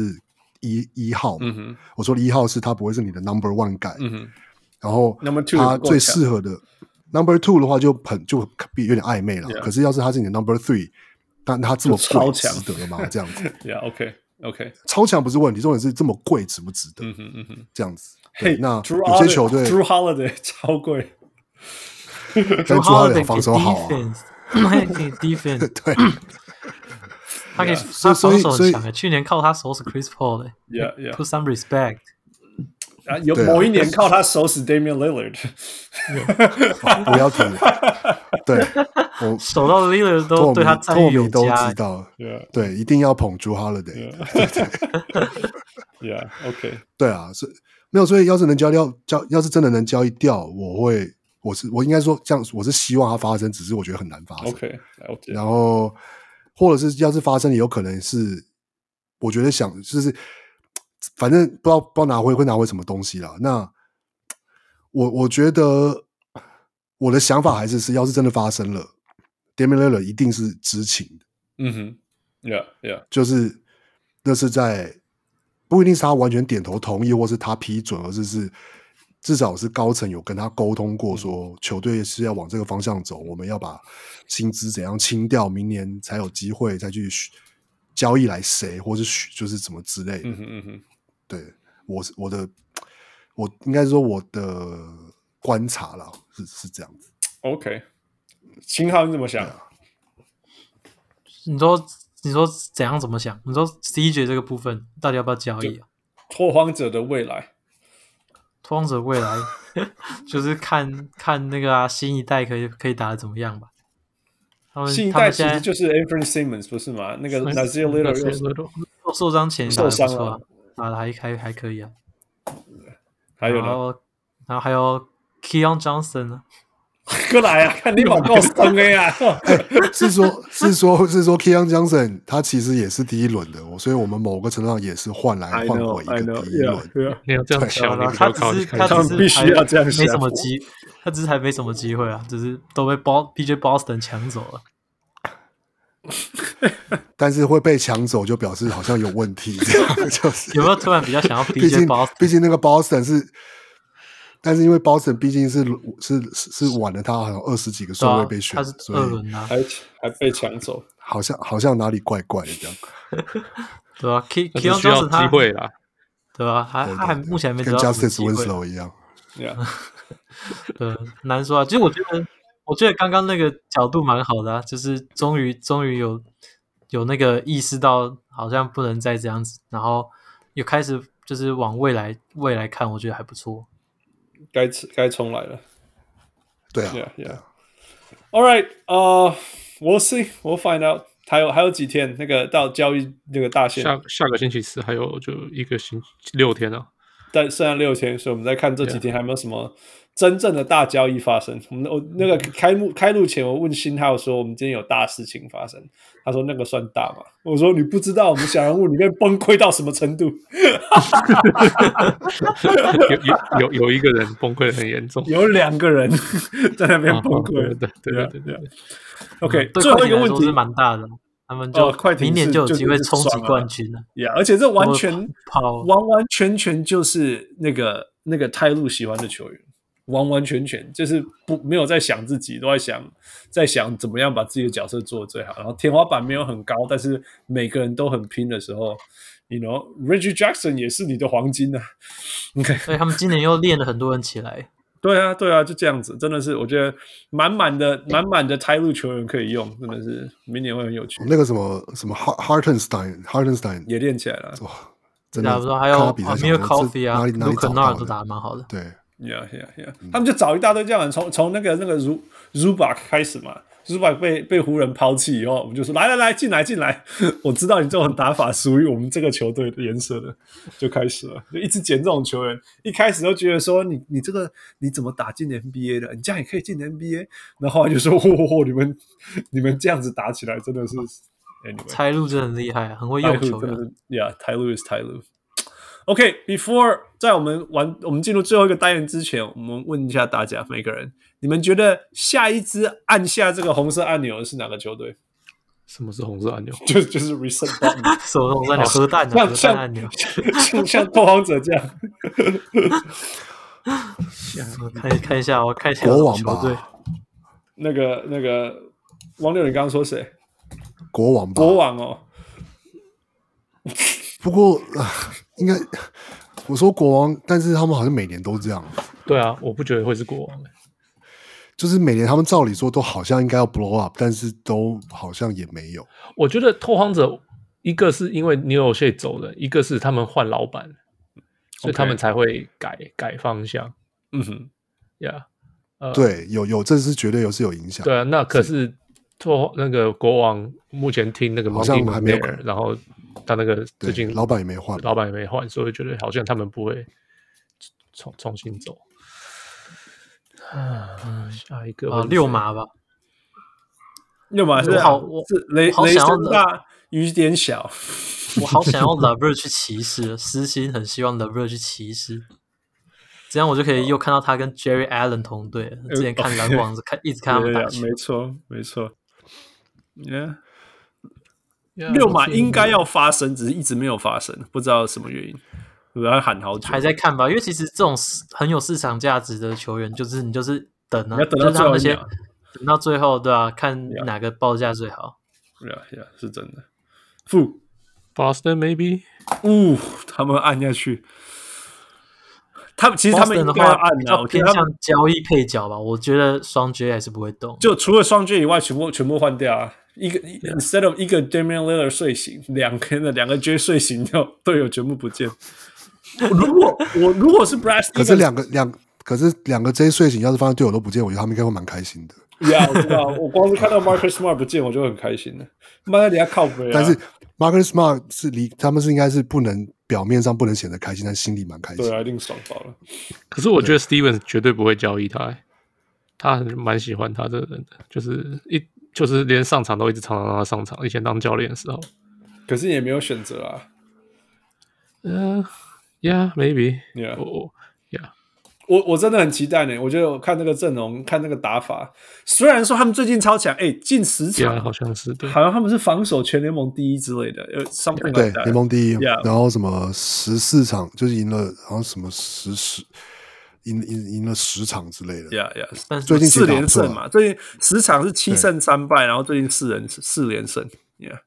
Speaker 2: 一一号嘛，
Speaker 3: 嗯哼，
Speaker 2: 我说的一号是他不会是你的 number one guy，、
Speaker 3: 嗯哼，
Speaker 2: 然后
Speaker 3: Number two
Speaker 2: 他
Speaker 3: 不够
Speaker 2: 最
Speaker 3: 强
Speaker 2: 适合的 number two 的话就很就比有点暧昧了。
Speaker 3: Yeah
Speaker 2: 可是要是他是你的 number three，但他这么
Speaker 3: 就超
Speaker 2: 贵
Speaker 3: 强
Speaker 2: 值得吗？这样子
Speaker 3: yeah, OK OK，
Speaker 2: 超强不是问题，重点是这么贵值不值得？
Speaker 3: 嗯哼嗯哼，
Speaker 2: 这样 子。
Speaker 3: 嘿
Speaker 2: 对，，那
Speaker 3: Drew
Speaker 2: 有些
Speaker 3: Holiday-
Speaker 2: 球队
Speaker 3: Drew Holiday 超贵，
Speaker 2: 跟朱浩的防守好、啊，
Speaker 4: defense，他 可以 defense，
Speaker 2: 对，
Speaker 4: 他可以
Speaker 3: Yeah
Speaker 4: 他
Speaker 2: 啊所
Speaker 4: 防
Speaker 2: 以
Speaker 4: 守
Speaker 2: 所以
Speaker 4: 很强诶。去年靠他守死 Chris Paul 的
Speaker 3: Yeah, yeah.
Speaker 4: put some respect。
Speaker 3: 啊，有
Speaker 2: 对啊
Speaker 3: 某一年靠他手死 Damian Lillard，
Speaker 2: 不要提了。 对，我
Speaker 4: 守到 Lillard
Speaker 2: 托
Speaker 4: 都对他
Speaker 2: 米
Speaker 4: 赞誉
Speaker 2: 托
Speaker 4: 有
Speaker 2: 米都
Speaker 4: 加
Speaker 2: 知，道，
Speaker 3: Yeah,
Speaker 2: 对，一定要捧朱哈勒的。
Speaker 3: yeah, OK，
Speaker 2: 对啊，是没有，所以要是能交易掉，交要是真的能交易掉，我会，我是我应该说这样，我是希望它发生，只是我觉得很难发生。
Speaker 3: OK，了解。
Speaker 2: 然后或者是要是发生，有可能是我觉得想就是反正不知道不知道拿回会拿回什么东西啦。那我我觉得我的想法还是是，要是真的发生了 d a m i l l e r 一定是知情的，
Speaker 3: 嗯哼，Yeah, Yeah,
Speaker 2: 就是那是在不一定是他完全点头同意，或是他批准，而是是。至少是高层有跟他沟通过，说球队是要往这个方向走，我们要把薪资怎样清掉，明年才有机会再去选交易来谁，或是选就是怎么之类的。
Speaker 3: 嗯哼嗯哼
Speaker 2: 对我是我的，我应该说我的观察啦，是是这样子。
Speaker 3: ，OK。秦昊你怎么想？
Speaker 4: 你说你说怎样怎么想？你说 CJ 这个部分到底要不要交易啊？
Speaker 3: 拓荒者的未来
Speaker 4: 拓荒者未来 就是看看那个啊，新一代可以可以打的怎么样吧。他们
Speaker 3: 新一
Speaker 4: 嗯他
Speaker 3: 代
Speaker 4: 们
Speaker 3: 其
Speaker 4: 现
Speaker 3: 实
Speaker 4: 在
Speaker 3: 就是 Anthony Simmons 不是吗？ 那个 Nazir
Speaker 5: l i
Speaker 3: Little 又
Speaker 5: t t
Speaker 4: 受受伤前打得不
Speaker 3: 受
Speaker 4: 错
Speaker 3: 伤
Speaker 4: 啊
Speaker 3: 了，
Speaker 4: 打的还还还可以啊。
Speaker 3: 还有
Speaker 4: 然
Speaker 3: 呢，
Speaker 4: 后然后还有 Keon Johnson 呢，
Speaker 3: 过来啊，看你把够生的 呀！
Speaker 2: 是说，是说，是说 k e o n Johnson 他其实也是第一轮的，我所以我们某个程度上也是换来
Speaker 3: I
Speaker 2: 换
Speaker 3: know,
Speaker 2: 回一
Speaker 3: I
Speaker 2: 个
Speaker 3: know,
Speaker 2: 第一轮。
Speaker 3: yeah, yeah.
Speaker 5: 你要这样想，你比
Speaker 4: 他
Speaker 5: 较
Speaker 4: 只
Speaker 5: 高
Speaker 4: 是
Speaker 5: 级
Speaker 4: 他
Speaker 3: 他
Speaker 5: 看
Speaker 4: 只
Speaker 3: 们
Speaker 4: 是
Speaker 3: 必须
Speaker 4: 啊还
Speaker 3: 要这样
Speaker 4: 没
Speaker 3: 想
Speaker 4: 什么机，他只是还没什么机会啊，只是都被 Ball PJ Boston 抢走了。
Speaker 2: 但是会被抢走，就表示好像有问题， 这样就是。
Speaker 4: 有没有突然比较想要
Speaker 2: 毕
Speaker 4: PJ
Speaker 2: 竟
Speaker 4: Boston？
Speaker 2: 毕竟那个 Boston 是，但是因为 Boston 毕竟是是是是晚了他好像二十几个
Speaker 4: 对
Speaker 2: 顺
Speaker 4: 啊
Speaker 2: 位被，选，
Speaker 4: 他是
Speaker 2: 所
Speaker 4: 二
Speaker 2: 以
Speaker 4: 轮啊，
Speaker 3: 还还被抢走，
Speaker 2: 好像好像哪里怪怪的这样。
Speaker 4: 对啊 k e
Speaker 5: 但
Speaker 4: k e o
Speaker 5: 是
Speaker 4: n
Speaker 5: 需要
Speaker 4: Johnson 他
Speaker 5: 机会啦。
Speaker 4: 对啊，还
Speaker 2: 对
Speaker 4: 他还
Speaker 2: 对对
Speaker 4: 目前还没得
Speaker 2: 跟
Speaker 4: 到什么
Speaker 2: Justice
Speaker 4: 机会，
Speaker 2: Winslow 一样，
Speaker 3: Yeah，
Speaker 4: 对，难说啊。其实我觉得，我觉得刚刚那个角度蛮好的啊，就是终于终于有有那个意识到，好像不能再这样子，然后有开始就是往未来未来看，我觉得还不错。
Speaker 3: 该该重来了。
Speaker 2: 对啊
Speaker 3: Yeah, yeah. All right, uh, we'll see, we'll find out. 还有还有几天，那个到交易那个大限，
Speaker 5: 下下个星期四还有就一个星六天啊，
Speaker 3: 但剩下六天，所以我们再看这几天还有没有什么真正的大交易发生。我们我那个开幕开录前，我问新浩说我们今天有大事情发生，他说那个算大吗？我说你不知道我们小人物里面崩溃到什么程度，
Speaker 5: 有有有有一个人崩溃的很严重，
Speaker 3: 有两个人在那边崩
Speaker 5: 啊
Speaker 3: 溃。
Speaker 5: 对对对对对，
Speaker 3: OK，
Speaker 4: 哦对
Speaker 3: 最
Speaker 4: 快
Speaker 3: 后一个
Speaker 4: 艇来
Speaker 3: 问
Speaker 4: 说
Speaker 3: 题
Speaker 4: 是蛮大的，他们就
Speaker 3: 哦快艇
Speaker 4: 明年
Speaker 3: 是
Speaker 4: 就有
Speaker 3: 就
Speaker 4: 机会
Speaker 3: 是
Speaker 4: 冲击
Speaker 3: 爽啊
Speaker 4: 冠军了。
Speaker 3: 呀而且这完全
Speaker 4: 跑
Speaker 3: 完完全全就是那个那个泰路喜欢的球员，完完全全就是不没有在想自己，都在想在想怎么样把自己的角色做得最好。然后天花板没有很高，但是每个人都很拼的时候，you know，Reggie Jackson 也是你的黄金啊。OK，
Speaker 4: 所以他们今年又练了很多人起 来。
Speaker 3: 对啊，对啊，就这样子，真的是我觉得满满的满满的泰路球员可以用，真的是明年会很有趣，
Speaker 2: 那个什么什么 Hart Hartenstein Hartenstein
Speaker 3: 也练起来了。
Speaker 2: 哇，真
Speaker 4: 对
Speaker 2: 的
Speaker 4: 啊，
Speaker 2: 看
Speaker 4: 不
Speaker 2: 他
Speaker 4: 知
Speaker 2: 比赛，
Speaker 4: 道
Speaker 2: 想
Speaker 4: 还有 m i r
Speaker 2: 说
Speaker 4: c o f f e
Speaker 2: 这
Speaker 4: 啊
Speaker 2: 哪里哪里
Speaker 4: ，Luke
Speaker 2: 找
Speaker 4: n a r
Speaker 2: 到
Speaker 4: 都
Speaker 2: 的？
Speaker 4: 打得蛮好的。
Speaker 2: 对，
Speaker 3: Yeah, yeah, yeah！他们就找一大堆这样的人，从从那个那个 Zu Zubac 开始嘛，Zubac 被被湖人抛弃以后，我们就说来来来，进来进来， 我知道你这种打法属于我们这个球队的颜色的， 就开始了，就一直捡这种球员。一开始都觉得说你你这个你怎么打进 NBA 的？你这样也可以进 NBA？然后后来就说，嚯嚯嚯，你们你们这样子打起来真的是，anyway，
Speaker 4: 拆路真的很厉害，啊很会
Speaker 3: t
Speaker 4: 用
Speaker 3: y
Speaker 4: 哎球
Speaker 3: 真的
Speaker 4: 员。
Speaker 3: 是，Yeah，泰路 is 泰路。OK，before、在我们玩我们进入最后一个单元之前，我们问一下大家每个人，你们觉得下一支按下这个红色按钮的是哪个球队？
Speaker 5: 什么是红色按钮？
Speaker 3: 就就是 reset button，
Speaker 4: 什么东西按钮？核弹啊，
Speaker 3: 哦像
Speaker 4: 核弹按钮
Speaker 3: 像。像 像拓荒者这样，
Speaker 4: 我看看一下，我看一下
Speaker 2: 国
Speaker 4: 我
Speaker 2: 王
Speaker 4: 的球队啊
Speaker 2: 吧，
Speaker 3: 那个那个王六，你刚刚说谁？
Speaker 2: 国王吧，
Speaker 3: 国王哦，
Speaker 2: 不过、啊应该我说国王，但是他们好像每年都这样，
Speaker 5: 对啊，我不觉得会是国王、欸，
Speaker 2: 就是每年他们照理说都好像应该要 blow up，但是都好像也没
Speaker 4: 嗯
Speaker 2: 有。
Speaker 5: 我觉得拓荒者一个是因为 New s h a 走了，一个是他们换老板，所以
Speaker 3: OK
Speaker 5: 他们才会改改方向
Speaker 3: 嗯哼，
Speaker 5: ，Yeah，呃
Speaker 2: 对，啊有有，这是绝对有是有影响。
Speaker 5: 对啊，那可是拓那个国王目前听那个
Speaker 2: 好
Speaker 5: m
Speaker 2: 像
Speaker 5: o
Speaker 2: 还
Speaker 5: n
Speaker 2: 没
Speaker 5: t
Speaker 2: 有
Speaker 5: e 然后他那个
Speaker 2: 对，
Speaker 5: 最近
Speaker 2: 老板也没换。
Speaker 5: 老板也没换，所以觉得好像他们不会重重新走。啊，下一个
Speaker 4: 啊，六，马吧，
Speaker 3: 要么是
Speaker 4: 我好我
Speaker 3: 是雷
Speaker 4: 我好
Speaker 3: 雷
Speaker 4: 想要
Speaker 3: 声大雨点小，
Speaker 4: 我 好想要 Laver 去骑士，啊私心很希望 Laver 去骑士，这样我就可以又看到他跟 Jerry Allen 同队了。之前看篮网是看一直看他 们
Speaker 3: 对
Speaker 4: 打
Speaker 3: 啊
Speaker 4: 球，
Speaker 3: 没错没错，Yeah。
Speaker 5: Yeah，
Speaker 3: 六马应该要发生，只是一直没有发生，不知道什么原因。我要喊好久，
Speaker 4: 还在看吧，因为其实这种市很有市场价值的球员，就是你就是等啊，
Speaker 3: 你要等
Speaker 4: 就
Speaker 3: 到
Speaker 4: 是他们那
Speaker 3: 最
Speaker 4: 些
Speaker 3: 后一秒啊
Speaker 4: 等到最后，对吧、看
Speaker 3: Yeah
Speaker 4: 哪个报价最好。
Speaker 3: 呀呀，是真的。负
Speaker 5: Boston maybe
Speaker 3: 呜，他们按下去，他们其实他们
Speaker 4: Boston
Speaker 3: 应
Speaker 4: 的
Speaker 3: 该要
Speaker 4: 话
Speaker 3: 按
Speaker 4: 比
Speaker 3: 啊，
Speaker 4: 较
Speaker 3: 我觉
Speaker 4: 偏
Speaker 3: 得他
Speaker 4: 向
Speaker 3: 们
Speaker 4: 交易配角吧，我觉得双 J 还是不会动。
Speaker 3: 就除了双军以外，全部全部换掉啊。一个 instead of 一个 Damian Lillard 睡醒，两个人的两个 J 睡醒，然后队友全部不见。如果我如果是 Brad，
Speaker 2: 可是两个两，可是两个 J 睡醒，要是发现队友都不见，我觉得他们应该会蛮开心的。
Speaker 3: 呀，我知道，我光是看到 Marcus Smart 不见，我就很开心了。妈在底下靠背啊，
Speaker 2: 但是 Marcus Smart 是离他们是应该是不能表面上不能显得开心，但心里蛮开心
Speaker 3: 对。啊，一定爽爆了。
Speaker 5: 可是我觉得 Stevens 绝对不会交易他、欸，他很蛮喜欢他这个人的，就是一就是连上场都一直常常让他上场。以前当教练的时候，
Speaker 3: 可是也没有选择啊。
Speaker 5: 嗯、y e a h maybe，
Speaker 3: Yeah
Speaker 5: 我我 yeah，
Speaker 3: 我我真的很期待呢，我觉得我看那个阵容，看那个打法，虽然说他们最近超强，哎，进十
Speaker 5: yeah，
Speaker 3: 场，
Speaker 5: 好像是对，
Speaker 3: 好像他们是防守全联盟第一之类的，呃，something
Speaker 2: 对
Speaker 3: like，
Speaker 2: 联
Speaker 3: that。
Speaker 2: 盟第一
Speaker 3: Yeah
Speaker 2: 然后什么十四场就是赢了，然后什么十十赢赢赢了十场之类的。
Speaker 3: 呀呀，
Speaker 4: 但是
Speaker 2: 最近
Speaker 3: 四
Speaker 2: 其实打
Speaker 3: 连
Speaker 2: 不错啊
Speaker 3: 胜嘛，最近十场是七胜三败，然后最近四人四连胜，yeah，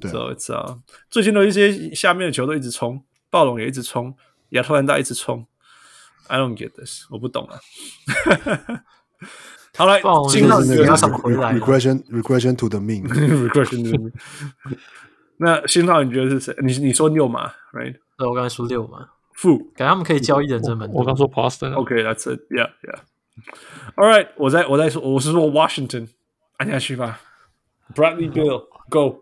Speaker 2: 对
Speaker 3: so it's 啊，最近的一些下面的球队一直冲，暴龙也一直冲，亚特兰大一直冲，I don't get this，我不懂啊。 好来
Speaker 4: 暴，龙
Speaker 3: 进到
Speaker 2: 就
Speaker 4: 你
Speaker 2: 是那
Speaker 3: 你的
Speaker 4: 的
Speaker 2: 个
Speaker 4: 要
Speaker 2: 什
Speaker 4: 想
Speaker 2: 么
Speaker 4: 回来了
Speaker 2: regression regression to the mean，
Speaker 3: regression 那新浩，你觉得是谁？你你说六嘛，right？
Speaker 4: 对我刚才输六嘛，
Speaker 3: 负
Speaker 4: 感觉他们可以交易人真门。
Speaker 5: 我刚说 Boston 啊、
Speaker 3: ，OK，that's、it。Yeah，yeah。All right，我在我在说，我是说 Washington，按下去吧。Bradley Bill，Go。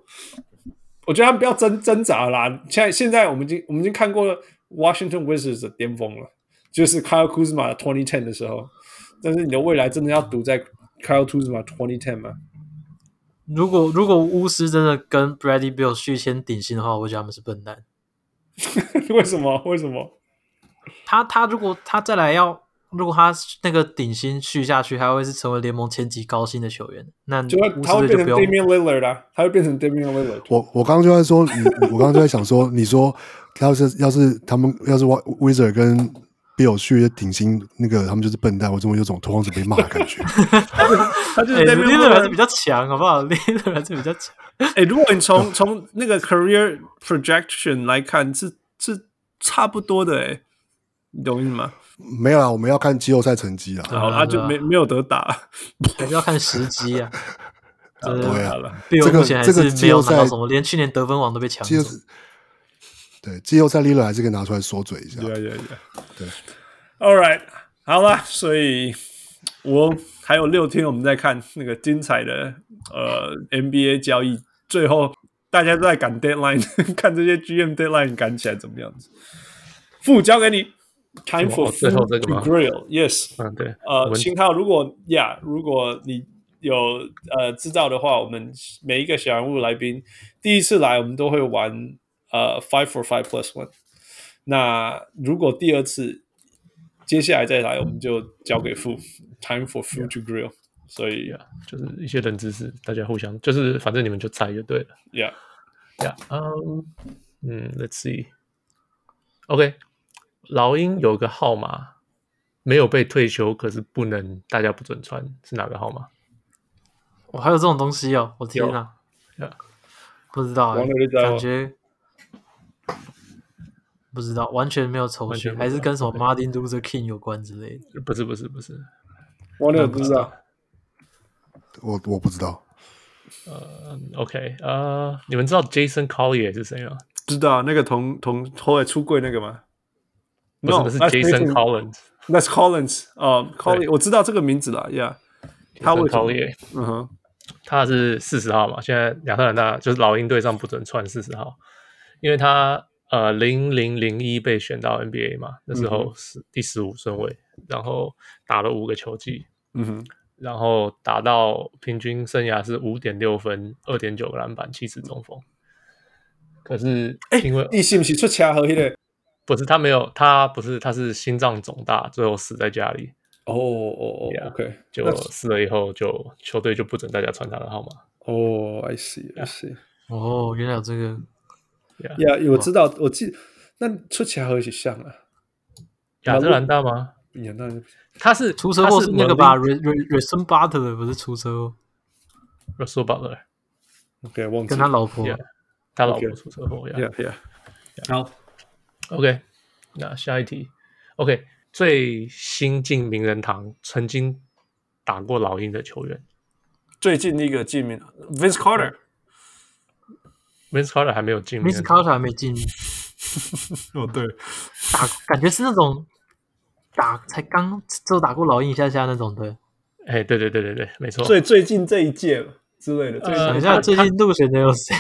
Speaker 3: 我觉得他们不要挣挣扎啦。现在现在我们已经我们已经看过了 Washington Wizards 的巅峰了，就是 Kyle Kuzma 的2010的时候。但是你的未来真的要赌在 Kyle Kuzma 2010吗？
Speaker 4: 如果如果巫师真的跟 Brady Bill 续签顶薪的话，我觉得他们是笨蛋。
Speaker 3: 为什么？为什么？
Speaker 4: 他他如果他再来要，如果他那个顶薪续下去，他会是成为联盟前几高薪的球员。那
Speaker 3: 就会
Speaker 4: 巫
Speaker 3: 他会
Speaker 4: 师队
Speaker 3: 变成
Speaker 4: 就不用
Speaker 3: Damian Lillard 啦、他会变成 Damian Lillard。
Speaker 2: 我我刚刚就在说，你我刚刚就在想说， 你说要是要是他们要是 Wa- Wizard 跟 Bill 去顶薪，那个他们就是笨蛋，我怎么有种拓荒者被骂的感觉？
Speaker 3: 他就是
Speaker 4: 哎 l
Speaker 3: Damian
Speaker 4: i l l a r 还是比
Speaker 3: Lillard。
Speaker 4: 较强，好不 好 l i l l a r 还是比较强。
Speaker 3: 哎、如果你从从那个 career projection 来看，是是差不多的哎、你懂我意思吗？
Speaker 2: 没有啦，我们要看季后赛成绩啦。
Speaker 3: 然后他就没没有得打。
Speaker 4: 还是要看时机啊。真
Speaker 2: 对
Speaker 4: 的
Speaker 2: 啊
Speaker 3: 好，了，
Speaker 4: ，Bill
Speaker 2: 这个
Speaker 4: 目前还是
Speaker 2: 这个
Speaker 4: 没
Speaker 2: 季
Speaker 4: 有
Speaker 2: 后
Speaker 4: 拿
Speaker 2: 赛
Speaker 4: 到什么，连去年得分王都被抢
Speaker 2: 季后
Speaker 4: 走
Speaker 2: 赛。对季后赛 l i l 还是可以拿出来说嘴一下
Speaker 3: 对。啊对对。
Speaker 2: 对
Speaker 3: All right，好了，所以我还有六天，我们再看那个精彩的呃 NBA 交易，最后大家都在赶 deadline，看 这些 GM deadline 赶起来怎么样子。副交给你，time
Speaker 5: 什
Speaker 3: for
Speaker 5: 么哦最后
Speaker 3: food
Speaker 5: 这个
Speaker 3: to
Speaker 5: 吗
Speaker 3: grill，yes，
Speaker 5: 嗯，对，我
Speaker 3: 呃，
Speaker 5: 们
Speaker 3: 新浩，如果呀如果你有呃知道的话，我们每一个小人物来宾第一次来，我们都会玩呃 five for five plus one。那如果第二次接下来再来，我们就交给付 time for food to grill。所以
Speaker 5: Yeah，就是啊一些冷知识，大家互相就是反正你们就猜就对了。
Speaker 3: ，Yeah，
Speaker 5: Yeah，嗯嗯，Let's see。OK，老鹰有个号码没有被退休，可是不能大家不准穿，是哪个号码？
Speaker 4: 我还有这种东西哦！我天哪
Speaker 5: 有有，
Speaker 4: 不知道欸
Speaker 3: 网友就知道
Speaker 4: 感觉不知道，完全没有头
Speaker 5: 完
Speaker 4: 绪，
Speaker 5: 全不知道
Speaker 4: 还是跟什么 Martin Luther King 有关之类的。
Speaker 5: 不是不是不是，
Speaker 3: 我有知道，
Speaker 2: 我我不知道，
Speaker 5: 嗯，OK，呃，你们知道 Jason Collier 是谁吗？
Speaker 3: 知道那个同同后来出柜那个吗？
Speaker 5: 不是，那是 Jason Collins。
Speaker 3: Collins，That's Collins 哦 c o l l i
Speaker 5: 对
Speaker 3: n 我知道这个名字了，Yeah，他为
Speaker 5: Jason
Speaker 3: 什么
Speaker 5: Collier，
Speaker 3: 嗯哼，
Speaker 5: 他是四十号嘛，现在亚特兰大就是老鹰队上不准穿四十号，因为他呃零零零一被选到 NBA 嘛，那时
Speaker 3: 嗯
Speaker 5: 候是第十五顺位，然后打了五个球季，
Speaker 3: 嗯哼，
Speaker 5: 然后打到平均生涯是五点六分、二点九个篮板、七次中锋。可是因为、
Speaker 3: 你是不是出车祸那个？
Speaker 5: 不是他没有，他不是他是心脏肿大，最后死在家里，
Speaker 3: 哦哦哦
Speaker 5: Yeah
Speaker 3: ，OK，
Speaker 5: 就死了以后就球队就不准大家穿他的号码。
Speaker 3: 哦，I see，I see。
Speaker 4: 哦，原来有这个，
Speaker 5: Yeah，
Speaker 3: 呀，我知道，我记，那出起来和一起像啊，
Speaker 5: 亚特兰大吗？
Speaker 3: 演到
Speaker 5: 他是
Speaker 4: 出车祸
Speaker 5: 他是
Speaker 4: 那个吧
Speaker 5: Malin-
Speaker 4: ？Re Re Reson Butler 不是出车祸，
Speaker 5: ？Russell Butler，
Speaker 3: OK，忘记
Speaker 4: 跟他老婆
Speaker 5: Yeah 他老婆
Speaker 3: Okay
Speaker 5: 出车祸呀。
Speaker 3: ，Yeah Yeah，好，
Speaker 5: OK，那下一题。OK，最新进名人堂曾经打过老鹰的球员
Speaker 3: 最近一个进名 Vince Carter，
Speaker 5: ，Vince Carter 还没有进名
Speaker 4: ，Miss
Speaker 5: 人堂
Speaker 4: Carter 还没 进，
Speaker 3: 哦对，
Speaker 4: 打感觉是那种打才刚只有打过老鹰一下下那种的。
Speaker 5: 哎，对对对对对，没错。
Speaker 3: 最最近这一届之类的，最
Speaker 5: 呃
Speaker 4: 等一
Speaker 3: 近
Speaker 4: 下，最近入选的有谁？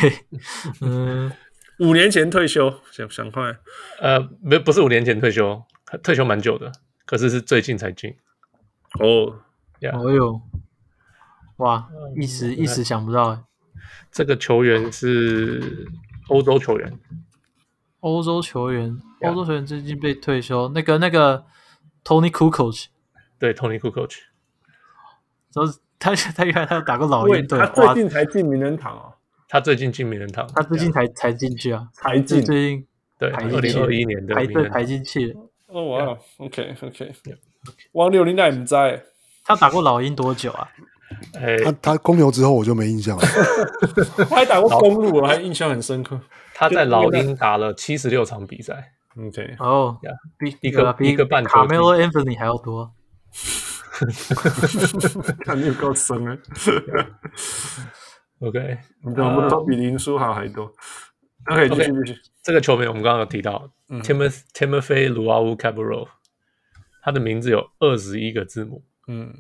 Speaker 4: 嗯，
Speaker 3: 五年前退休，想想快，
Speaker 5: 呃，没不是五年前退休，退休蛮久的，可是是最近才进。
Speaker 3: 哦，
Speaker 5: Yeah，
Speaker 4: 哦呦，哇，
Speaker 5: 呃
Speaker 4: 一时一时想不到欸。
Speaker 5: 这个球员是欧洲球员，
Speaker 4: 欧洲球员，
Speaker 5: Yeah
Speaker 4: 欧洲球员最近被退休，那个那个 Tony Kukoc，
Speaker 5: 对，Tony Kukoc。
Speaker 4: 然后他他原来他有打过老
Speaker 3: 对，
Speaker 4: 鹰队，
Speaker 3: 哦他
Speaker 4: 哇
Speaker 3: 最，近才进名人堂哦，
Speaker 5: 他最近进名人堂，
Speaker 4: 他最近才才进去啊，
Speaker 3: 才
Speaker 4: 最
Speaker 3: 进，
Speaker 4: 最近
Speaker 5: 对
Speaker 4: 排
Speaker 5: 二
Speaker 4: 进
Speaker 5: 零
Speaker 4: 去
Speaker 5: 二一年的
Speaker 4: 排
Speaker 5: 名
Speaker 4: 队
Speaker 5: 人堂
Speaker 4: 排进去了，
Speaker 3: 哦哇，OK OK，
Speaker 5: Yeah
Speaker 3: 王六零代不在，
Speaker 4: 他打过老鹰多久啊？
Speaker 5: 哎，
Speaker 2: 他他公牛之后我就没印象了。
Speaker 3: 他还打过公路，啊哦我还印象很深刻。
Speaker 5: 他在老鹰打了七十六场比赛，
Speaker 3: OK，
Speaker 4: 哦
Speaker 5: Yeah，
Speaker 4: 比
Speaker 5: 一个
Speaker 4: 有啊比
Speaker 5: 一个半球
Speaker 4: 卡梅罗 Anthony 还要多，
Speaker 3: 看你够深了，
Speaker 5: OK，
Speaker 3: 你怎么都比林书豪还多？OK，继续继续。
Speaker 5: 这个球员我们刚刚有提到、t i m o t h Timothy l u a u Cabrero，他的名字有二十一个字母，
Speaker 3: 嗯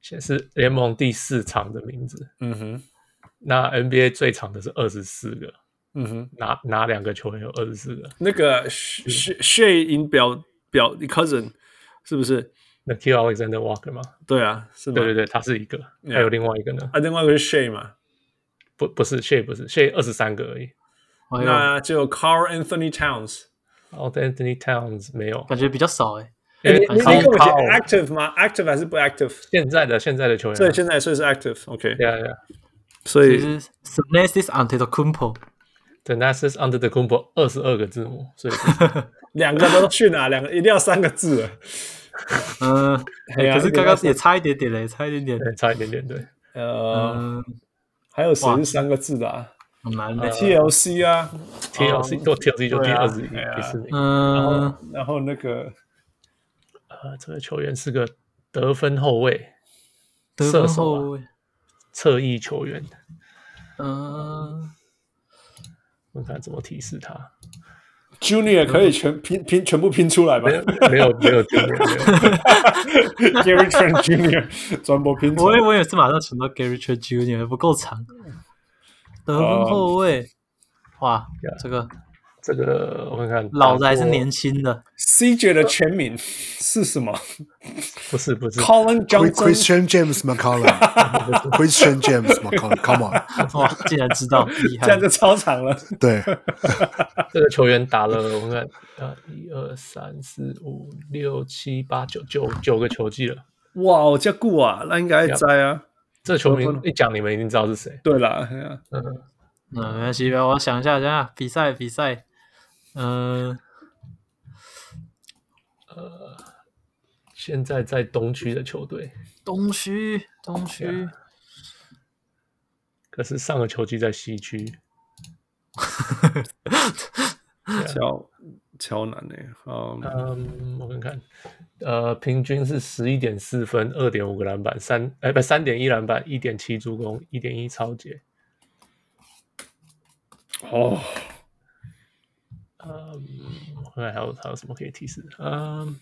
Speaker 5: 显是联盟第四长的名字。
Speaker 3: 嗯哼
Speaker 5: 那 NBA 最长的是二十四个，
Speaker 3: 嗯哼。
Speaker 5: 哪哪两个球员有二十四个
Speaker 3: 那个 Shay Shay 赢表表 cousin 是不是？
Speaker 5: ？Nikhil Alexander Walker 吗？
Speaker 3: 对啊，是吗？
Speaker 5: 对对对，他是一个，
Speaker 3: Yeah
Speaker 5: 还有另外一个呢？
Speaker 3: 啊，另外一个是 Shay 嘛，
Speaker 5: 不不是 Shea 不是 Shea 二十三个而已。
Speaker 4: 哎呦，
Speaker 3: 那就 Carl Anthony Towns。
Speaker 5: 然后哦 Anthony Towns 没有，
Speaker 4: 感觉比较少哎。
Speaker 5: 因
Speaker 3: 你
Speaker 5: 为
Speaker 3: 你你
Speaker 5: Carl-
Speaker 3: 跟我讲
Speaker 5: Carl-
Speaker 3: active 吗？active 还是不 active？
Speaker 5: 现在的现在的球员啊，
Speaker 3: 所以现在所以是 active，OK。
Speaker 5: 对啊对啊。
Speaker 3: 所
Speaker 4: 就
Speaker 3: 以
Speaker 4: 是 s n a s i s Antetokounmpo，
Speaker 5: The n a s i s Under the c u m p o 二十二个字母，所以是
Speaker 3: 两个都去哪？两个一定要三个字啊。
Speaker 4: 嗯，
Speaker 3: 哎呀
Speaker 4: 哎可是刚刚也差一点点嘞，差一点点，
Speaker 5: 啊对哦差一点点对。
Speaker 3: 呃，
Speaker 4: 嗯，
Speaker 3: 还有谁
Speaker 4: 哇
Speaker 3: 是三个字的啊
Speaker 4: 很难
Speaker 5: 呃
Speaker 4: 嘞，
Speaker 3: ？TLC 啊，
Speaker 4: 哦
Speaker 5: TLC 都 TLC 就第
Speaker 3: 对啊
Speaker 5: 二十一、
Speaker 3: 对啊
Speaker 5: 第四名。
Speaker 4: 嗯，
Speaker 3: 然后那个
Speaker 5: 呃，这个球员是个得分后卫，
Speaker 4: 得
Speaker 5: 射
Speaker 4: 分
Speaker 5: 手
Speaker 4: 后
Speaker 5: 啊
Speaker 4: 卫，
Speaker 5: 侧翼球员。
Speaker 4: 嗯，
Speaker 5: 我看怎么提示他，
Speaker 3: Junior 可以全拼拼全部拼出来吧
Speaker 5: 没有没有没有没有没有
Speaker 3: ？Gary Trent Junior 专播拼出
Speaker 4: 我
Speaker 3: 来
Speaker 4: 也。我也是马上想到 Gary Trent Jr. 不够长，得分
Speaker 5: 哦
Speaker 4: 后卫，哇，
Speaker 5: Yeah
Speaker 4: 这个
Speaker 5: 这个我看看，
Speaker 4: 老的还是年轻的，
Speaker 3: CJ 的全名呃是什么
Speaker 5: 不是不是
Speaker 3: ？Colin Johnson。
Speaker 2: Christian James McCollum，Christian James McCollum，Come on，
Speaker 4: 哇，竟然知 道，厉
Speaker 3: 这
Speaker 4: 害
Speaker 3: 样，就超长了。
Speaker 2: 对，
Speaker 5: 这个球员打了，我看看，呃，一二三四五六七八九九九个球季了，
Speaker 3: 哇，哦，加固啊，那应该在啊。
Speaker 5: 这球迷
Speaker 3: 我我
Speaker 5: 一讲，你们一定知道是谁。
Speaker 3: 对啦，哎呀
Speaker 4: 嗯，没关系，我想一下，等一下比赛比赛，嗯、
Speaker 5: 现在在东区的球队，
Speaker 4: 东区东区，
Speaker 5: 啊可是上个球季在西区。
Speaker 3: 乔乔南呢？嗯，
Speaker 5: 嗯，我看看，呃，平均是十一点四分，二点五个篮板，三哎不三点一篮板，一点七助攻，一点一超截。
Speaker 3: 哦，
Speaker 5: 嗯，我看看还有还有什么可以提示？嗯，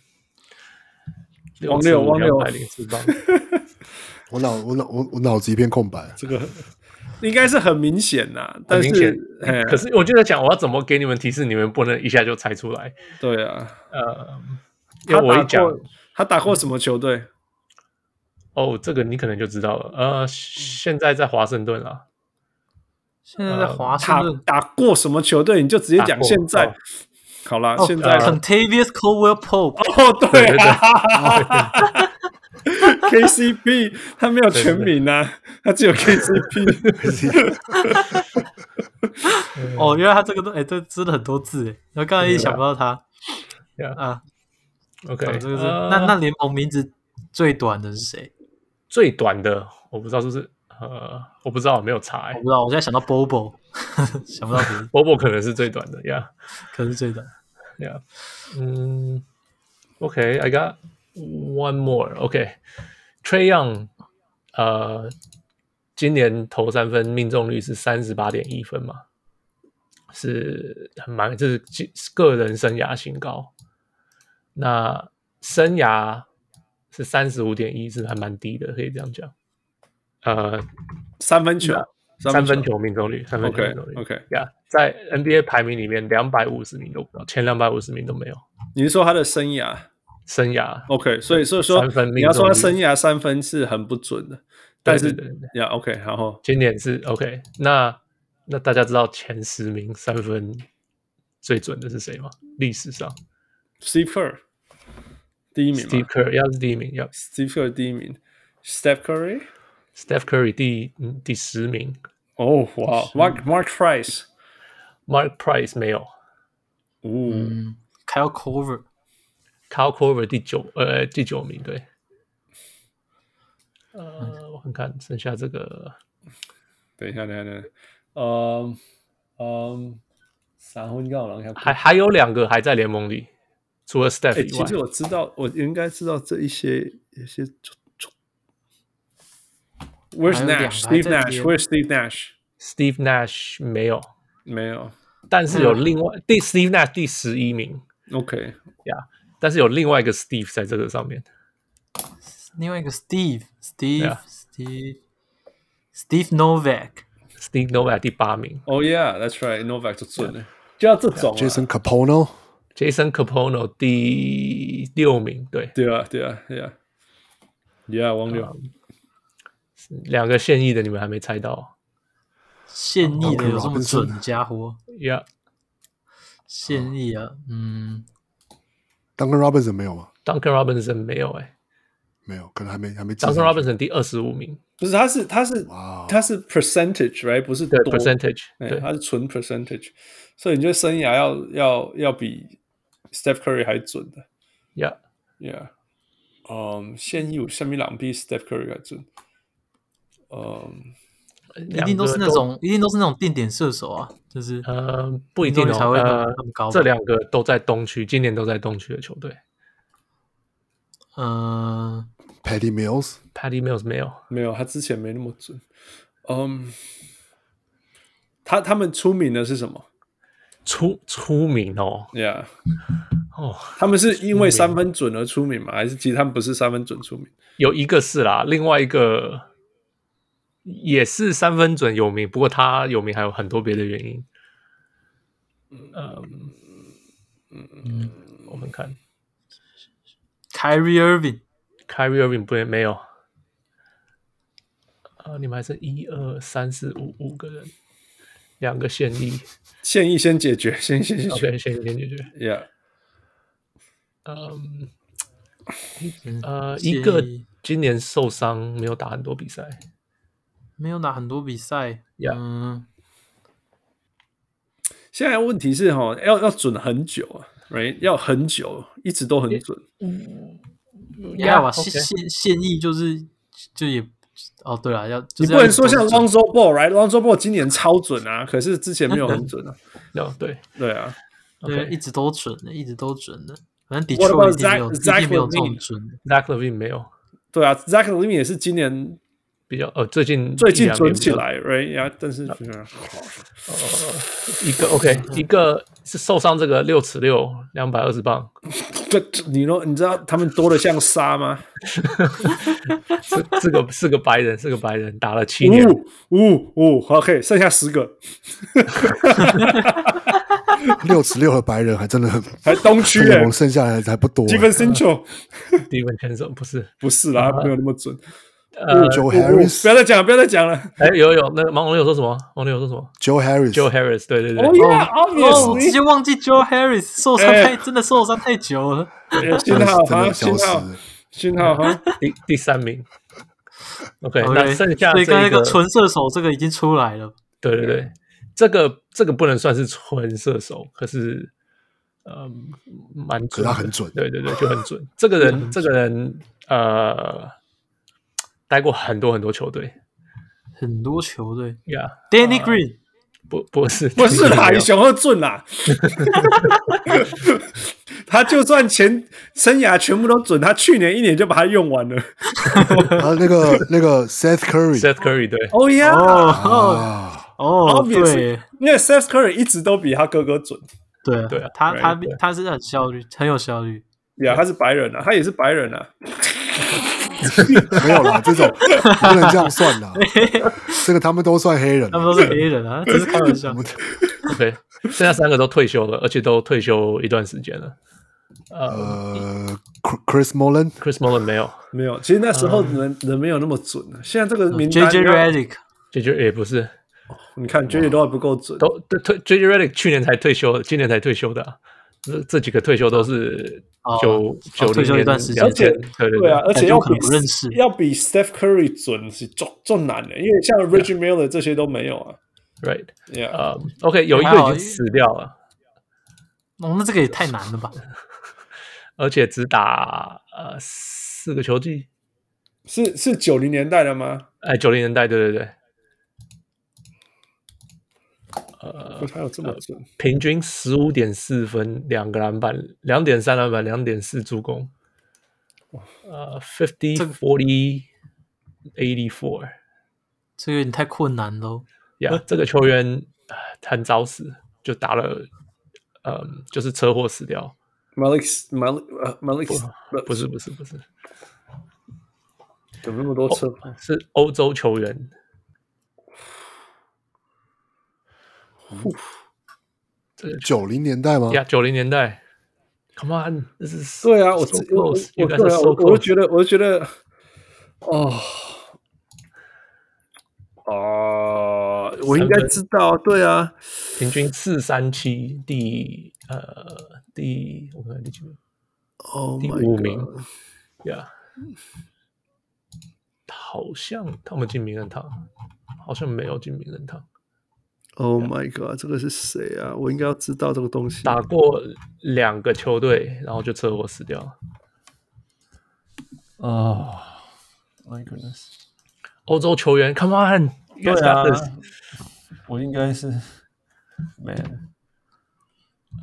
Speaker 3: 王六王六
Speaker 5: 百零四磅，
Speaker 2: 我脑我脑我我脑子一片空白。
Speaker 3: 这个应该是很明显呐，但
Speaker 5: 明显
Speaker 3: 是 哎呀
Speaker 5: 可是我就在想，我要怎么给你们提示？你们不能一下就猜出来。
Speaker 3: 对啊，
Speaker 5: 呃，因
Speaker 3: 他
Speaker 5: 为我
Speaker 3: 打
Speaker 5: 一讲，
Speaker 3: 过他打过什么球队？
Speaker 5: 哦，这个你可能就知道了。呃，现在在华盛顿啦。
Speaker 4: 现在在
Speaker 5: 呃
Speaker 4: 华盛
Speaker 3: 打
Speaker 4: 顿。
Speaker 3: 打过什么球队？你就直接
Speaker 5: 打
Speaker 3: 讲
Speaker 5: 过
Speaker 3: 现在
Speaker 5: 哦。
Speaker 3: 好啦，
Speaker 4: 哦
Speaker 3: 现在
Speaker 4: ，Contavious Caldwell Pope，
Speaker 3: 哦，对 哦
Speaker 5: 对对
Speaker 3: 啊，KCP 他没有全名啊，他只有 KCP。
Speaker 4: 哦，原来他这个都，哎，这真的很多字，哎，我刚才一直想不到他
Speaker 5: 啊 Yeah
Speaker 4: 啊，
Speaker 5: OK，
Speaker 4: 哦这个是
Speaker 5: 呃
Speaker 4: 那那联盟名字最短的是谁？
Speaker 5: 最短的，我不知道是不是呃，我不知道，没有查、
Speaker 4: 我
Speaker 5: 欸
Speaker 4: 不。知道，我现在想到 Bobo，想不 到别 人，
Speaker 5: Bobo 可能是最短的呀
Speaker 4: 可是最短。
Speaker 5: 呀，yeah, yeah. 嗯，OK，I、got one more。OK，Trey、Young，呃，今年投三分命中率是三十八点一分嘛，是很蛮，这是个个人生涯新高。那生涯是三十五点一，是还蛮低的，可以这样讲。呃，
Speaker 3: 三分球，
Speaker 5: 三分。球命中率，三分球
Speaker 3: OK
Speaker 5: 命中率。
Speaker 3: OK，
Speaker 5: 呀在 NBA 排名里面，两百五十名都不到，前两百五十名都没有。
Speaker 3: 你是说他的生涯
Speaker 5: 生涯，
Speaker 3: ？OK，所以所以说
Speaker 5: 三分
Speaker 3: 你
Speaker 5: 命中率
Speaker 3: 要说他生涯三分是很不准的，但是
Speaker 5: 对对对对
Speaker 3: 呀 OK，然后
Speaker 5: 今年是 OK 那。那大家知道前十名三分最准的是谁吗？历史上
Speaker 3: Steve Kerr 第一名
Speaker 5: ，Steve
Speaker 3: 嘛
Speaker 5: Curry 要是第一名，要
Speaker 3: ，Steve Kerr 第一名，Steph Curry，
Speaker 5: Steph Curry 第嗯第十名
Speaker 3: 哦哇，Mark Mark Price，
Speaker 5: ，Mark Price 没有
Speaker 3: 哦，
Speaker 4: 嗯，Kyle Cover，
Speaker 5: ，Kyle Korver 第九呃第九名，对。
Speaker 3: 嗯
Speaker 5: 呃，我看看剩下这个
Speaker 3: 等一下，等一下，等一下，嗯嗯，三分高了，
Speaker 5: 还还有两个还在联盟里，除了 Steph
Speaker 3: 哎、
Speaker 5: 以
Speaker 3: 其
Speaker 5: 外，
Speaker 3: 实我知道，我应该知道这一些一些。Where's
Speaker 4: 还有两个
Speaker 3: Nash? Steve
Speaker 4: 还在这
Speaker 3: Nash?
Speaker 4: 边
Speaker 3: Where's Steve Nash?
Speaker 5: Steve Nash 没有，
Speaker 3: 没有。
Speaker 5: 但是有另外、第 Steve Nash 第十一名
Speaker 3: OK，
Speaker 5: 呀但是有另外一个 Steve 在这个上面。
Speaker 4: 另外一个
Speaker 5: Yeah 哦
Speaker 4: Steve，Steve，Steve，Steve Novak，
Speaker 5: Steve Novak 第八名
Speaker 3: 哦、oh、yeah，that's right，Novak 就准了，就要这种、啊。
Speaker 2: Jason Capono，
Speaker 5: ，Jason Capono 第六名，对，
Speaker 3: 对啊，对啊，对啊。Yeah，王六。
Speaker 5: Um，两个现役的你们还没猜到
Speaker 4: 现役的
Speaker 2: Duncan
Speaker 4: 有这么
Speaker 2: Robinson
Speaker 4: 准，家伙，
Speaker 5: 呀哦
Speaker 4: 现役啊，嗯，
Speaker 2: Duncan Robinson 没有吗？
Speaker 5: ，Duncan Robinson 没有哎、
Speaker 2: 没有，可能还没还没记
Speaker 5: 欸、
Speaker 2: 上去。
Speaker 5: ，Duncan Robinson 第二十五名，
Speaker 3: 不是，他是他是
Speaker 2: 哇哦
Speaker 3: 他是 percentage，right？不是
Speaker 5: 对
Speaker 3: 多
Speaker 5: percentage，
Speaker 3: 哎
Speaker 5: 对
Speaker 3: 他是纯 percentage，所以你觉得生涯要要要比 Steph Curry 还准的。
Speaker 5: 呀
Speaker 3: Yeah，嗯，现役有下面两比 Steph Curry 还准。嗯，
Speaker 5: 一
Speaker 4: 一定都是那种，一定都是那种定点射手啊，就是
Speaker 5: 呃，不一定
Speaker 4: 命中率才
Speaker 5: 哦，
Speaker 4: 会那么
Speaker 5: 呃
Speaker 4: 那么高吧
Speaker 5: 这两个都在东区，今年都在东区的球队
Speaker 4: 嗯
Speaker 2: Patty Mills，
Speaker 5: ，Patty Mills 没有，
Speaker 3: 没有，他之前没那么准。嗯，他他们出名的是什么
Speaker 5: 出出名哦，
Speaker 3: ？Yeah，
Speaker 5: 哦，
Speaker 3: 他们是因为三分准而出名吗？还是其实他们不是三分准出名？
Speaker 5: 有一个是啦，另外一个也是三分准有名，不过他有名还有很多别的原因。嗯嗯，我们看
Speaker 4: ，Kyrie Irving，
Speaker 5: Kyrie Irving 不没有，呃，你们还剩一二三四五五个人，两个现 役，哦
Speaker 3: 现役先解决， 现役先解决。
Speaker 5: 全先先解决。
Speaker 3: Yeah，
Speaker 5: 嗯
Speaker 4: 嗯
Speaker 5: 呃，
Speaker 4: 现
Speaker 5: 一个
Speaker 4: 役
Speaker 5: 今年受伤没有打很多比赛，
Speaker 4: 没有打很多比赛。
Speaker 5: Yeah
Speaker 4: 嗯，
Speaker 3: 现在问题是哈，要要准很久啊，right？要很久，一直都很准。
Speaker 4: 也还好吧。
Speaker 5: Yeah，
Speaker 4: 现
Speaker 5: OK
Speaker 4: 现现役就是就也哦，对了，要就
Speaker 3: 你
Speaker 4: 是
Speaker 3: 不
Speaker 4: 要
Speaker 3: 能说像
Speaker 4: 一直
Speaker 3: Lonzo Ball，right？Lonzo Ball 今年超准啊，可是之前没有很准 啊。
Speaker 5: no 对
Speaker 3: 对啊，
Speaker 4: 对，一
Speaker 5: OK
Speaker 4: 直都准的，一直都准的。反正
Speaker 3: What about
Speaker 4: Detroit 一定没有
Speaker 3: Zach-
Speaker 4: 一
Speaker 3: Zach
Speaker 4: 定没有这种
Speaker 3: Levine？
Speaker 4: 准的。
Speaker 5: Zach Levine 没有
Speaker 3: 对啊，Zach Levine 也是今年
Speaker 5: 比较呃最近
Speaker 3: 最
Speaker 5: 一
Speaker 3: 近
Speaker 5: 两
Speaker 3: 准
Speaker 5: 年比
Speaker 3: 起
Speaker 5: 较
Speaker 3: 来，right？呀，但是
Speaker 5: 呃一个 OK 一个是受伤这个六尺六两百二十磅，
Speaker 3: 这这你说你知道他们多的像沙吗？
Speaker 5: 这这个是个白人是个白人打了七年，
Speaker 3: 五五五，OK，剩下十个，
Speaker 2: 六尺六的白人还真的很，
Speaker 3: 还东区
Speaker 2: 这联
Speaker 3: 耶
Speaker 2: 盟剩下来还不多。啊
Speaker 3: ，Steven s i n c h o
Speaker 5: 第一本选手不是
Speaker 3: 不是
Speaker 5: 啊
Speaker 3: 啦，没有那么准。
Speaker 5: 呃
Speaker 2: Joe
Speaker 3: 不要
Speaker 2: Harris，Joe
Speaker 3: 再讲，不要再讲了。
Speaker 5: 哎有有那个盲龙有说什么？盲龙有说什么
Speaker 2: Harris，
Speaker 5: ？Joe Harris 对对对
Speaker 3: 哦
Speaker 4: 哦，我直
Speaker 3: ，Yeah，obviously，
Speaker 4: 接忘记 Joe Harris 受伤
Speaker 3: 哎
Speaker 4: 太、真的受伤太久了。
Speaker 3: 哎信
Speaker 2: 真的
Speaker 3: 号
Speaker 2: 是真
Speaker 3: 哈，
Speaker 2: 的
Speaker 3: 信
Speaker 2: 消失
Speaker 3: 号
Speaker 2: 了。
Speaker 3: 信号哈，
Speaker 5: 第第三名。OK，
Speaker 4: OK，
Speaker 5: 那剩下
Speaker 4: 所以
Speaker 5: 这
Speaker 4: 刚才那
Speaker 5: 一
Speaker 4: 个
Speaker 5: 个
Speaker 4: 纯射手这个已经出来了。
Speaker 5: 对对对，这个这个不能算是纯射手，可是呃蛮
Speaker 2: 可
Speaker 5: 准
Speaker 2: 他
Speaker 5: 的，
Speaker 2: 很准
Speaker 5: 对对对，就很准。这个人，这个人呃，待过很多很多球队
Speaker 4: 很多球队
Speaker 5: 呀。Yeah，
Speaker 4: ，Danny
Speaker 5: 呃
Speaker 4: Green，
Speaker 5: 不不是
Speaker 3: 不是啦，
Speaker 5: 没
Speaker 3: 你
Speaker 5: 有
Speaker 3: 熊二准啦。他就算前生涯全部都准，他去年一年就把它用完了。
Speaker 2: 还啊有那个那个 Seth Curry
Speaker 5: Seth Curry 对
Speaker 3: 哦呀，
Speaker 4: 哦
Speaker 2: 啊，
Speaker 4: 哦哦，
Speaker 3: Obvious
Speaker 4: 对
Speaker 3: 因为 Seth Curry 一直都比他哥哥准。
Speaker 4: 对
Speaker 5: 对啊
Speaker 4: 他他
Speaker 5: right，对
Speaker 4: 他是很效率，很有效率。
Speaker 3: 呀，他是白人啊，他也是白人啊。
Speaker 2: 没有啦，这种不能这样算啦， 这个他们都算黑人
Speaker 4: 他。们都是黑人啊，只是开玩笑。
Speaker 5: ，OK，剩下三个都退休了，而且都退休一段时间了。呃
Speaker 2: 呃，Chris Mullen，
Speaker 5: ，Chris Mullin 没有，
Speaker 3: 没有，其实那时候人、人没有那么准啊。现在这个名单
Speaker 4: JJ Redick，
Speaker 5: j j 也不是，
Speaker 3: 你看 JJ 都还不够准。
Speaker 5: 都都退 JJ Redick 去年才退休，今年才退休的啊、这这几个退休都是
Speaker 4: 哦
Speaker 5: 九九
Speaker 4: 退
Speaker 5: 零
Speaker 4: 休一
Speaker 5: 年
Speaker 4: 段时间
Speaker 5: 2000对对
Speaker 3: 对啊，而且要比
Speaker 4: 感觉我可能不认识
Speaker 3: 要比 Steph Curry 准是重重难的，因为像
Speaker 5: 啊
Speaker 3: Reggie Miller 这些都没有啊。
Speaker 5: ，right，
Speaker 3: Yeah，
Speaker 5: 呃、o k 有一个
Speaker 4: 还好
Speaker 5: 已经死掉了，
Speaker 4: 哦，那这个也太难了吧？
Speaker 5: 而且只打呃四个球季，
Speaker 3: 是是九零年代的吗？
Speaker 5: 哎，九零年代，对对对，呃
Speaker 3: 不他有这么准？
Speaker 5: 平均十五点四分，两个篮板，两点三篮板，两点四助攻，呃，fifty
Speaker 4: 这个
Speaker 5: forty eighty four，
Speaker 4: 这个有点太困难喽。
Speaker 3: 呃
Speaker 5: 呀，这个球员唉很早死，就打了，呃，就是车祸死掉，
Speaker 3: Malik Malik 呃 Malik
Speaker 5: 不是不是不是，
Speaker 3: 怎么那么多车？
Speaker 5: 是欧洲球员，
Speaker 2: 九零年代吗？
Speaker 5: 呀，九零年代，Come on，这是
Speaker 3: 嗯对啊，我
Speaker 5: so
Speaker 3: 我我
Speaker 5: close，
Speaker 3: 我
Speaker 5: you guys are
Speaker 3: 对啊，
Speaker 5: so
Speaker 3: 我我就
Speaker 5: close
Speaker 3: 觉得我就觉得，哦。哦，我应该知道，对啊，
Speaker 5: 平均四三七，第呃第我看看第几名？
Speaker 3: 哦，
Speaker 5: 第五名呀好像他们进名人堂，好像没有进名人堂，
Speaker 3: Oh my god，这个是谁啊？我应该要知道这个东西。
Speaker 5: 打过两个球队，然后就车祸死掉了。啊、m y goodness！欧洲球员，Come on！对
Speaker 3: 对啊，我应该是没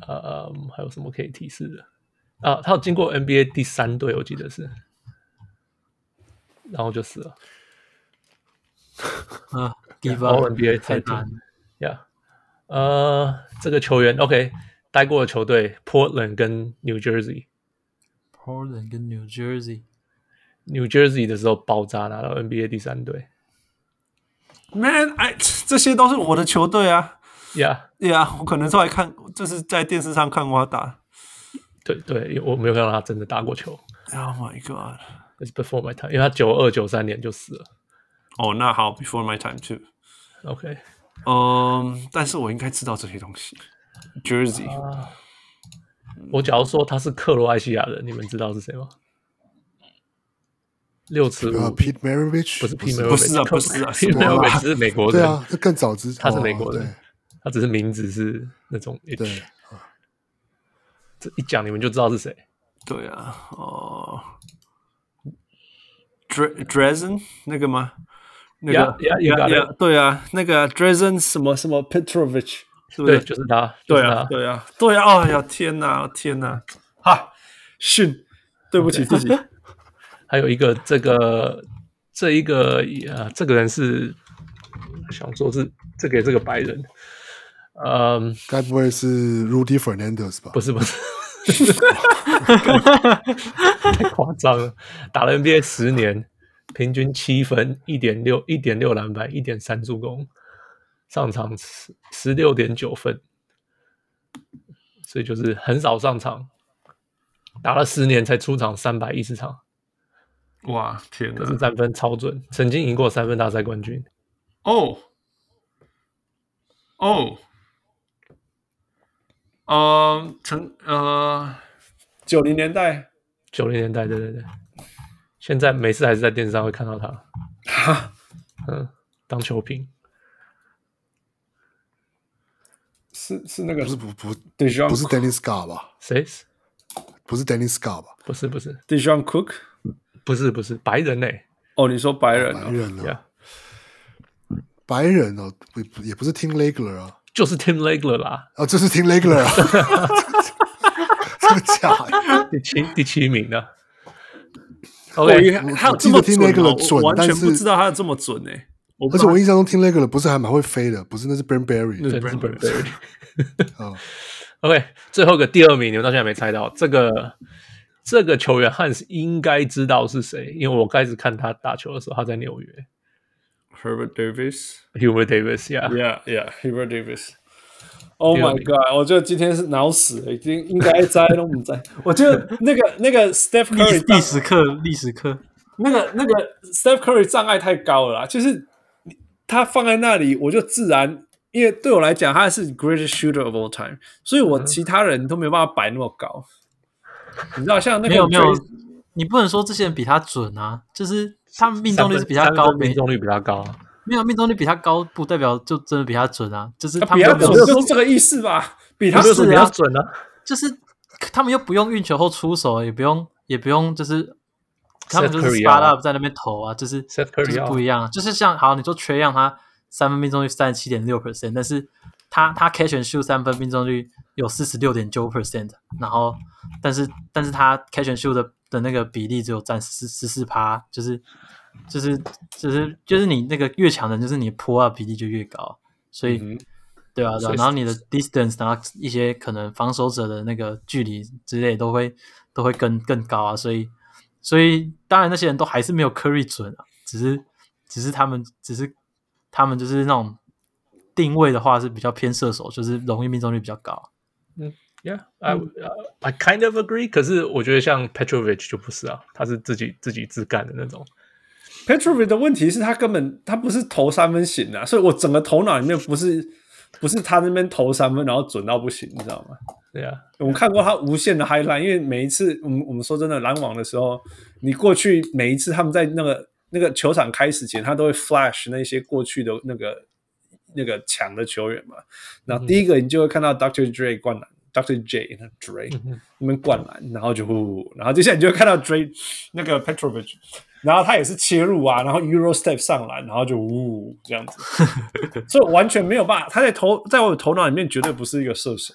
Speaker 5: 呃，还有什么可以提示的？啊，他有经过 NBA 第三队，我记得是，然后就死了。
Speaker 4: 啊，Give
Speaker 5: All NBA
Speaker 4: up，太
Speaker 5: team
Speaker 4: 难了。
Speaker 5: Yeah，呃，这个球员 OK 待过的球队 Portland 跟 New Jersey，New
Speaker 4: Portland 跟 New Jersey，
Speaker 5: Jersey 的时候爆炸拿到 NBA 第三队。
Speaker 3: man，哎，这些都是我的球队啊。
Speaker 5: Yeah，
Speaker 3: 对啊，我可能是来看，就是在电视上看过他打。
Speaker 5: 对对，我没有看到他真的打过球
Speaker 3: Oh my god！
Speaker 5: ，It's before my time，因为他九二九三年就死了。
Speaker 3: 哦，那好，Before my time too。
Speaker 5: OK，
Speaker 3: 嗯，但是我应该知道这些东西。Jersey，
Speaker 5: 我假如说他是克罗埃西亚人，你们知道是谁吗？六尺
Speaker 2: 啊
Speaker 5: 五，
Speaker 2: ，Pete Maravich
Speaker 5: 不是 P
Speaker 3: 不是啊不是啊什
Speaker 5: p
Speaker 3: 么
Speaker 5: m
Speaker 3: 啊
Speaker 5: e r i 是美国
Speaker 2: 对
Speaker 5: 人，
Speaker 2: 啊，这更早之
Speaker 5: 他是
Speaker 2: 哦
Speaker 5: 美国人
Speaker 2: 对，
Speaker 5: 他只是名字是那种 H，
Speaker 2: 对，
Speaker 5: 这一讲你们就知道是谁。
Speaker 3: 对啊，哦，Dre Dresen 那个吗？那个
Speaker 5: Yeah, yeah, you got
Speaker 3: yeah, yeah，对啊，那个 Dresen 什么什么 Petrovich，是不
Speaker 5: 对，
Speaker 3: 是？
Speaker 5: 就是他，就
Speaker 3: 对
Speaker 5: 是
Speaker 3: 啊，
Speaker 5: 他。
Speaker 3: 对啊，对啊！哎呀，天哪，天哪！哈，训，对不起自 己。
Speaker 5: 还有一个这个这一个呃，这个人是想说是这个这个白人，嗯，
Speaker 2: 该不会是 Rudy Fernandez 吧
Speaker 5: 不？是不是，太夸张了！打了 NBA 十年，平均七分、一点六、一点六篮板、一点三助攻，上场十十六点九分，所以就是很少上场。打了十年才出场三百一十场，
Speaker 3: 哇，天
Speaker 5: 可是！三分超准，曾经赢过三分大赛冠军。
Speaker 3: 哦，哦，呃，成呃，九零年代，
Speaker 5: 九零年代，对对对，现在每次还是在电视上会看到他，
Speaker 3: 哈，
Speaker 5: 嗯，当球评。
Speaker 3: 是是那个
Speaker 2: 不是不不
Speaker 3: 对 John
Speaker 2: 不是 Dennis Scar 吧？
Speaker 5: 谁？
Speaker 2: 不是 Dennis Scar 吧？
Speaker 5: 不是不是
Speaker 3: d i j o n Cook。
Speaker 5: 不是不是白人欸嘞、
Speaker 3: 哦，你说白人
Speaker 2: 白
Speaker 3: 哦？
Speaker 2: 人
Speaker 5: 对
Speaker 2: 呢？
Speaker 5: 啊，
Speaker 2: 白人哦，不不也不是 Tim Legler 啊，
Speaker 5: 就是 Tim Legler 啦，
Speaker 2: 啊，这是 Tim Legler 啊， 真的假的？
Speaker 5: 第七第七名的。
Speaker 3: 我
Speaker 5: OK，
Speaker 3: 原来还有这么
Speaker 2: 哦我记得听
Speaker 3: 准
Speaker 2: 那个
Speaker 3: 哦，
Speaker 2: 准
Speaker 3: 我完全
Speaker 2: 但是
Speaker 3: 不知道他有这么准呢。我不
Speaker 2: 而
Speaker 3: 知
Speaker 2: 且
Speaker 3: 道
Speaker 2: 我印象中 Tim Legler 不是还蛮会飞的，不是那是 Ben Berry
Speaker 5: 真是
Speaker 3: Brandon
Speaker 5: Burberry
Speaker 2: 啊，
Speaker 5: OK，最后一个第二名，你们到现在没猜到这个这个球员汉斯应该知道是谁，因为我开始看他打球的时候，他在纽约
Speaker 3: Herbert Davis。
Speaker 5: ，Hubert Davis，Yeah，
Speaker 3: Yeah, yeah, Hubert Davis. Oh
Speaker 5: 第二
Speaker 3: my
Speaker 5: 名
Speaker 3: god！我觉得今天是脑死了，已经应该栽都不栽。我觉得那个那个 Steph
Speaker 4: 历
Speaker 3: Curry
Speaker 4: 历
Speaker 3: 障
Speaker 4: 史课，历史课，
Speaker 3: 那个那个 Steph Curry 障碍太高了啦，就是你他放在那里，我就自然，因为对我来讲他是 greatest shooter of all time，所以我
Speaker 4: 嗯
Speaker 3: 其他人都没有办法摆那么高。你知道，像那个
Speaker 4: 没有没有
Speaker 3: Dray-，
Speaker 4: 你不能说这些人比他准啊，就是他们命中率是比他
Speaker 5: 三分
Speaker 4: 高，
Speaker 5: 命
Speaker 4: 没
Speaker 5: 中率比他高啊。
Speaker 4: 没有命中率比他高，不代表就真的比他准啊，就是
Speaker 3: 他
Speaker 4: 他
Speaker 3: 比
Speaker 4: 们
Speaker 3: 他
Speaker 4: 又
Speaker 5: 不要
Speaker 3: 准
Speaker 4: 不
Speaker 5: 没有
Speaker 4: 用，
Speaker 3: 就是这个意思吧？比他
Speaker 5: 我没有说
Speaker 4: 是
Speaker 5: 比
Speaker 4: 啊
Speaker 5: 他准啊，
Speaker 4: 就是他们又不用运球后出手，也不用也不用就是。他们就是
Speaker 5: Curry 啊
Speaker 4: spot up 在那边投啊，就是
Speaker 5: Seth
Speaker 4: 就
Speaker 5: Curry
Speaker 4: 是
Speaker 5: 啊
Speaker 4: 不一样，就是像好，你说缺让他三分命中率三十七点六 percent，但是他他 catch and shoot 三分命中率有四十六点九 percent，然后但是但是他 catch and shoot 的的那个比例只有占十十四趴，就是就是就是就是你那个越强的，就是你 pull up 比例就越高，所以、对啊，对
Speaker 5: 所
Speaker 4: 啊
Speaker 5: 以
Speaker 4: 然后你的 distance，然后一些可能防守者的那个距离之类都会都会更更高啊，所以所以当然那些人都还是没有 Curry 准啊，只是只是他们只是他们就是那种定位的话是比较偏射手，就是容易命中率比较高。啊
Speaker 5: Yeah, I uh, I kind of agree. 可是我觉得像 Petrovic 就不是啊，他是自己自己自干的那种。
Speaker 3: Petrovic 的问题是他根本他不是投三分型的啊、所以我整个头脑里面不是不是他那边投三分然后准到不行，你知道吗？
Speaker 5: 对啊，
Speaker 3: 我们看过他无限的 highlight，因为每一次我们我们说真的拦网的时候，你过去每一次他们在那个那个球场开始前，他都会 flash 那些过去的那个那个抢的球员嘛。然后第一个你就会看到 Dr. Dre 灌篮，Dr. J 那 Dre 那边灌篮，然后就呼，然后接下来你就会看到 Dre 那个 Petrovic，然后他也是切入啊，然后 Euro step 上篮，然后就呜这样子，所以完全没有办法，他在头在我的头脑里面绝对不是一个射手。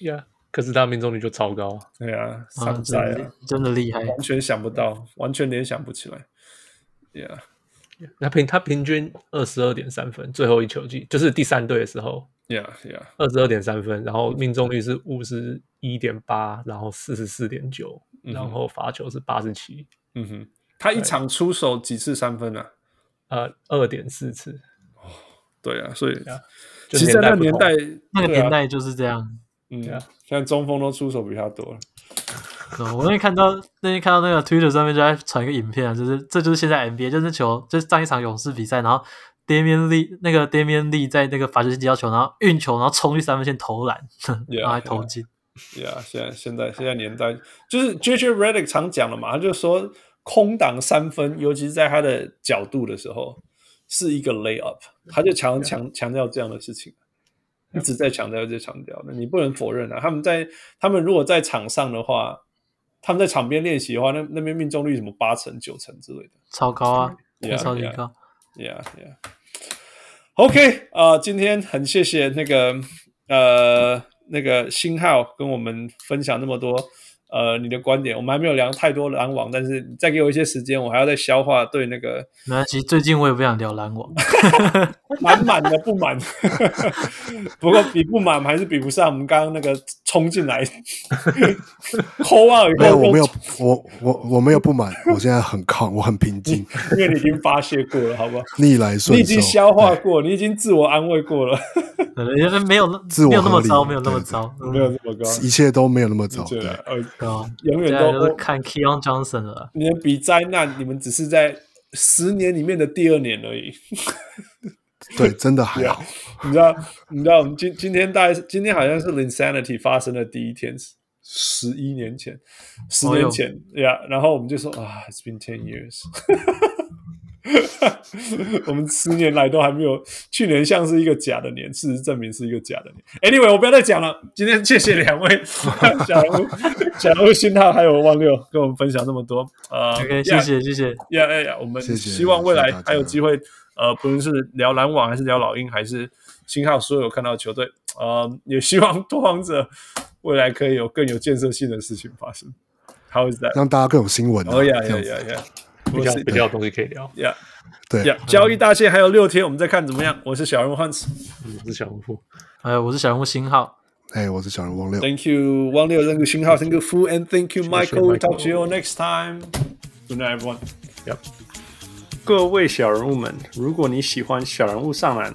Speaker 5: Yeah，可是他命中率就超高啊。
Speaker 3: 对啊，
Speaker 4: 啊，
Speaker 3: 上
Speaker 4: 真
Speaker 3: 在
Speaker 4: 的
Speaker 3: 啊
Speaker 4: 厉，真的厉害，
Speaker 3: 完全想不到，完全联想不起来。Yeah，
Speaker 5: 他平他平均二十二点三分，最后一球季就是第三队的时候，
Speaker 3: yeah, yeah。
Speaker 5: 二十二点三分，然后命中率是五十一点八，然后四十四点九，
Speaker 3: 嗯哼
Speaker 5: 然后罚球是八十七，
Speaker 3: 嗯哼，他一场出手几次三分啊？
Speaker 5: 呃，二点四次。
Speaker 3: 对啊，所以
Speaker 5: Yeah，就
Speaker 3: 其实在那个年
Speaker 5: 不同
Speaker 3: 代，
Speaker 4: 那个
Speaker 3: 对啊
Speaker 4: 年，代就是这样。
Speaker 3: 嗯
Speaker 5: Yeah，
Speaker 3: 现在中锋都出手比他多了。
Speaker 4: 我那天看到那天看到那个 Twitter 上面就在传一个影片啊，就是这就是现在 NBA 就是球，就是上一场勇士比赛，然后 Damian Lee 那个 Damian Lee 在那个罚球线接到球，然后运球，然后冲去三分线投篮， 然后还投进。
Speaker 3: Yeah，现在现在现在年代就是 J J Redick 常讲了嘛，他就说空档三分，尤其是在他的角度的时候，是一个 lay up，他就强强强调这样的事情，一直在强调，一直强调的，你不能否认啊。他们在他们如果在场上的话，他们在场边练习的话，那那边命中率什么八成、九成之类的。
Speaker 4: 超高啊，
Speaker 3: Yeah,
Speaker 4: 超级
Speaker 3: yeah.
Speaker 4: 高。
Speaker 3: Yeah, yeah. OK 啊、今天很谢谢那个呃那个星浩跟我们分享那么多呃你的观点，我们还没有聊太多篮网，但是你再给我一些时间，我还要再消化对那个
Speaker 4: 没关系，最近我也不想聊篮网，
Speaker 3: 满满的不满。 不过比不满还是比不上我们刚刚那个冲进来扣二以后，
Speaker 2: 没有，我没有，我我我没有不满，我现在很抗，我很平静，
Speaker 3: 因为你已经发泄过了，好不好？
Speaker 2: 逆来顺受。
Speaker 3: 你已经消化过，你已经自我安慰过了，
Speaker 4: 对对对没有那
Speaker 2: 自我
Speaker 4: 没有那么
Speaker 2: 合理
Speaker 4: 糟，没有那么
Speaker 2: 对对
Speaker 4: 糟，嗯
Speaker 3: 没有这么高。
Speaker 2: 一切都没有那么糟。
Speaker 3: 对
Speaker 2: 对，
Speaker 3: 呃，
Speaker 4: 对啊，
Speaker 3: 永远
Speaker 4: 现
Speaker 3: 都
Speaker 4: 在就是看 Keon Johnson 了。
Speaker 3: 你们比灾难，你们只是在十年里面的第二年而已。
Speaker 2: 对，真的还好。
Speaker 3: 你知道，你知道，我们今今天大概是今天好像是 insanity 发生的第一天，十一年前，十
Speaker 4: 哦
Speaker 3: 年
Speaker 4: 哟
Speaker 3: 前呀。然后我们就说啊，it's been ten years 。我们十年来都还没有，去年像是一个假的年，事实证明是一个假的年。Anyway，我不要再讲了。今天谢谢两位 小人物、小人物新浩还有汪六跟我们分享这么多。呃
Speaker 4: OK，谢
Speaker 3: 呀
Speaker 4: 谢谢谢，
Speaker 3: 呀呀呀！我们
Speaker 2: 谢谢
Speaker 3: 希望未
Speaker 2: 谢
Speaker 3: 来
Speaker 2: 谢大家
Speaker 3: 还有机会，呃，不论是聊篮网，还是聊老鹰，还是新号所有看到的球队，呃，也希望 拓荒者未来可以有更有建设性的事情发生。How is that？
Speaker 2: 让大家更有新闻、啊。
Speaker 3: 哦呀
Speaker 2: 这
Speaker 3: 呀
Speaker 2: 样子
Speaker 3: 呀呀！
Speaker 5: 比
Speaker 3: 我
Speaker 5: 较
Speaker 3: 是
Speaker 5: 比较有东西可以聊。
Speaker 3: 呀
Speaker 2: 对
Speaker 3: 呀，交易大限还有六天，我们再看怎么样。我是小人物 Hans，Thank
Speaker 5: 嗯，是小人物。
Speaker 4: 哎，我是小人物星浩，
Speaker 2: 哎，我是小人王六，
Speaker 3: you 汪六，Thank you 新号，Thank you Fu and Thank you
Speaker 5: 谢谢
Speaker 3: Michael。We
Speaker 5: Michael
Speaker 3: talk to you next time. Good night, everyone.
Speaker 5: Yep.
Speaker 3: 各位小人物们，如果你喜欢小人物上篮，